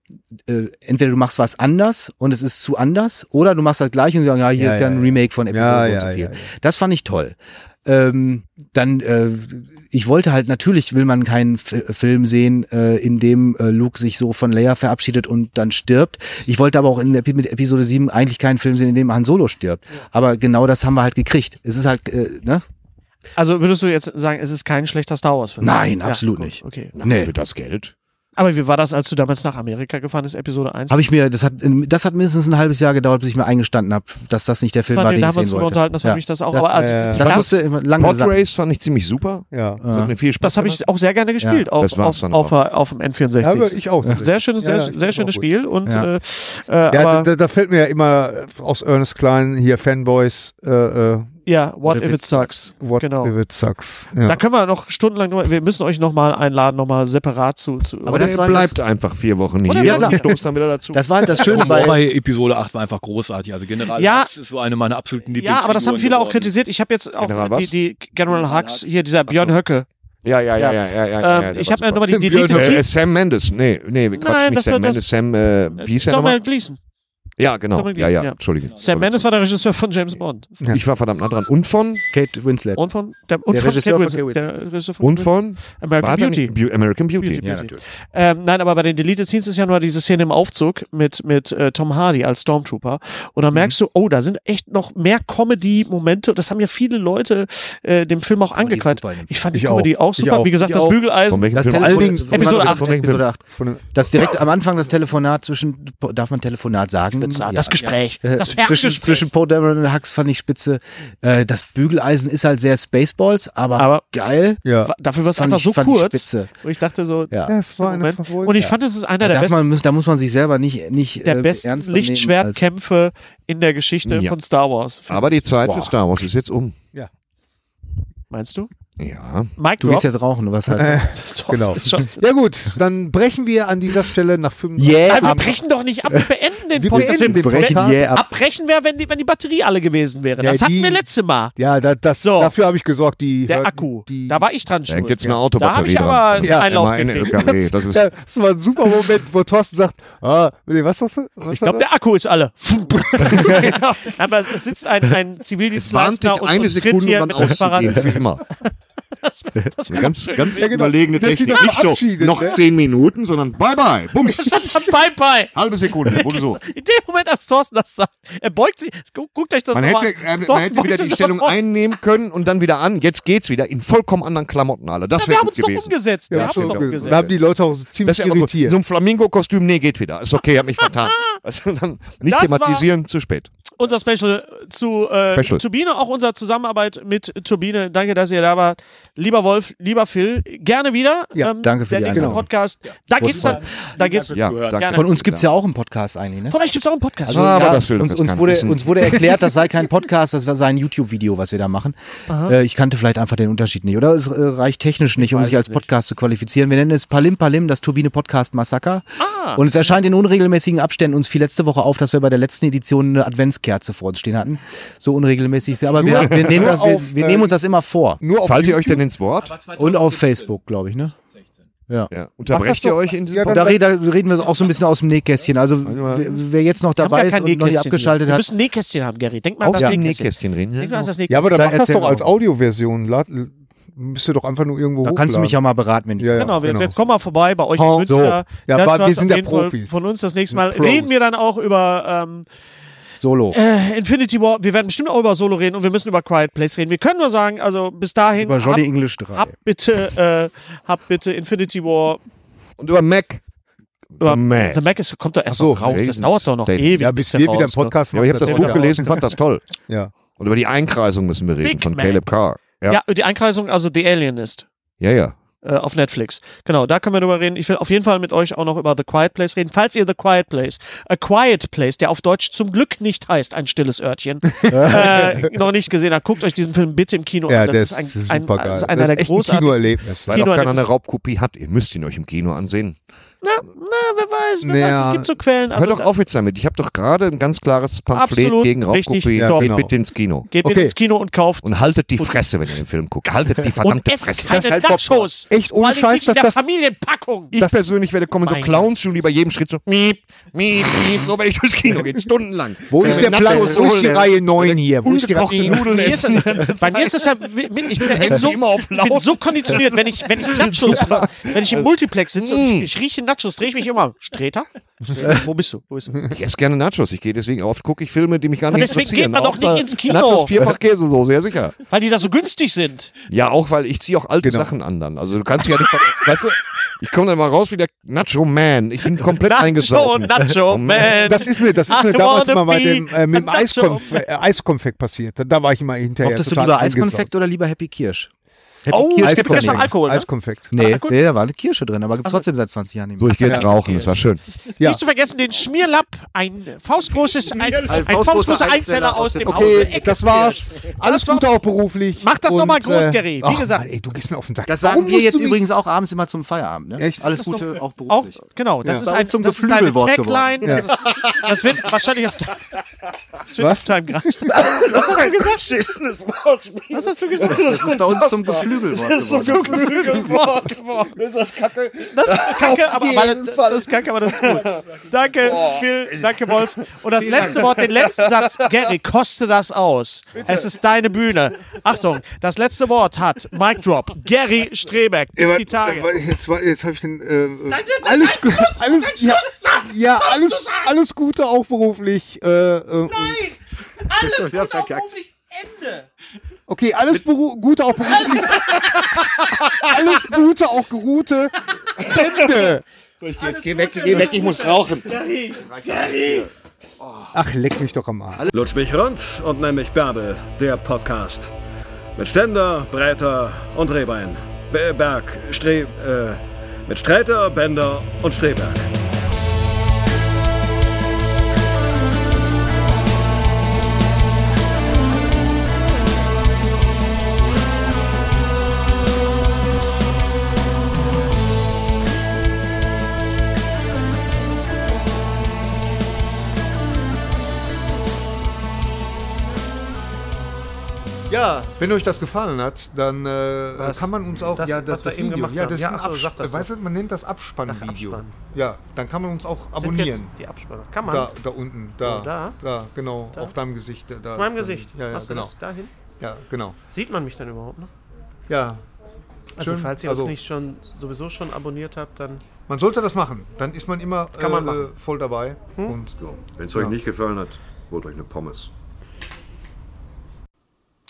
[SPEAKER 2] äh, entweder du machst was anders und es ist zu anders, oder du machst das gleiche und sie sagen, ja, hier
[SPEAKER 1] Ja,
[SPEAKER 2] ist ja,
[SPEAKER 1] ja,
[SPEAKER 2] ein
[SPEAKER 1] ja.
[SPEAKER 2] Remake von Episode
[SPEAKER 1] Ja,
[SPEAKER 2] so und
[SPEAKER 1] ja,
[SPEAKER 2] so viel.
[SPEAKER 1] ja, ja.
[SPEAKER 2] Das fand ich toll. Ähm, dann, äh, ich wollte halt natürlich, will man keinen F Film sehen, äh, in dem äh, Luke sich so von Leia verabschiedet und dann stirbt. Ich wollte aber auch in Epi mit Episode 7 eigentlich keinen Film sehen, in dem Han Solo stirbt. Aber genau das haben wir halt gekriegt. Es ist halt, äh, ne?
[SPEAKER 3] Also würdest du jetzt sagen, es ist kein schlechter Star Wars-Film?
[SPEAKER 2] Nein, absolut
[SPEAKER 3] gut,
[SPEAKER 2] nicht.
[SPEAKER 3] Okay.
[SPEAKER 4] Für das Geld.
[SPEAKER 3] Aber wie war das, als du damals nach Amerika gefahren bist, Episode 1?
[SPEAKER 2] Habe ich mir, das hat, das hat mindestens ein halbes Jahr gedauert, bis ich mir eingestanden habe, dass das nicht der Film
[SPEAKER 3] Fand
[SPEAKER 2] war,
[SPEAKER 3] den,
[SPEAKER 2] den
[SPEAKER 3] da
[SPEAKER 2] ich
[SPEAKER 3] haben wir uns
[SPEAKER 2] sehen
[SPEAKER 3] drüber
[SPEAKER 2] wollte.
[SPEAKER 3] unterhalten, das war mich das auch.
[SPEAKER 2] Ja.
[SPEAKER 3] Aber als,
[SPEAKER 2] Das
[SPEAKER 3] da,
[SPEAKER 2] musste immer lange
[SPEAKER 4] Pod
[SPEAKER 2] sein.
[SPEAKER 4] Race fand ich ziemlich super.
[SPEAKER 1] Ja.
[SPEAKER 4] Das hat mir viel Spaß
[SPEAKER 3] Äh, das habe ich auch sehr gerne gespielt auf,
[SPEAKER 4] das war's
[SPEAKER 3] auf,
[SPEAKER 4] dann
[SPEAKER 3] auf, auf dem N64.
[SPEAKER 1] Ja, aber ich auch.
[SPEAKER 3] Sehr schönes,
[SPEAKER 1] Ja,
[SPEAKER 3] sehr,
[SPEAKER 1] ja, ich
[SPEAKER 3] sehr
[SPEAKER 1] find's auch
[SPEAKER 3] schönes
[SPEAKER 1] gut.
[SPEAKER 3] Spiel und
[SPEAKER 2] Ja.
[SPEAKER 3] äh, äh,
[SPEAKER 1] Ja,
[SPEAKER 3] aber
[SPEAKER 1] da, da fällt mir ja immer aus Ernest Klein hier Fanboys, äh, äh,
[SPEAKER 3] ja, what if it sucks?
[SPEAKER 1] what
[SPEAKER 3] genau.
[SPEAKER 1] if it sucks. Ja.
[SPEAKER 3] Da können wir noch stundenlang, drüber- wir müssen euch nochmal einladen, nochmal separat zu. zu
[SPEAKER 4] Aber
[SPEAKER 2] das
[SPEAKER 4] der
[SPEAKER 2] war
[SPEAKER 4] bleibt einfach vier Wochen hier
[SPEAKER 2] Ja,
[SPEAKER 4] und
[SPEAKER 2] klar.
[SPEAKER 4] ich stoß dann wieder dazu.
[SPEAKER 2] Das war halt das
[SPEAKER 3] Oh,
[SPEAKER 2] Schöne
[SPEAKER 5] Wobei
[SPEAKER 2] bei,
[SPEAKER 5] Episode 8 war einfach großartig. Also General
[SPEAKER 3] Ja.
[SPEAKER 5] Hux ist so eine meiner absoluten
[SPEAKER 3] ja, aber das haben
[SPEAKER 5] Lieblingsfiguren
[SPEAKER 3] viele auch
[SPEAKER 5] geworden.
[SPEAKER 3] kritisiert. Ich habe jetzt auch
[SPEAKER 4] General
[SPEAKER 3] die,
[SPEAKER 4] was?
[SPEAKER 3] die General
[SPEAKER 5] General
[SPEAKER 3] Hux,
[SPEAKER 5] Hux.
[SPEAKER 3] hier dieser Björn Höcke.
[SPEAKER 4] ja, ja, ja, ja, ja, ja, ja,
[SPEAKER 3] ähm,
[SPEAKER 4] der
[SPEAKER 3] ich
[SPEAKER 4] war
[SPEAKER 3] habe mir
[SPEAKER 4] super.
[SPEAKER 3] nochmal die
[SPEAKER 1] Björn
[SPEAKER 3] Deleted
[SPEAKER 4] äh,
[SPEAKER 3] Scenes.
[SPEAKER 4] Sam Mendes, nee, nee, Quatsch,
[SPEAKER 3] Nein,
[SPEAKER 4] nicht
[SPEAKER 3] das war
[SPEAKER 4] Sam Mendes,
[SPEAKER 3] das-
[SPEAKER 4] Sam, äh, wie hieß er
[SPEAKER 3] Donald
[SPEAKER 4] nochmal?
[SPEAKER 3] Gleason.
[SPEAKER 4] Ja, genau,
[SPEAKER 3] Donald
[SPEAKER 4] ja, ja,
[SPEAKER 3] Gleason, ja.
[SPEAKER 4] Entschuldigung.
[SPEAKER 3] Sam Mendes war der Regisseur von James Bond.
[SPEAKER 4] Ich war verdammt nah dran. Und von?
[SPEAKER 2] Kate Winslet.
[SPEAKER 3] Und von, der, und
[SPEAKER 2] Der
[SPEAKER 3] von
[SPEAKER 2] Regisseur
[SPEAKER 3] Kate
[SPEAKER 2] von
[SPEAKER 3] Winslet.
[SPEAKER 2] Kate
[SPEAKER 3] Der Regisseur von
[SPEAKER 4] Und
[SPEAKER 3] Kate Winslet.
[SPEAKER 4] von?
[SPEAKER 3] American
[SPEAKER 4] War da
[SPEAKER 3] Beauty.
[SPEAKER 4] nicht- Bu American Beauty.
[SPEAKER 3] Beauty, Beauty. Ähm, nein, aber bei den Deleted Scenes ist ja nur diese Szene im Aufzug mit, mit äh, Tom Hardy als Stormtrooper. Und da
[SPEAKER 2] Mhm.
[SPEAKER 3] merkst du, oh, da sind echt noch mehr Comedy-Momente. Das haben ja viele Leute äh, dem Film auch angekreidet.
[SPEAKER 2] super in dem
[SPEAKER 3] Ich fand die
[SPEAKER 1] Ich
[SPEAKER 3] Comedy auch,
[SPEAKER 1] auch. Ich
[SPEAKER 3] super.
[SPEAKER 1] auch.
[SPEAKER 3] Wie gesagt,
[SPEAKER 2] Ich
[SPEAKER 3] das
[SPEAKER 2] auch.
[SPEAKER 3] Bügeleisen.
[SPEAKER 4] Von welchem
[SPEAKER 2] Das
[SPEAKER 4] Film?
[SPEAKER 2] Telefon,
[SPEAKER 4] Von welchem
[SPEAKER 3] Episode
[SPEAKER 4] Film?
[SPEAKER 3] acht.
[SPEAKER 4] Von welchem Film?
[SPEAKER 2] Episode 8.
[SPEAKER 1] Von den-
[SPEAKER 2] Das direkt am Anfang das Telefonat zwischen, darf man Telefonat sagen?
[SPEAKER 3] Spitzer,
[SPEAKER 2] Ja.
[SPEAKER 3] das Gespräch.
[SPEAKER 2] Äh,
[SPEAKER 3] Das
[SPEAKER 2] zwischen,
[SPEAKER 3] Ferngespräch.
[SPEAKER 2] zwischen Poe Dameron und Hux fand ich spitze. Äh, das Bügeleisen ist halt sehr Spaceballs, aber,
[SPEAKER 3] Aber-
[SPEAKER 2] geil.
[SPEAKER 1] ja.
[SPEAKER 3] Wa- Dafür war es
[SPEAKER 2] Fand
[SPEAKER 3] einfach
[SPEAKER 2] ich-
[SPEAKER 3] so
[SPEAKER 2] fand ich
[SPEAKER 3] kurz.
[SPEAKER 2] spitze.
[SPEAKER 3] und ich dachte so,
[SPEAKER 2] Ja.
[SPEAKER 3] das ist
[SPEAKER 1] Es war
[SPEAKER 3] ein
[SPEAKER 1] eine
[SPEAKER 3] Moment.
[SPEAKER 1] Verfolgung.
[SPEAKER 3] Und ich fand, es ist einer
[SPEAKER 2] Da,
[SPEAKER 3] der
[SPEAKER 2] darf
[SPEAKER 3] besten,
[SPEAKER 2] man, muss- da muss man sich selber nicht, nicht
[SPEAKER 3] der
[SPEAKER 2] äh,
[SPEAKER 3] besten
[SPEAKER 2] ernster nehmen als- Ah.
[SPEAKER 3] Lichtschwertkämpfe in der Geschichte
[SPEAKER 4] Ja.
[SPEAKER 3] von Star Wars.
[SPEAKER 4] Aber die Zeit für Star Wars ist jetzt um.
[SPEAKER 3] Meinst du?
[SPEAKER 4] Ja.
[SPEAKER 3] Mike
[SPEAKER 2] Du
[SPEAKER 3] Drop?
[SPEAKER 2] willst jetzt rauchen, was
[SPEAKER 3] Äh.
[SPEAKER 2] heißt
[SPEAKER 3] Thorsten
[SPEAKER 1] genau.
[SPEAKER 3] ist schon-
[SPEAKER 1] ja gut, dann brechen wir an dieser Stelle nach 35
[SPEAKER 2] Yeah,
[SPEAKER 3] Nein, Also, wir brechen doch nicht ab, wir beenden den
[SPEAKER 1] Wir
[SPEAKER 3] Podcast.
[SPEAKER 1] beenden den
[SPEAKER 3] wir
[SPEAKER 1] Podcast.
[SPEAKER 3] brechen-
[SPEAKER 2] Yeah, ab.
[SPEAKER 3] Abbrechen wäre, wenn die, wenn die Batterie alle gewesen wäre.
[SPEAKER 1] Ja,
[SPEAKER 3] das hatten
[SPEAKER 1] die-
[SPEAKER 3] wir letzte Mal.
[SPEAKER 1] Ja, da, das,
[SPEAKER 3] So.
[SPEAKER 1] dafür habe ich gesorgt, die
[SPEAKER 3] Der
[SPEAKER 1] hörten
[SPEAKER 3] Akku.
[SPEAKER 1] Die,
[SPEAKER 3] Da war ich dran
[SPEAKER 4] Da hängt
[SPEAKER 3] schuld.
[SPEAKER 4] jetzt eine
[SPEAKER 3] Da habe
[SPEAKER 4] Autobatterie
[SPEAKER 3] ich aber
[SPEAKER 4] dran.
[SPEAKER 3] einen
[SPEAKER 1] Ja,
[SPEAKER 3] Einlauf
[SPEAKER 4] Immer in den
[SPEAKER 3] gekriegt.
[SPEAKER 4] LKW. Das ist
[SPEAKER 1] Ja, das war ein super Moment, wo Thorsten sagt, ah, nee, was hast du? Was
[SPEAKER 3] Ich glaube, der Akku ist alle. Aber es sitzt ein, ein
[SPEAKER 4] es warnt dich
[SPEAKER 3] Zivildienstleister und,
[SPEAKER 4] eine
[SPEAKER 3] und tritt
[SPEAKER 4] Sekunde,
[SPEAKER 3] hier
[SPEAKER 4] wann
[SPEAKER 3] mit dem Fahrrad.
[SPEAKER 4] auszugehen, für immer.
[SPEAKER 3] Das wär- das wär
[SPEAKER 4] Ganz,
[SPEAKER 3] schön
[SPEAKER 4] ganz
[SPEAKER 3] gewesen.
[SPEAKER 1] genau.
[SPEAKER 4] überlegene
[SPEAKER 1] Der hat sich
[SPEAKER 4] Technik.
[SPEAKER 1] dann
[SPEAKER 4] Nicht so,
[SPEAKER 1] verabschiedet,
[SPEAKER 4] noch
[SPEAKER 1] ne?
[SPEAKER 4] zehn Minuten, sondern bye bye, bums,
[SPEAKER 3] Bye, bye.
[SPEAKER 4] halbe Sekunde, wurde so.
[SPEAKER 3] In dem Moment, als Thorsten das sagt, er beugt sich. Gu- Guckt euch das
[SPEAKER 4] Man
[SPEAKER 3] noch mal
[SPEAKER 4] hätte, äh,
[SPEAKER 3] an.
[SPEAKER 4] man
[SPEAKER 3] Thorsten
[SPEAKER 4] hätte wieder
[SPEAKER 3] beugt
[SPEAKER 4] die
[SPEAKER 3] sich
[SPEAKER 4] Stellung
[SPEAKER 3] davor.
[SPEAKER 4] einnehmen können und dann wieder an. Jetzt geht's wieder in vollkommen anderen Klamotten alle. Das
[SPEAKER 3] Ja, wir
[SPEAKER 4] wäre
[SPEAKER 3] haben
[SPEAKER 4] gut
[SPEAKER 3] uns doch
[SPEAKER 4] gewesen.
[SPEAKER 3] umgesetzt.
[SPEAKER 1] Ja,
[SPEAKER 3] Wir haben uns
[SPEAKER 1] schon
[SPEAKER 3] doch
[SPEAKER 4] genau.
[SPEAKER 1] gewesen.
[SPEAKER 3] umgesetzt.
[SPEAKER 1] Da haben die Leute auch
[SPEAKER 4] Das
[SPEAKER 1] ziemlich
[SPEAKER 4] ist aber gut.
[SPEAKER 1] irritiert.
[SPEAKER 4] So ein Flamingo-Kostüm, nee, geht wieder. Ist okay, hab mich vertan. Also dann nicht
[SPEAKER 3] Das
[SPEAKER 4] thematisieren, zu spät.
[SPEAKER 3] unser Special zu äh,
[SPEAKER 4] Special.
[SPEAKER 3] Turbine, auch unsere Zusammenarbeit mit Turbine. Danke, dass ihr da wart. Lieber Wolf, lieber Phil, gerne wieder. ähm,
[SPEAKER 1] Ja,
[SPEAKER 2] danke für
[SPEAKER 3] der
[SPEAKER 2] die
[SPEAKER 3] nächste
[SPEAKER 2] Einladung.
[SPEAKER 3] Podcast. Da geht's dann. Da geht's.
[SPEAKER 4] Ja,
[SPEAKER 3] Gerne.
[SPEAKER 4] danke.
[SPEAKER 2] Von uns gibt's ja auch einen Podcast eigentlich, ne?
[SPEAKER 3] Von euch gibt's auch einen Podcast.
[SPEAKER 2] Also,
[SPEAKER 4] Aber
[SPEAKER 2] ja,
[SPEAKER 4] das will doch
[SPEAKER 2] uns,
[SPEAKER 4] jetzt
[SPEAKER 2] uns,
[SPEAKER 4] keiner
[SPEAKER 2] wurde,
[SPEAKER 4] wissen.
[SPEAKER 2] uns wurde erklärt, das sei kein Podcast, das sei ein YouTube-Video, was wir da machen. Äh, ich kannte vielleicht einfach den Unterschied nicht. Oder es äh, reicht technisch nicht, um
[SPEAKER 3] weiß
[SPEAKER 2] sich als
[SPEAKER 3] es
[SPEAKER 2] Podcast zu qualifizieren. Wir nennen es Palim Palim, das Turbine-Podcast-Massaker.
[SPEAKER 3] Ah.
[SPEAKER 2] Und es erscheint in unregelmäßigen Abständen. Uns fiel letzte Woche auf, dass wir bei der letzten Edition eine Adventskerze vor uns stehen hatten. So unregelmäßig. ist sie. Aber wir, wir, nehmen,
[SPEAKER 1] nur
[SPEAKER 2] das, wir,
[SPEAKER 1] auf,
[SPEAKER 2] wir
[SPEAKER 1] äh,
[SPEAKER 2] nehmen uns das immer vor.
[SPEAKER 1] Nur auf
[SPEAKER 4] Fallt ihr euch
[SPEAKER 1] YouTube.
[SPEAKER 4] denn ins Wort?
[SPEAKER 2] Und auf Facebook, glaube ich, ne?
[SPEAKER 4] Ja.
[SPEAKER 1] das
[SPEAKER 4] Unterbrecht
[SPEAKER 1] doch.
[SPEAKER 4] ihr euch in diesem
[SPEAKER 1] Ja,
[SPEAKER 2] Und
[SPEAKER 1] dann-
[SPEAKER 4] Podcast?
[SPEAKER 2] da, re- da reden wir auch so ein bisschen aus dem Nähkästchen. Also wer, wer jetzt noch
[SPEAKER 3] Wir haben ja
[SPEAKER 2] dabei ist und
[SPEAKER 3] kein
[SPEAKER 2] noch nicht
[SPEAKER 3] Nähkästchen hier.
[SPEAKER 2] abgeschaltet
[SPEAKER 3] Wir
[SPEAKER 2] hat,
[SPEAKER 3] müssen ein Nähkästchen haben, Gary. Denk mal an
[SPEAKER 4] Auf
[SPEAKER 3] das
[SPEAKER 4] die
[SPEAKER 3] Nähkästchen.
[SPEAKER 4] Nähkästchen
[SPEAKER 3] Denk
[SPEAKER 4] reden.
[SPEAKER 3] mal an das
[SPEAKER 1] Ja,
[SPEAKER 3] Nähkästchen.
[SPEAKER 1] aber dann
[SPEAKER 2] Da
[SPEAKER 1] mach das
[SPEAKER 2] erzähl
[SPEAKER 1] doch
[SPEAKER 2] mal.
[SPEAKER 1] als Audioversion. Lad- Müsst ihr doch einfach nur irgendwo
[SPEAKER 2] da kannst du mich ja mal beraten, wenn die
[SPEAKER 1] Ja, ja,
[SPEAKER 3] Genau, wir, wir
[SPEAKER 1] genau.
[SPEAKER 3] kommen mal vorbei bei euch in
[SPEAKER 1] Oh,
[SPEAKER 3] Münster.
[SPEAKER 1] so. Ja,
[SPEAKER 3] Das
[SPEAKER 1] aber wir
[SPEAKER 3] war's
[SPEAKER 1] sind
[SPEAKER 3] auf
[SPEAKER 1] ja
[SPEAKER 3] jeden Fall
[SPEAKER 1] Profis.
[SPEAKER 3] Von uns das nächste Mal.
[SPEAKER 1] Pros.
[SPEAKER 3] Reden wir dann auch über ähm,
[SPEAKER 2] Solo.
[SPEAKER 3] äh, Infinity War. Wir werden bestimmt auch über Solo reden und wir müssen über Quiet Place reden. Wir können nur sagen, also bis dahin.
[SPEAKER 2] Über Johnny
[SPEAKER 3] habt-
[SPEAKER 2] English 3.
[SPEAKER 3] Hab bitte, äh, hab bitte Infinity War.
[SPEAKER 4] Und über Mac.
[SPEAKER 3] Über
[SPEAKER 4] Mac.
[SPEAKER 3] The Mac ist, kommt doch erst
[SPEAKER 1] Ach so,
[SPEAKER 3] noch raus. Das
[SPEAKER 4] Jason
[SPEAKER 3] dauert doch noch
[SPEAKER 4] Statham.
[SPEAKER 3] ewig.
[SPEAKER 1] Ja, bis
[SPEAKER 3] der
[SPEAKER 1] wir wieder einen
[SPEAKER 13] ne?
[SPEAKER 3] rauskommt.
[SPEAKER 1] Podcast
[SPEAKER 4] Ja, aber ich habe das
[SPEAKER 3] Ja,
[SPEAKER 1] machen.
[SPEAKER 3] genau.
[SPEAKER 4] Buch gelesen, fand das toll.
[SPEAKER 1] Ja.
[SPEAKER 4] Und über die Einkreisung müssen wir reden
[SPEAKER 3] Big
[SPEAKER 4] von
[SPEAKER 3] Mac.
[SPEAKER 4] Caleb Carr.
[SPEAKER 3] Ja, die Einkreisung, also The Alien ist.
[SPEAKER 4] ja. ja.
[SPEAKER 3] Äh, auf Netflix. Genau, da können wir drüber reden. Ich will auf jeden Fall mit euch auch noch über The Quiet Place reden. Falls ihr The Quiet Place, A Quiet Place, der auf Deutsch zum Glück nicht heißt, ein stilles Örtchen, äh, noch nicht gesehen habt, guckt euch diesen Film bitte im Kino
[SPEAKER 1] Ja,
[SPEAKER 3] an.
[SPEAKER 1] das ist
[SPEAKER 3] ein,
[SPEAKER 1] super
[SPEAKER 3] ein,
[SPEAKER 1] geil.
[SPEAKER 3] das ist einer der
[SPEAKER 1] echt ein
[SPEAKER 3] großartigsten.
[SPEAKER 1] Kinoerlebnis.
[SPEAKER 4] Weil
[SPEAKER 3] Kino-
[SPEAKER 4] auch keiner eine Raubkopie hat. Ihr müsst ihn euch im Kino ansehen.
[SPEAKER 3] Na, na, wer weiß, wer weiß,
[SPEAKER 1] Naja.
[SPEAKER 3] es gibt so Quellen. Also,
[SPEAKER 4] Hört doch auf jetzt damit. Ich habe doch gerade ein ganz klares Pamphlet
[SPEAKER 3] Absolut
[SPEAKER 4] gegen
[SPEAKER 3] richtig,
[SPEAKER 4] Raubkopie.
[SPEAKER 3] ja,
[SPEAKER 4] Geht
[SPEAKER 1] genau.
[SPEAKER 4] bitte ins Kino.
[SPEAKER 3] Geht
[SPEAKER 1] Okay.
[SPEAKER 3] mit ins Kino und kauft.
[SPEAKER 4] Und haltet die Fresse, wenn ihr den Film guckt. Haltet die
[SPEAKER 3] Und
[SPEAKER 4] verdammte
[SPEAKER 3] esst
[SPEAKER 4] Fresse.
[SPEAKER 3] keine Nachos.
[SPEAKER 1] halt Echt ohne
[SPEAKER 3] Vor allem
[SPEAKER 1] Scheiß,
[SPEAKER 3] nicht in
[SPEAKER 1] dass
[SPEAKER 3] der
[SPEAKER 1] das-
[SPEAKER 3] Familienpackung.
[SPEAKER 4] Ich persönlich werde kommen so
[SPEAKER 3] Mein
[SPEAKER 4] Clowns schon über jedem Schritt so miep, miep, miep, so werde ich durchs Kino gehen, stundenlang.
[SPEAKER 1] Wo ist der Platz? Wo ist die Reihe 9 hier? Wo ist die
[SPEAKER 4] Ungekochte
[SPEAKER 1] Reihe
[SPEAKER 4] Nudeln
[SPEAKER 3] Bei mir ist
[SPEAKER 4] essen.
[SPEAKER 3] das- Bei mir ist das ja, bin ich bin, ja echt so,
[SPEAKER 4] Immer auf
[SPEAKER 3] ich bin so konditioniert, wenn ich, wenn ich Nachos, wenn ich im Multiplex sitze und
[SPEAKER 1] Mm.
[SPEAKER 3] ich, ich rieche Nachos, drehe ich mich immer, Streter? Streter, Wo bist du? Wo bist du?
[SPEAKER 4] Ich esse gerne Nachos. Ich gehe deswegen oft, gucke ich Filme, die mich gar
[SPEAKER 3] Aber
[SPEAKER 4] nicht
[SPEAKER 3] deswegen geht
[SPEAKER 4] interessieren.
[SPEAKER 3] man doch nicht
[SPEAKER 4] Hauptsache
[SPEAKER 3] ins Kino.
[SPEAKER 4] Nachos vierfach Käsesoße, ja sicher.
[SPEAKER 3] Weil die da so günstig sind. Genau.
[SPEAKER 4] Ja, auch weil ich ziehe auch alte Sachen an dann. Also du kannst dich ja nicht, ver- weißt du, Ich komme dann mal raus wie der Nacho Man. Ich bin komplett
[SPEAKER 3] Nacho,
[SPEAKER 4] eingesaugt.
[SPEAKER 3] Nacho, man.
[SPEAKER 1] Das ist mir, das ist mir
[SPEAKER 3] I
[SPEAKER 1] damals
[SPEAKER 3] wanna
[SPEAKER 1] mal bei
[SPEAKER 3] be
[SPEAKER 1] dem, äh, mit dem
[SPEAKER 3] a nacho.
[SPEAKER 1] Eiskonf äh, Eiskonfekt passiert. Da- Da war ich immer hinterher.
[SPEAKER 2] Mochtest du
[SPEAKER 1] total
[SPEAKER 2] lieber
[SPEAKER 1] angesaugt.
[SPEAKER 2] Eiskonfekt oder lieber Happy Kirsch? Happy
[SPEAKER 3] Oh, es gibt
[SPEAKER 2] gibt's
[SPEAKER 3] gestern
[SPEAKER 2] nicht.
[SPEAKER 3] Alkohol, ne?
[SPEAKER 1] Eiskonfekt.
[SPEAKER 2] Nee,
[SPEAKER 3] Ah, gut.
[SPEAKER 2] nee, da war eine Kirsche drin, aber gibt's trotzdem seit 20 Jahren nicht
[SPEAKER 4] So,
[SPEAKER 2] mehr.
[SPEAKER 4] ich gehe jetzt rauchen. Das war schön.
[SPEAKER 1] Ja.
[SPEAKER 3] Nicht zu vergessen den Schmierlapp, ein faustgroßes, ein, ein,
[SPEAKER 2] faustgroßer
[SPEAKER 3] faustgroßer
[SPEAKER 2] Einzeller
[SPEAKER 3] Einzeller aus dem Hause
[SPEAKER 1] Okay, das war's. Alles
[SPEAKER 3] war-
[SPEAKER 1] Gute auch beruflich.
[SPEAKER 3] Mach das
[SPEAKER 1] Und,
[SPEAKER 3] noch mal groß,
[SPEAKER 1] äh,
[SPEAKER 3] Gary. Wie
[SPEAKER 1] ach,
[SPEAKER 3] gesagt.
[SPEAKER 1] Mann, ey, du gehst mir auf den Sack.
[SPEAKER 2] Das
[SPEAKER 1] Warum
[SPEAKER 2] sagen wir
[SPEAKER 1] musst
[SPEAKER 2] jetzt
[SPEAKER 1] du mich-
[SPEAKER 2] übrigens auch abends immer zum Feierabend. Ne?
[SPEAKER 1] Echt?
[SPEAKER 2] Alles
[SPEAKER 3] Das ist
[SPEAKER 2] Gute, auch
[SPEAKER 3] doch- Auch,
[SPEAKER 2] beruflich.
[SPEAKER 3] genau, das
[SPEAKER 1] Ja.
[SPEAKER 3] ist
[SPEAKER 2] Bei
[SPEAKER 3] ein,
[SPEAKER 2] uns zum
[SPEAKER 3] das ist deine
[SPEAKER 2] Geflügelwort
[SPEAKER 3] Tagline. Das, ist, das wird wahrscheinlich auf, das wird auf Time Grass. Was hast du gesagt?
[SPEAKER 14] Beschissenes Wortspiel.
[SPEAKER 3] Was hast du gesagt?
[SPEAKER 2] Das ist bei uns zum Geflügelwort
[SPEAKER 14] Das ist so
[SPEAKER 2] geworden.
[SPEAKER 14] ein Geflügelwort. Das ist das Kacke.
[SPEAKER 3] Das ist kacke, aber,
[SPEAKER 14] jeden
[SPEAKER 3] aber das,
[SPEAKER 14] Fall.
[SPEAKER 3] das ist kacke, aber das ist gut. Danke, Phil, danke, Wolf. Und das letzte Wort, den letzten Satz, Gary, koste das aus. Es ist deine Bühne. Achtung, das letzte Wort hat Mic Drop, Gary Strebeck,
[SPEAKER 1] Ja,
[SPEAKER 3] die Tage.
[SPEAKER 1] warte, Jetzt, war- jetzt habe ich den. Äh, alles, Gu- alles, ja, ja alles, alles Gute auch beruflich. Äh, äh, und-
[SPEAKER 3] Alles gut auf beruflich Ende.
[SPEAKER 1] okay, alles beru Gute auch beruflich. alles Gute auch geruhte. Ende.
[SPEAKER 14] Jetzt geh weg, geh weg, ich muss rauchen.
[SPEAKER 1] Ach, leck mich doch am Arsch.
[SPEAKER 8] Lutsch mich rund und nenn mich Bärbel, der Podcast. Mit Ständer, Breiter und Rehbein. Be- Berg, Stre... Äh, mit Streiter, Bender und Streberg.
[SPEAKER 11] Ja, wenn euch das gefallen hat, dann äh, kann man uns auch
[SPEAKER 13] Das,
[SPEAKER 11] ja das,
[SPEAKER 13] was wir
[SPEAKER 11] das
[SPEAKER 13] eben
[SPEAKER 11] Video,
[SPEAKER 13] gemacht
[SPEAKER 11] ja
[SPEAKER 13] haben.
[SPEAKER 11] das
[SPEAKER 13] Ja,
[SPEAKER 11] ist ein
[SPEAKER 13] ach so, sag
[SPEAKER 11] Absp-
[SPEAKER 13] das doch.
[SPEAKER 11] weißt du, man nennt das Abspannvideo.
[SPEAKER 13] Ach, Abspann.
[SPEAKER 11] Ja, dann kann man uns auch
[SPEAKER 13] Sind
[SPEAKER 11] abonnieren.
[SPEAKER 13] jetzt die Abspanner. Kann man.
[SPEAKER 11] Da, da unten, da,
[SPEAKER 13] Oh, da?
[SPEAKER 11] da, genau, auf deinem Gesicht. Da,
[SPEAKER 13] Auf meinem Gesicht.
[SPEAKER 11] Ja, ja,
[SPEAKER 13] Hast du
[SPEAKER 11] genau.
[SPEAKER 13] das? Dahin?
[SPEAKER 11] Ja, genau.
[SPEAKER 13] Sieht man mich dann überhaupt noch?
[SPEAKER 11] Ja,
[SPEAKER 13] Also
[SPEAKER 11] Schön,
[SPEAKER 13] falls ihr
[SPEAKER 11] also-
[SPEAKER 13] uns nicht schon sowieso schon abonniert habt, dann
[SPEAKER 11] man sollte das machen. Dann ist man immer
[SPEAKER 13] Kann man
[SPEAKER 11] äh,
[SPEAKER 13] machen. Hm?
[SPEAKER 11] voll dabei. Und,
[SPEAKER 8] Wenn es euch nicht gefallen hat, holt euch eine Pommes.